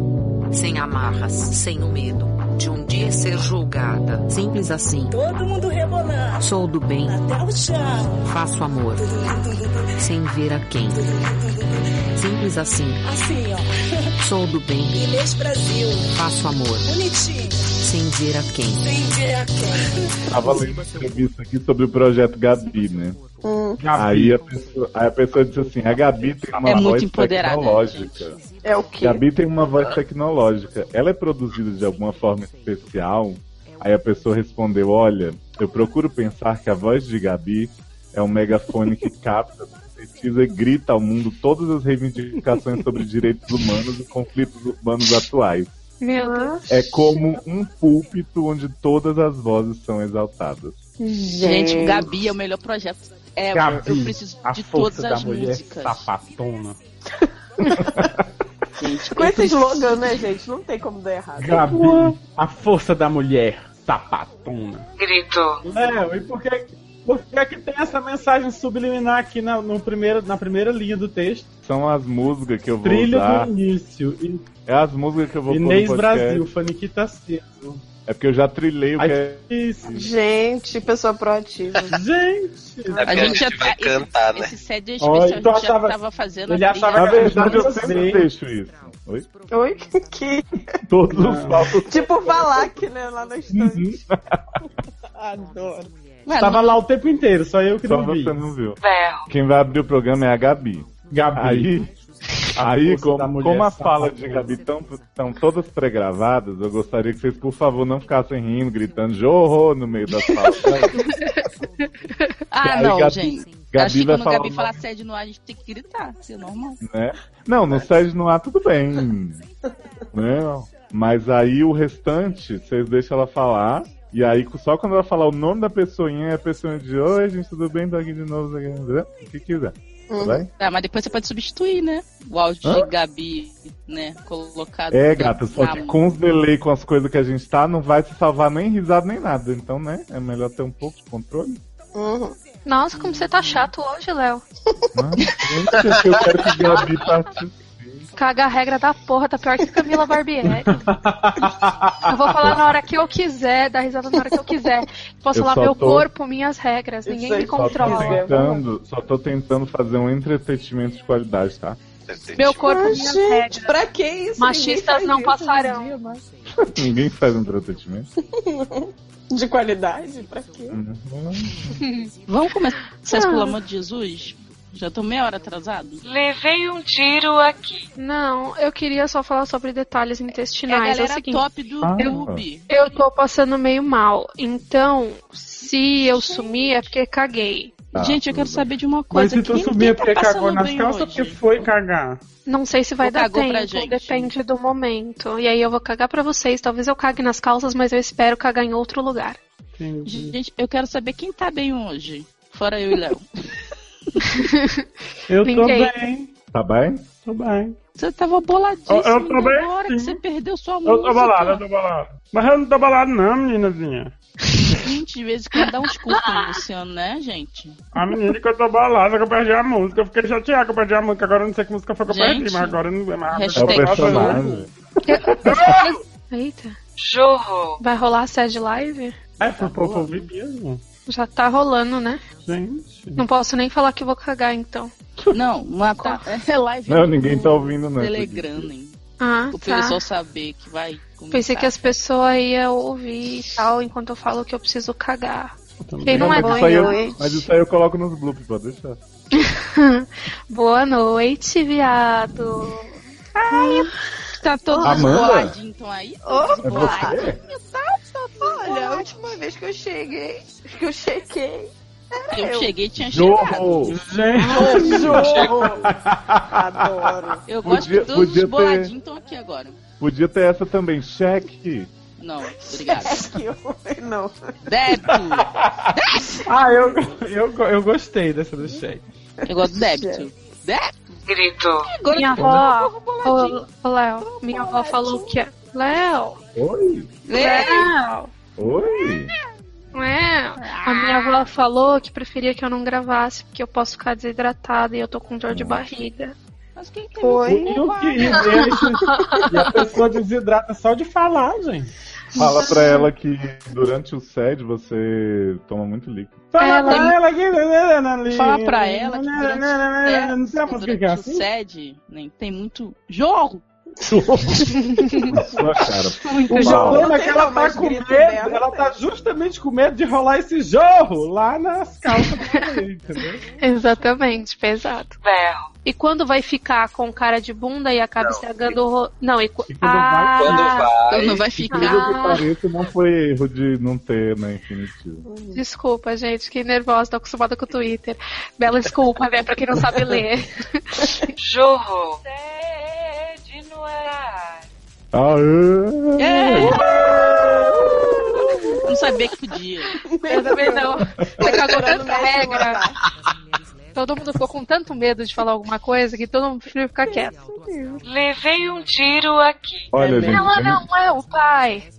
Sem amarras, sem o medo de um dia ser julgada. Simples assim.
Todo mundo rebolando
Sou do bem,
até o chão.
faço amor, sem ver a quem. Simples assim.
Assim, ó.
Sou do bem,
Inês Brasil.
faço amor,
Bonitinho.
sem ver a quem.
Sem ver a quem.
Tava lendo uma entrevista aqui sobre o projeto Gabi, né?
Hum,
Aí a pessoa, aí a pessoa disse assim: a Gabi tem uma
É muito
voz
empoderada,
tecnológica.
É o quê?
Gabi tem uma voz tecnológica. Ela é produzida de alguma forma especial? Aí a pessoa respondeu: Olha, eu procuro pensar que a voz de Gabi é um megafone que capta, sintetiza e grita ao mundo todas as reivindicações sobre direitos humanos e conflitos urbanos atuais.
Meu Deus.
É como um púlpito onde todas as vozes são exaltadas.
Gente, o Gabi é o melhor projeto É,
Gabi,
eu preciso
a
de
força
todas
da
as
mulher
músicas.
sapatona.
Gente,
Com
eu
esse
preciso-
slogan, né, gente? Não tem como dar errado.
Gabi, a força da mulher sapatona.
Grito.
É, e por que, por que que tem essa mensagem subliminar aqui na, no primeiro, na primeira linha do texto?
São as músicas que eu vou
Trilha
usar.
do início. E-
É as músicas que eu vou pôr no
Inês
podcast.
Brasil, Faniquita Cedo.
É porque eu já trilhei o que é.
Isso.
Gente, pessoa proativa.
Gente!
É porque a
gente
gente,
já
vai
tá-
cantar, né?
Esse sede
Ó,
especial a gente
então
já
achava-
tava fazendo assim,
ele
a
achava
Na
trilha.
que era
verdade, Tá eu
Brasil.
sempre deixo isso. Oi?
Oi? Que...
Todos os palcos.
Tipo Valak, né? Lá no estante. Adoro.
Ué,
Tava
não-
lá o tempo inteiro, só eu que
Só
não vi.
você não viu.
Berro.
Quem vai abrir o programa é a Gabi.
Gabi.
Aí,
A
aí
força da
como,
mulher
como as
sapatona.
falas de Gabi estão tão todas pré-gravadas, eu gostaria que vocês, por favor, não ficassem rindo, gritando jorro no meio das falas.
Ah,
Aí
não,
Gabi-
gente. Acho
Gabi
que
vai
quando o
falar,
Gabi falar sede no ar, a gente tem que gritar, isso é normal.
né? Não, no sede no ar tudo bem. Não. Mas aí o restante, vocês deixam ela falar. E aí, só quando ela falar o nome da pessoinha, a pessoa de oi, gente, tudo bem? Tô aqui de novo, né? o que quiser. Tá bem?
Tá, mas depois você pode substituir, né? O áudio
Hã?
de Gabi, né? Colocado.
É,
na-
gata, só
na-
que com os delay, com as coisas que a gente tá, não vai se salvar nem risada nem nada. Então, né? É melhor ter um pouco de controle.
Uhum.
Nossa, como você tá chato hoje, Léo.
Né? Gente, é que eu quero que Gabi participe.
Caga a regra da porra, tá pior que Camila Barbieri. eu vou falar na hora que eu quiser, dar risada na hora que eu quiser. Posso
Eu
falar
só
meu
tô-
corpo, minhas regras,
Isso
ninguém
aí,
me
só
Só tô,
Controla.
controla.
tentando, só tô tentando fazer um entretenimento de qualidade, tá?
Meu corpo,
Mas,
minhas regras.
gente, pra que isso? Ninguém
Machistas
faz
não
isso né? hoje em
passarão.
dia, mas-
Ninguém faz entretenimento.
De qualidade? Pra quê?
Vamos começar,
Ah.
pelo amor de Jesus? Já tô meia hora atrasado.
Levei um tiro aqui.
Não, eu queria só falar sobre detalhes
É a
intestinais. É, o
galera
seguinte,
top do
Ah.
clube.
eu tô passando meio mal. Então, se eu sumir é porque caguei.
Tá,
Gente, eu
tudo
quero
bem.
saber de uma
Mas
coisa.
se tu
quem
sumir
tá
porque é
passando
cagou nas
bem
calças,
hoje?
porque é foi cagar.
Não sei se vai
Ou
dar
cagou
tempo,
pra gente.
depende do momento. E aí eu vou cagar pra vocês, talvez eu cague nas calças, mas eu espero cagar em outro lugar.
Entendi.
Gente, eu quero saber quem tá bem hoje. Fora eu e Léo.
Eu tô
Ninguém.
bem,
Tá bem?
tô bem.
Você tava boladíssimo Então,
Eu- eu tô bem,
na hora
sim.
que você perdeu sua música.
Eu tô balada, eu tô balada. Mas eu não tô balada não, meninazinha.
20 vezes que eu dar uns curtos no Luciano, né, gente?
A menina que eu tô balada, que eu perdi a música. Eu fiquei chateada que eu perdi a música. Agora eu não sei que música foi que eu
Gente,
perdi, mas agora eu não é mais.
É o
Tem que
personagem.
Eita,
Jorro.
vai rolar a sede live?
É, foi pouco eu vi mesmo.
Já tá rolando, né?
Gente.
Não posso nem falar que vou cagar, então.
Não, uma tá. É live.
Não,
no
ninguém tá ouvindo, não.
Telegram, hein?
Ah,
O
tá.
pessoal saber que vai. começar.
Pensei que as pessoas iam ouvir e tal, enquanto eu falo que eu preciso cagar. Quem não é
mas, isso aí eu,
Oi.
mas isso aí eu coloco nos bloopers, pode deixar.
Boa noite, viado.
Tá todo
Amanda?
boladinho, então aí.
É você?
Olha, a última vez que eu cheguei, que eu chequei,
Eu cheguei e tinha chegado.
Jorro!
Gente,
Adoro.
Eu gosto
Podia-
de todos
podia ter-
os boladinhos estão aqui agora.
Podia ter essa também, cheque!
Não, obrigado.
É Que horror. Não.
Débito.
Ah, eu, eu, go- eu gostei dessa do cheque.
Eu gosto de débito. Débito.
Grito.
Agora
minha
que eu tô-
avó. Ô, ô, Léo, minha avó falou que. é- Léo!
Oi!
É,
Léo!
Oi!
Léo! é? A minha avó falou que preferia que eu não gravasse, porque eu posso ficar desidratada e eu tô com dor de barriga.
Mas quem tem
foi.
E o que e a pessoa desidrata só de falar, gente.
Fala pra ela que durante o SED você toma muito líquido.
Fala
Ela-
pra ela né, que.
Fala pra
né,
ela que durante,
Não sei a música que é
durante o
assim.
sede, né, tem muito jorro.
Na sua cara.
Então
O
Não
problema é
tem
que ela tá
mais
com medo,
grito dela,
ela
né?
tá justamente com medo de rolar esse jorro lá nas calças dela, entendeu?
Exatamente, pesado.
Berro.
E quando vai ficar com cara de bunda e acaba
Não.
estragando o ro... Não, e. co-
E quando
Ah,
Quando
Então
vai.
não vai
Por incrível que
ficar.
pareça, não foi erro de não ter na infinitivo.
Desculpa, gente, fiquei nervosa, tô acostumada com o Twitter. Bela desculpa, né, pra quem não sabe ler.
Jorro. Sede no ar.
Aê!
É. Não sabia que podia.
Eu também não. Você cagou
Doutorando
tanta
mestre
regra.
Lobato.
Todo mundo ficou com tanto medo de falar alguma coisa que todo mundo preferiu ficar quieto.
Levei um tiro aqui.
Olha, gente.
Ela não é o pai. é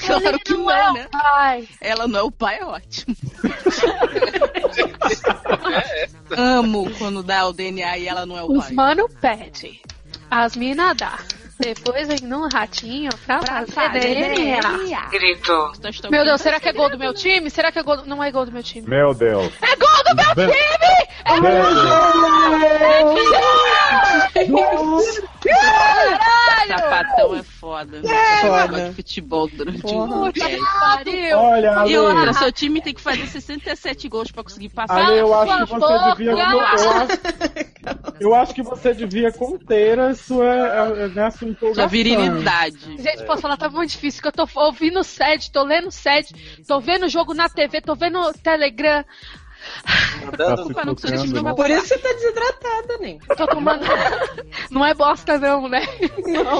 Claro que não, né?
Pai.
Ela não é o pai, é ótimo. Amo quando dá o DNA e ela não é o
Os
pai.
mano pede. As mina dá. Depois vem num ratinho pra, fazer DNA.
Grito.
Então, estou-
Meu Deus, será que é gol do meu time? Será que é gol do... Não é gol do meu time.
Meu Deus.
É gol do
Meu
meu time! É
Deus.
sapatão é foda. Né? Foda. de futebol durante um podcast.
pariu!
Olha,
E
Ale,
outra, seu time tem que fazer 67 gols pra conseguir passar.
Ale, eu acho que
sua
você
boca.
devia. Eu acho- eu acho que você devia conter a sua, a- a- né, a sua
Sua
empolgação.
virilidade.
Gente, posso falar, tá muito difícil, que eu tô ouvindo sede, tô lendo sede, tô vendo jogo na TV, tô vendo Telegram,
Tá
Mandando
se
Desculpa, não consigo
é
tocando.
desculpar.
Por isso você tá desidratada, nem.
tô tomando... Não é bosta não, né?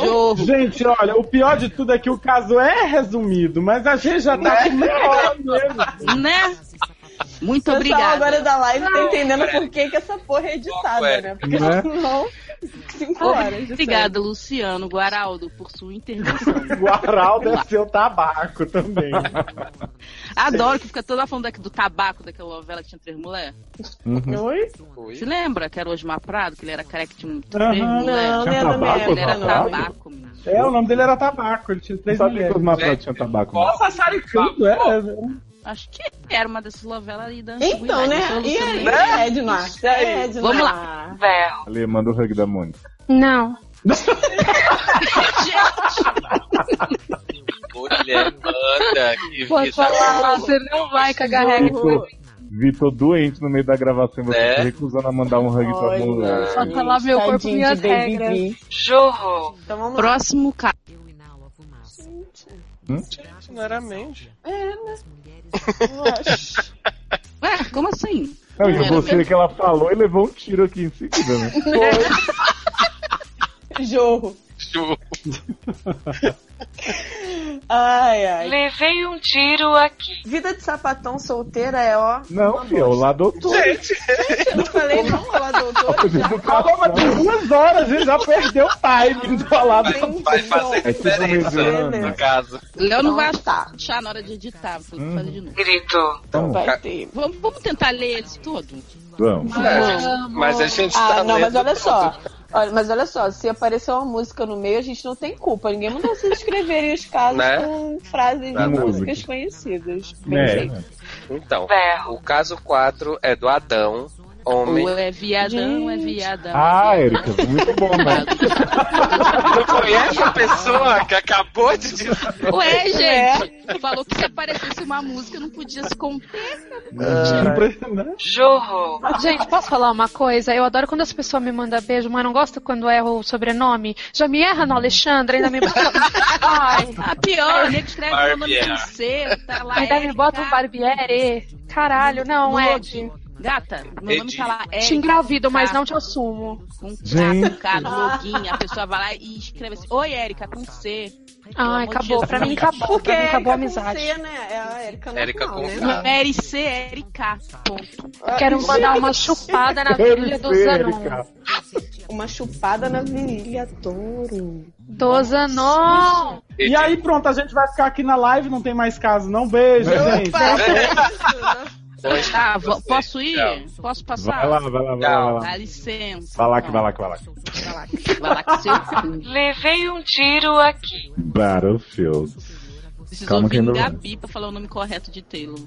Jorro.
Gente, olha, o pior de tudo é que o caso é resumido, mas a gente já tá com meia hora mesmo.
Né? Muito
O pessoal tá agora
obrigada.
da live tá entendendo por que, que essa porra é editada, né? Porque
Né?
senão, cinco horas. de
Obrigada, Luciano Guaraldo, por sua intervenção.
Guaraldo é seu tabaco também.
Adoro que fica toda falando daqui do tabaco daquela novela que tinha três mulheres.
série. Oi?
Você lembra que era o Osmar Prado, que ele era careca que tinha um três
Aham.
Não,
mulheres?
não
Tinha
é da minha
tabaco,
época,
Ele era
Osmar Prado?
não.
tabaco, menino.
É, o nome dele era Tabaco, ele tinha
Não
três
sabia que
mulheres.
os matrados tinham tabaco. né? não.
Nossa, Saricando, é.
Acho que era uma dessas novelas aí da
Então,
antiguidade,
né?
não sei,
E
eu não sei
aí,
bem.
Edna? É, Edna.
Vamos
lá.
Berro.
Ale, manda o hug da Mônica.
Não.
Mulher, manda. Que
Pode
vida.
falar, você não vai cagar regra.
Vitor, Vitor doente no meio da gravação, você
É.
se recusando a mandar um hug pra
Olha.
mulher.
Pode falar meu corpo e
Tadinho
minhas
de Baby
regras.
V.
Jorro.
Então vamos lá.
Próximo caso.
Sinceramente.
Ué, como assim?
Não, e
Era
você que ela falou e levou um tiro aqui em seguida, né?
Jorro.
Ju-
Ai, ai.
Levei um tiro aqui.
Vida de sapatão solteira é ó.
Não, filho, é o lado outro.
Eu não falei não falar doutor. Já
Acabou, mas tem duas horas, a gente já perdeu o time do lado.
tem
Vai fazer
É tipo um
diferença, né,
mediano.
no caso.
Léo não vai
tá.
achar na hora de editar, vou
Uhum.
fazer de novo.
Grito.
Então vai ter.
Vamos, vamos tentar ler eles todo?
Vamos.
Mas a gente tá
Ah, não, mas
lendo
olha só. Olha, mas olha só, se aparecer uma música no meio, a gente não tem culpa. Ninguém mandou vocês escreverem os casos
Né?
com frases de
Tá, tá.
músicas conhecidas. Bem
É,
feito.
Então,
Berro.
o caso 4 é do Adão, homem.
Ou é viadão, ou é viadão.
Ah, Erika, muito bom, né?
Não conhece a pessoa que acabou de dizer.
Ué, gente! Falou que se aparecesse uma música não podia se conter.
Jorro.
Gente, posso falar uma coisa? Eu adoro quando as pessoas me mandam beijo, mas não gosto quando erro o sobrenome. Já me erra no Alexandre, ainda me bota. Ai,
A pior, né? Que escreve meu nome
Barbieri.
com C, tá lá.
ainda me
Erika.
bota um Barbieri. Caralho, não, Ed.
Gata, meu nome tá lá.
Te
Erika.
engravido, mas não te assumo.
Com K,
Gente.
com K, no login, a pessoa vai lá e escreve assim, Oi, Érica, com C.
Ai,
amor de
acabou.
Jesus.
Pra mim acabou.
Porque
Pra mim
é
acabou
Erika
a
com
amizade.
C, né? É a Erika normal,
Erika com
né?
K. Ah.
Não, RC, é Erika. Ponto.
Quero mandar uma chupada
Ah,
na filha do
MC,
Zanon.
Erika.
Uma chupada na virilha, touro.
Do Zanon!
E aí, pronto, a gente vai ficar aqui na live, não tem mais caso, não. Beijo, gente.
é
Tá, vo- posso ir? Posso passar?
Vai lá, vai lá, vai lá, vai lá.
Dá licença. tá.
Vai lá que vai lá que vai lá.
Vai lá que seu cu.
Levei um tiro aqui.
Battlefield.
Precisou
Calma que
vir
ainda-
Gabi pra falar o nome correto de Taylor.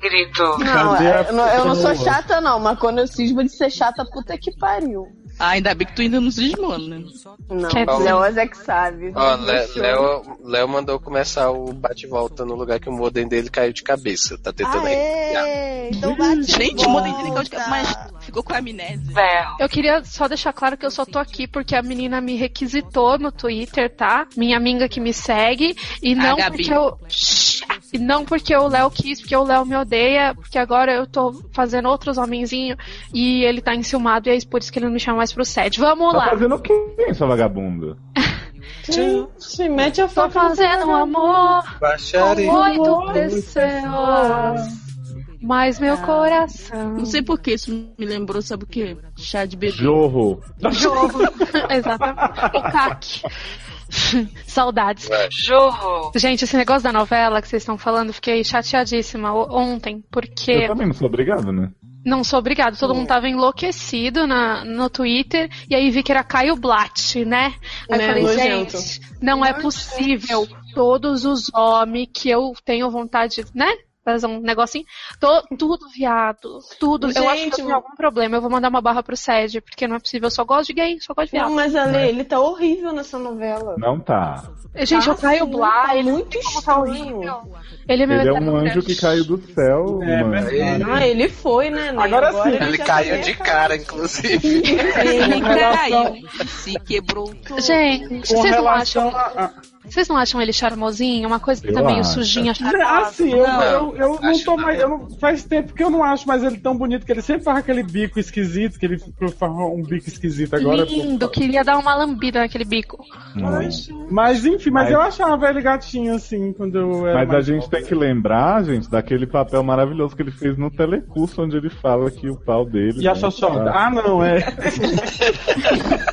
Grito.
Não, é,
Cadê a
eu não- eu não sou
pessoa?
chata, não, mas quando eu cismo de ser chata, puta que pariu.
Ah, ainda bem que tu ainda não se esmou, né?
Não,
Quer dizer-
Léo é que sabe.
Ó, Lé- Léo Léo mandou começar o bate-volta no lugar que o modem dele caiu de cabeça. Tá tentando recuperar.
Aê! Então bate
Gente,
e
o modem dele
volta.
caiu de cabeça, mas ficou com amnésia.
Berro.
Eu queria só deixar claro que eu só tô aqui porque a menina me requisitou no Twitter, tá? Minha amiga que me segue. E não
Gabi.
porque eu. E não porque o Léo quis, porque o Léo me odeia, porque agora eu tô fazendo outros homenzinhos e ele tá enciumado e é isso por isso que ele não me chama mais pro set. Vamos
Tá
lá!
fazendo o quê, sua vagabunda?
Se mete a
Tô
faca.
fazendo um amor
Baixaria.
com oito pessoas. Mas meu coração.
Não sei por que isso me lembrou, sabe o quê? Chá de bebê.
Jorro.
Jogo. Exatamente. O CAC. Saudades.
É.
Jorro.
Gente, esse negócio da novela que vocês estão falando, fiquei chateadíssima o- ontem,
Eu
porque
também não sou obrigado, né?
não sou obrigado, todo mundo tava enlouquecido na, no Twitter, e aí vi que era Caio Blatt, né? Aí
Né,
eu falei,
nojento.
gente, não é possível. Todos os homens que eu tenho vontade, né? Fazer um negocinho. Tô- tudo viado. Tudo. eu acho que
Gente,
eu tenho algum problema. Eu vou mandar uma barra pro Sede, porque não é possível. Eu só gosto de gay, só gosto de viado.
Não, mas Ale, ele tá horrível nessa novela.
Não tá.
Gente,
Tá,
o Caio
sim,
Blá,
tá
ele
muito
como tá
estranho.
horrível. Ele é meu
Ele é um
eterno
anjo
crush.
que caiu do céu,
É,
mano.
mas-
Ele-
Ah, ele foi, né? Ney?
Agora sim.
Ele
já
caiu
tá
de
bem
cara, inclusive.
Ele
Com relação-
caiu. Se quebrou tudo.
Gente,
Com
vocês não,
relação
acham,
a- a-
vocês não acham ele charmosinho? Uma coisa que
Eu
também o
acho.
sujinho
Ah,
charmoso.
sim, eu
Tá Não,
eu, eu não
acho
tô
não.
mais.
é.
Eu não, faz tempo que eu não acho mais ele tão bonito, que ele sempre faz aquele bico esquisito, que ele faz um bico esquisito agora.
Lindo, queria dar uma lambida naquele bico.
Mas,
Mas enfim, mas,
Mas-
eu achava ele gatinho assim quando eu era.
mas a
mais
gente tem
jovem.
que lembrar, gente, daquele papel maravilhoso que ele fez no telecurso, onde ele fala que o pau dele.
E a
né,
Xoxota?
tá-
Ah, não, é.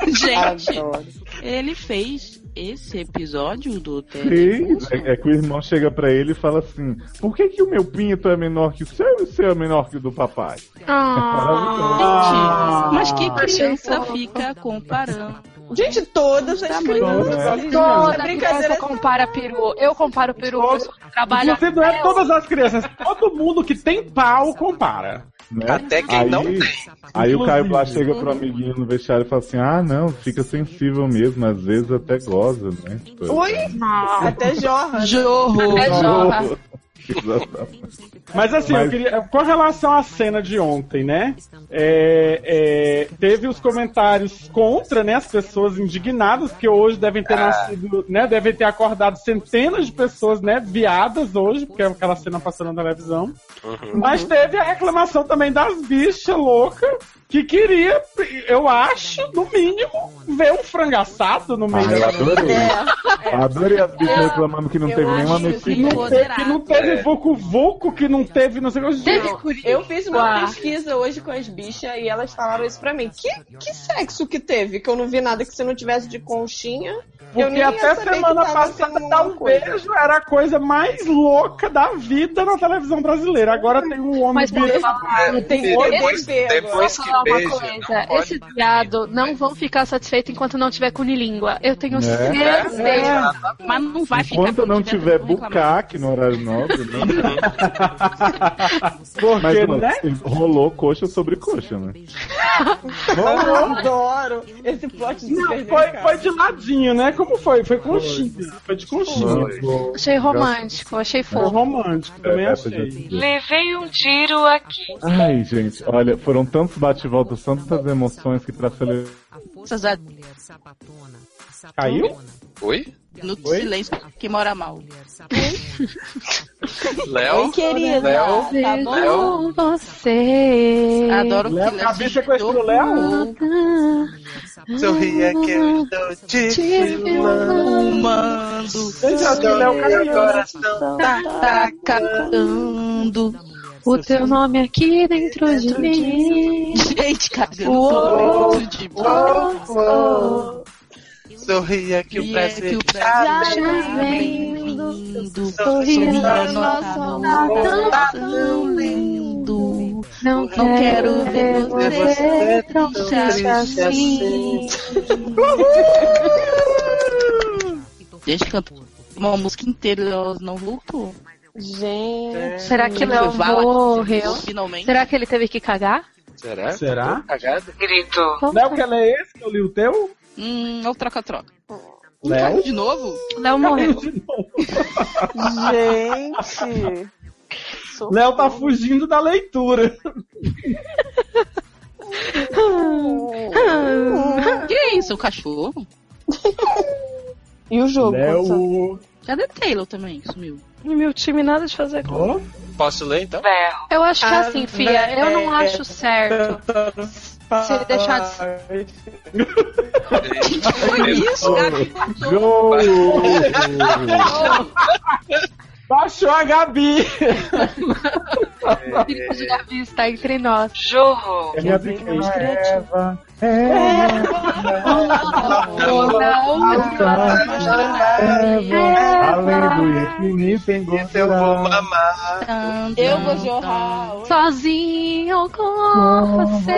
Gente,
Adoro.
ele fez esse episódio do
Sim,
Telecurso?
é, é que o irmão chega pra ele e fala assim: Por que, que o meu pinto é menor que o seu e o seu é menor que o do papai?
Ah,
Gente, mas que
Ah.
criança
fofo.
fica comparando?
Gente, todas as
bom,
crianças.
né?
Gente,
toda
essa
criança
brincadeira é
compara peru. Eu comparo peru,
Todo-
eu sou que trabalha.
Inclusive, não é todas as crianças. Todo mundo que tem pau compara.
Né?
Até quem
aí,
não
Aí o Caio
Inclusive.
Blá chega pro amiguinho no vestiário e fala assim: Ah, não, fica sensível mesmo, às vezes até goza, né? tipo,
Ui,
Não.
até jorra.
Jorro.
É jorra.
Exatamente.
Mas assim,
Mas-
eu queria. Com relação à cena de ontem, né? É, é, teve os comentários contra, né? As pessoas indignadas, que hoje devem ter
Ah.
nascido, né? Devem ter acordado centenas de pessoas, né? Viadas hoje, porque é aquela cena passando na televisão.
Uhum.
Mas
Uhum.
teve a reclamação também das bichas loucas, que queria, eu acho, no mínimo, ver um frangaçado no meio
Ah, eu
da
adorei. Adorei as bichas reclamando que não teve nenhuma mexida.
Teve que não teve Vucu Vucu, que não teve, não sei o que.
Teve
Gente,
curi-
Eu fiz uma
Uau.
pesquisa hoje com as bichas e elas falaram isso pra mim. Que, que sexo que teve? Que eu não vi nada que se não tivesse de conchinha. eu nem
Porque
ia
até
saber que
semana
tava
passada
tendo
dar
uma
um
coisa.
beijo era a coisa mais louca da vida na televisão brasileira. Agora tem um homem
Mas posso
bicho.
falar?
Não tem
Depois-
poder pego.
depois
Posso
que
falar uma
beija,
coisa?
não pode
Esse
dar
viado
medo,
não
velho.
vão ficar satisfeitos enquanto não tiver cunilíngua. Eu tenho
É.
certeza.
Mas não vai ficar.
Enquanto não tiver
bucado.
bucaque no horário nobre, né?
Porque,
Mas mano,
né?
rolou coxa sobre coxa, né?
Eu adoro esse plot de
Não, foi, foi de ladinho, né? Como foi? Foi com conchinha. Foi de conchinha.
Achei romântico, achei
Foi
fofo.
romântico, também
É,
achei.
Levei um tiro aqui.
Ai, gente, olha, foram tantos bate-voltas, tantas emoções que pra celebrar.
Caiu?
Oi?
No silêncio, que mora mal.
Léo?
querida.
Léo?
Tá bom?
Vejo você.
Adoro
Léo,
que
a bicha sequestrou o Léo?
Sorria é que eu estou te filmando.
Fumando,
Gente, acho que o Léo caiu.
coração.
tá cagando.
O teu nome aqui dentro de mim.
Gente, cagando
Uou.
sobre tudo de boa.
Oh, oh. Sorria que o
E é
prazer
que o
está
prazer
já
tá
vem
vindo.
Sorrindo
Sorrindo
nossa
nossa
mão.
tá tão lindo.
Não
Não quero ver você tão triste assim. Gente, cantou uma música inteira e ela não voltou.
Gente.
Será que
Quem
Léo
foi? Vai lá.
morreu?
Finalmente.
Será que ele teve que cagar?
Será?
Será?
Cagado?
Grito.
Léo, que ela é esse que eu li o teu?
Hum, é o troca-troca.
Léo?
Caiu de novo?
Léo morreu.
Gente.
Léo tá fugindo da leitura.
Que isso, o cachorro?
E o jogo?
Léo.
Cadê Taylor também? que Sumiu.
Meu time nada de fazer.
Ó,
Posso ler então?
berro.
Eu acho que
Ah,
é assim, Fia. Eu não
é,
acho certo. Se ele deixar de
Foi isso, Gabi cortou.
Joe!
Baixou a Gabi!
filho de Davi está tá entre nós.
Jorro.
É minha pequena Eva. É. Eva.
Ou não.
Eva. Além do infinito
Esse então eu vou
engordará.
mamar.
Eu vou jorrar.
Sozinho com você.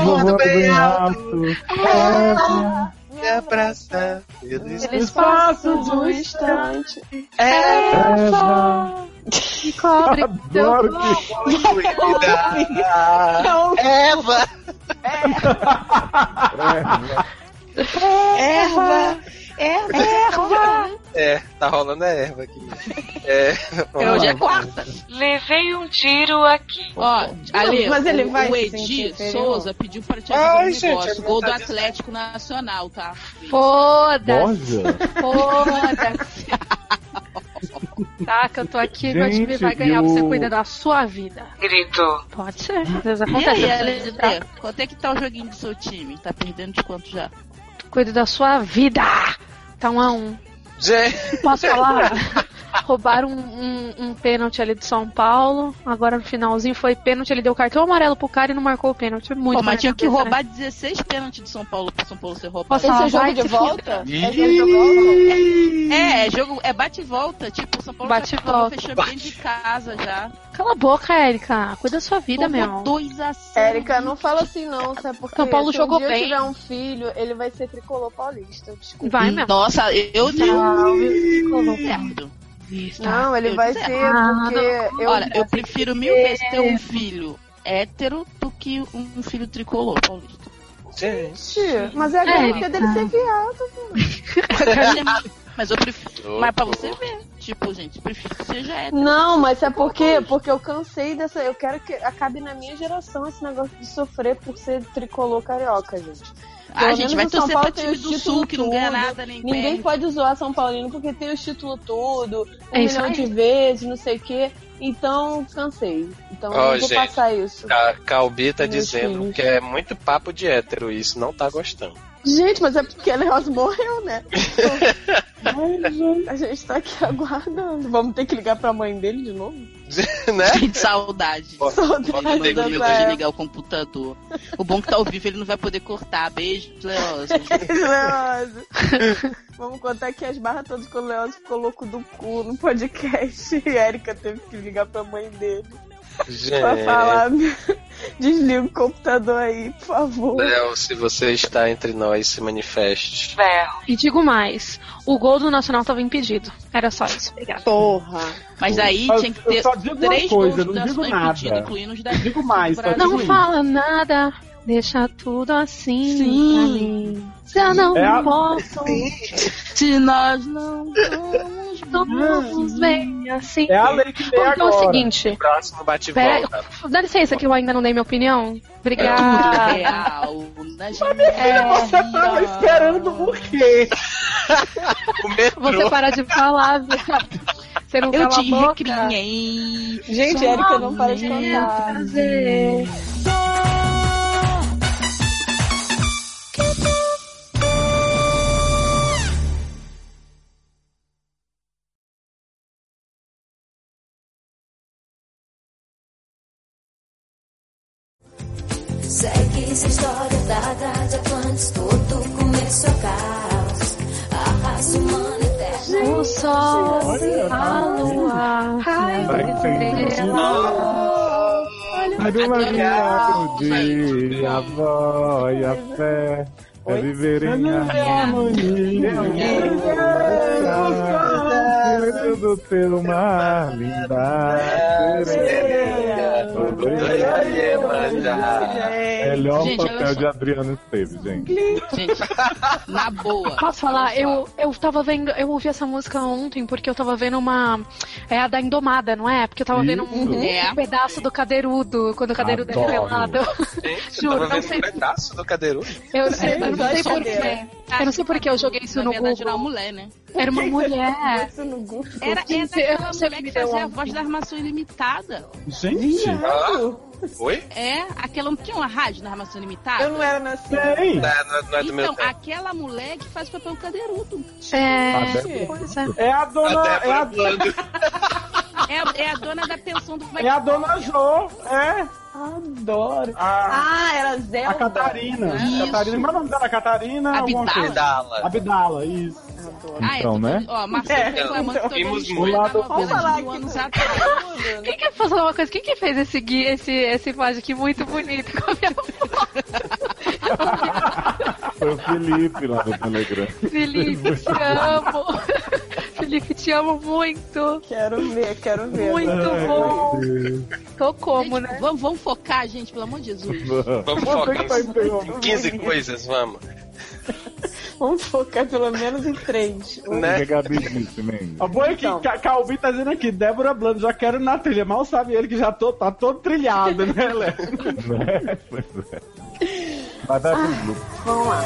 Voando bem alto. Eva.
Me abraçar. Eu não
Eles passam
Um
de
instante.
É,
Eva.
me cobre.
Adoro que...
"Ah,
Não,
Eva!
É,
Erva! Erva!
É, tá rolando a erva aqui. É, vamos
É, Hoje
lá.
é quarta.
Levei um tiro aqui.
Ó, Ale,
mas ele
o,
vai
o
se
Edi
sentir inferior.
Souza pediu pra te
Ai,
avisar um
gente,
negócio.
é
eu não
gol
tô
do
dizendo.
Atlético Nacional, tá?
Foda-se.
Borja?
Foda-se. Tá, que eu tô aqui, meu
Gente,
time vai ganhar.
e o-
Você cuida da sua vida.
Grito.
Pode ser. Às vezes
E aí,
acontece. Tá?
Ale, quanto é que tá o joguinho do seu time? Tá perdendo de quanto já?
Cuida da sua vida. Tá um a um.
Gente,
Posso falar? Roubaram um, um- um pênalti ali do São Paulo. Agora no finalzinho foi pênalti. Ele deu cartão amarelo pro cara e não marcou o pênalti. Muito
Pô, mas tinha que
maravilhoso, né?
roubar 16 pênaltis do São Paulo pra São Paulo ser roubado.
Esse
Posso
é
falar?
Tá,
o jogo
Vai
de
se
volta? É
Ih.
jogo de volta?
É, é jogo, é bate e volta. Tipo, o São Paulo
Bate
já
e volta.
fechou bem de casa já.
Cala a boca, Érica. Cuida da sua vida, meu.
2 a 0
Érica, não fala assim não, sabe? Porque
São Paulo
se
jogou
um dia
bem.
eu tiver um filho, ele vai ser tricolor paulista. Desculpa.
Vai, Tá meu.
um. Nossa, eu
Não,
não. Certo.
Não, ele
Tá, eu
vai
disse
ser
errado.
porque eu,
Olha, eu prefiro mil vezes
é
ter um filho hétero do que um filho tricolor, Paulista.
gente.
Gente, mas é a garantia dele ser viado.
é Mas eu prefiro. Mas pra você ver. Tipo, gente, eu prefiro que seja hétero.
Não, mas é porque porque eu cansei dessa. Eu quero que acabe na minha geração esse negócio de sofrer por ser tricolor carioca, gente.
Ah,
Pelo menos
gente, vai
o São
torcer
Paulo
pra
tem
time
os
do
títulos
Sul que não ganha
tudo.
nada, nem
Ninguém
perde.
pode zoar São Paulino porque tem os títulos tudo, um
É isso
milhão
aí.
de vezes, não sei o quê. Então, cansei. Então,
Ó,
eu não vou
gente.
passar isso.
Ca- Calbi tá
Meu
dizendo
filho.
que é muito papo de hétero isso, não tá gostando.
Gente, mas é porque a Leoz morreu, né? a gente tá aqui aguardando. Vamos ter que ligar pra mãe dele de novo?
né?
Gente, saudade.
Bom, bom,
Saudade
tem
da
que
Mandou
Leoz.
desligar o computador. O bom que tá ao vivo, ele não vai poder cortar. Beijo, Leoz.
Leoz. Vamos contar que as barras todas que o Leoz ficou louco do cu no podcast. E a Erika teve que ligar pra mãe dele pra
Gente,
falar: desliga o computador aí, por favor.
Léo, se você está entre nós, se manifeste.
Berro.
E digo mais. O gol do Nacional tava impedido. Era só isso. Obrigada.
porra.
Mas aí
Eu-
tinha que
eu
ter
só digo uma
três
coisa,
gols
não
da
digo
sua
nada.
impedida, incluindo os da
Digo mais, só
Brasil.
Não
digo
fala nada. Deixa tudo assim pra mim. Se eu não
É a-
posso,
Se nós não vamos
todos bem assim.
É a lei que lê
Então é o
agora.
seguinte.
Próximo bate e
Pera aí.
volta.
Dá licença que eu ainda não dei minha opinião.
tudo
Obrigada.
real, né, gente?
é Você tava esperando o quê?
O metrô.
Você para de falar, viu? Você não
Eu
cala a
te
boca.
recriminei.
Gente,
Só
Érica não para de
meu
contar.
prazer.
Segue essa história dada de Atlantis, todo começo é caos. A raça humana eterna.
O sol,
Olha,
a lua,
Vai ter Ai, do lado de avó e a fé é viver em harmonia. Dentro do teu mar, linda sereia. Manda. hein?
Aê, manda.
Melhor
Gente, olha
papel
só.
de Adriana Esteves, gente.
Gente, na boa.
Posso falar? Eu, eu tava vendo, eu ouvi essa música ontem porque eu tava vendo uma. É a da Indomada, não é? Porque eu tava vendo um,
Isso.
É.
um pedaço do cadeirudo, quando o cadeirudo é
Adoro.
pelado.
Gente, eu tava
Juro, não
vendo
sei-
um pedaço do cadeirudo.
Eu, eu não sei
gosto
porquê. Eu não sei porque eu joguei isso
Na
no
verdade, era uma
Google.
mulher, né?
Era uma mulher.
Isso no Google.
Era,
Eu
era
sei- eu
aquela
não sei
mulher
o
que
que me deu
fazia a
uma-
voz da armação ilimitada.
Gente,
Oi?
É, aquela que tinha uma rádio na armação ilimitada.
Eu não era nascida.
sei.
Não, é- não é- não é do meu
Então,
tempo.
aquela mulher que faz papel cadeirudo.
É.
Até-
Pois é.
É a dona.
Até
É a,
falando.
É, é a dona da pensão do
é a dona Jo. É.
Adoro.
A,
Ah, era Zelda.
a Catarina.
Isso.
Catarina. Como é o nome dela? Catarina? alguma
Abdala.
coisa?
Abdala.
Abdala, isso.
Então,
eu Ah, é, tô-
né?
Ó, Marcelo
É,
reclamando
então.
que todo
Vimos
mundo
muito.
escolhe
Vamos
na novela
falar
de um
aqui
ano
no-
atrás.
Quem que posso falar uma coisa? Quem que fez esse gui, esse, esse aqui muito bonito com a minha
Foi o Felipe lá no Telegram.
Felipe, te amo. Felipe, te amo muito.
Quero ver, quero ver.
Muito bom. Tô como,
Gente,
né?
Vamos, vamos focar, gente, pelo amor de Jesus.
Vamos focar
tá
em- em 15 coisas, vamos.
Vamos focar pelo menos em três. Um,
O que
Né?
a Gabi disse, man?
O bom é que
Então.
Ca- Calbi tá dizendo aqui, Débora Blando, já quero ir na trilha. Mal sabe ele que já tô, tá todo trilhado, né, Léo?
Né? Pois é. Mas assim, dá tudo.
Vamos lá.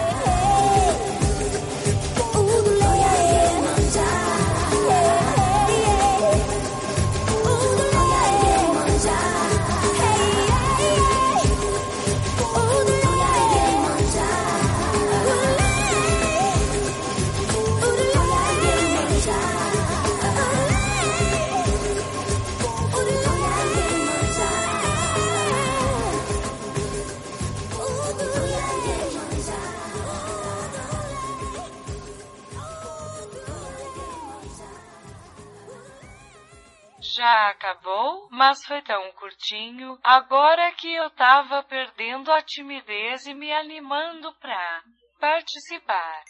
Já acabou, mas foi tão curtinho. Agora que eu tava perdendo a timidez e me animando pra participar.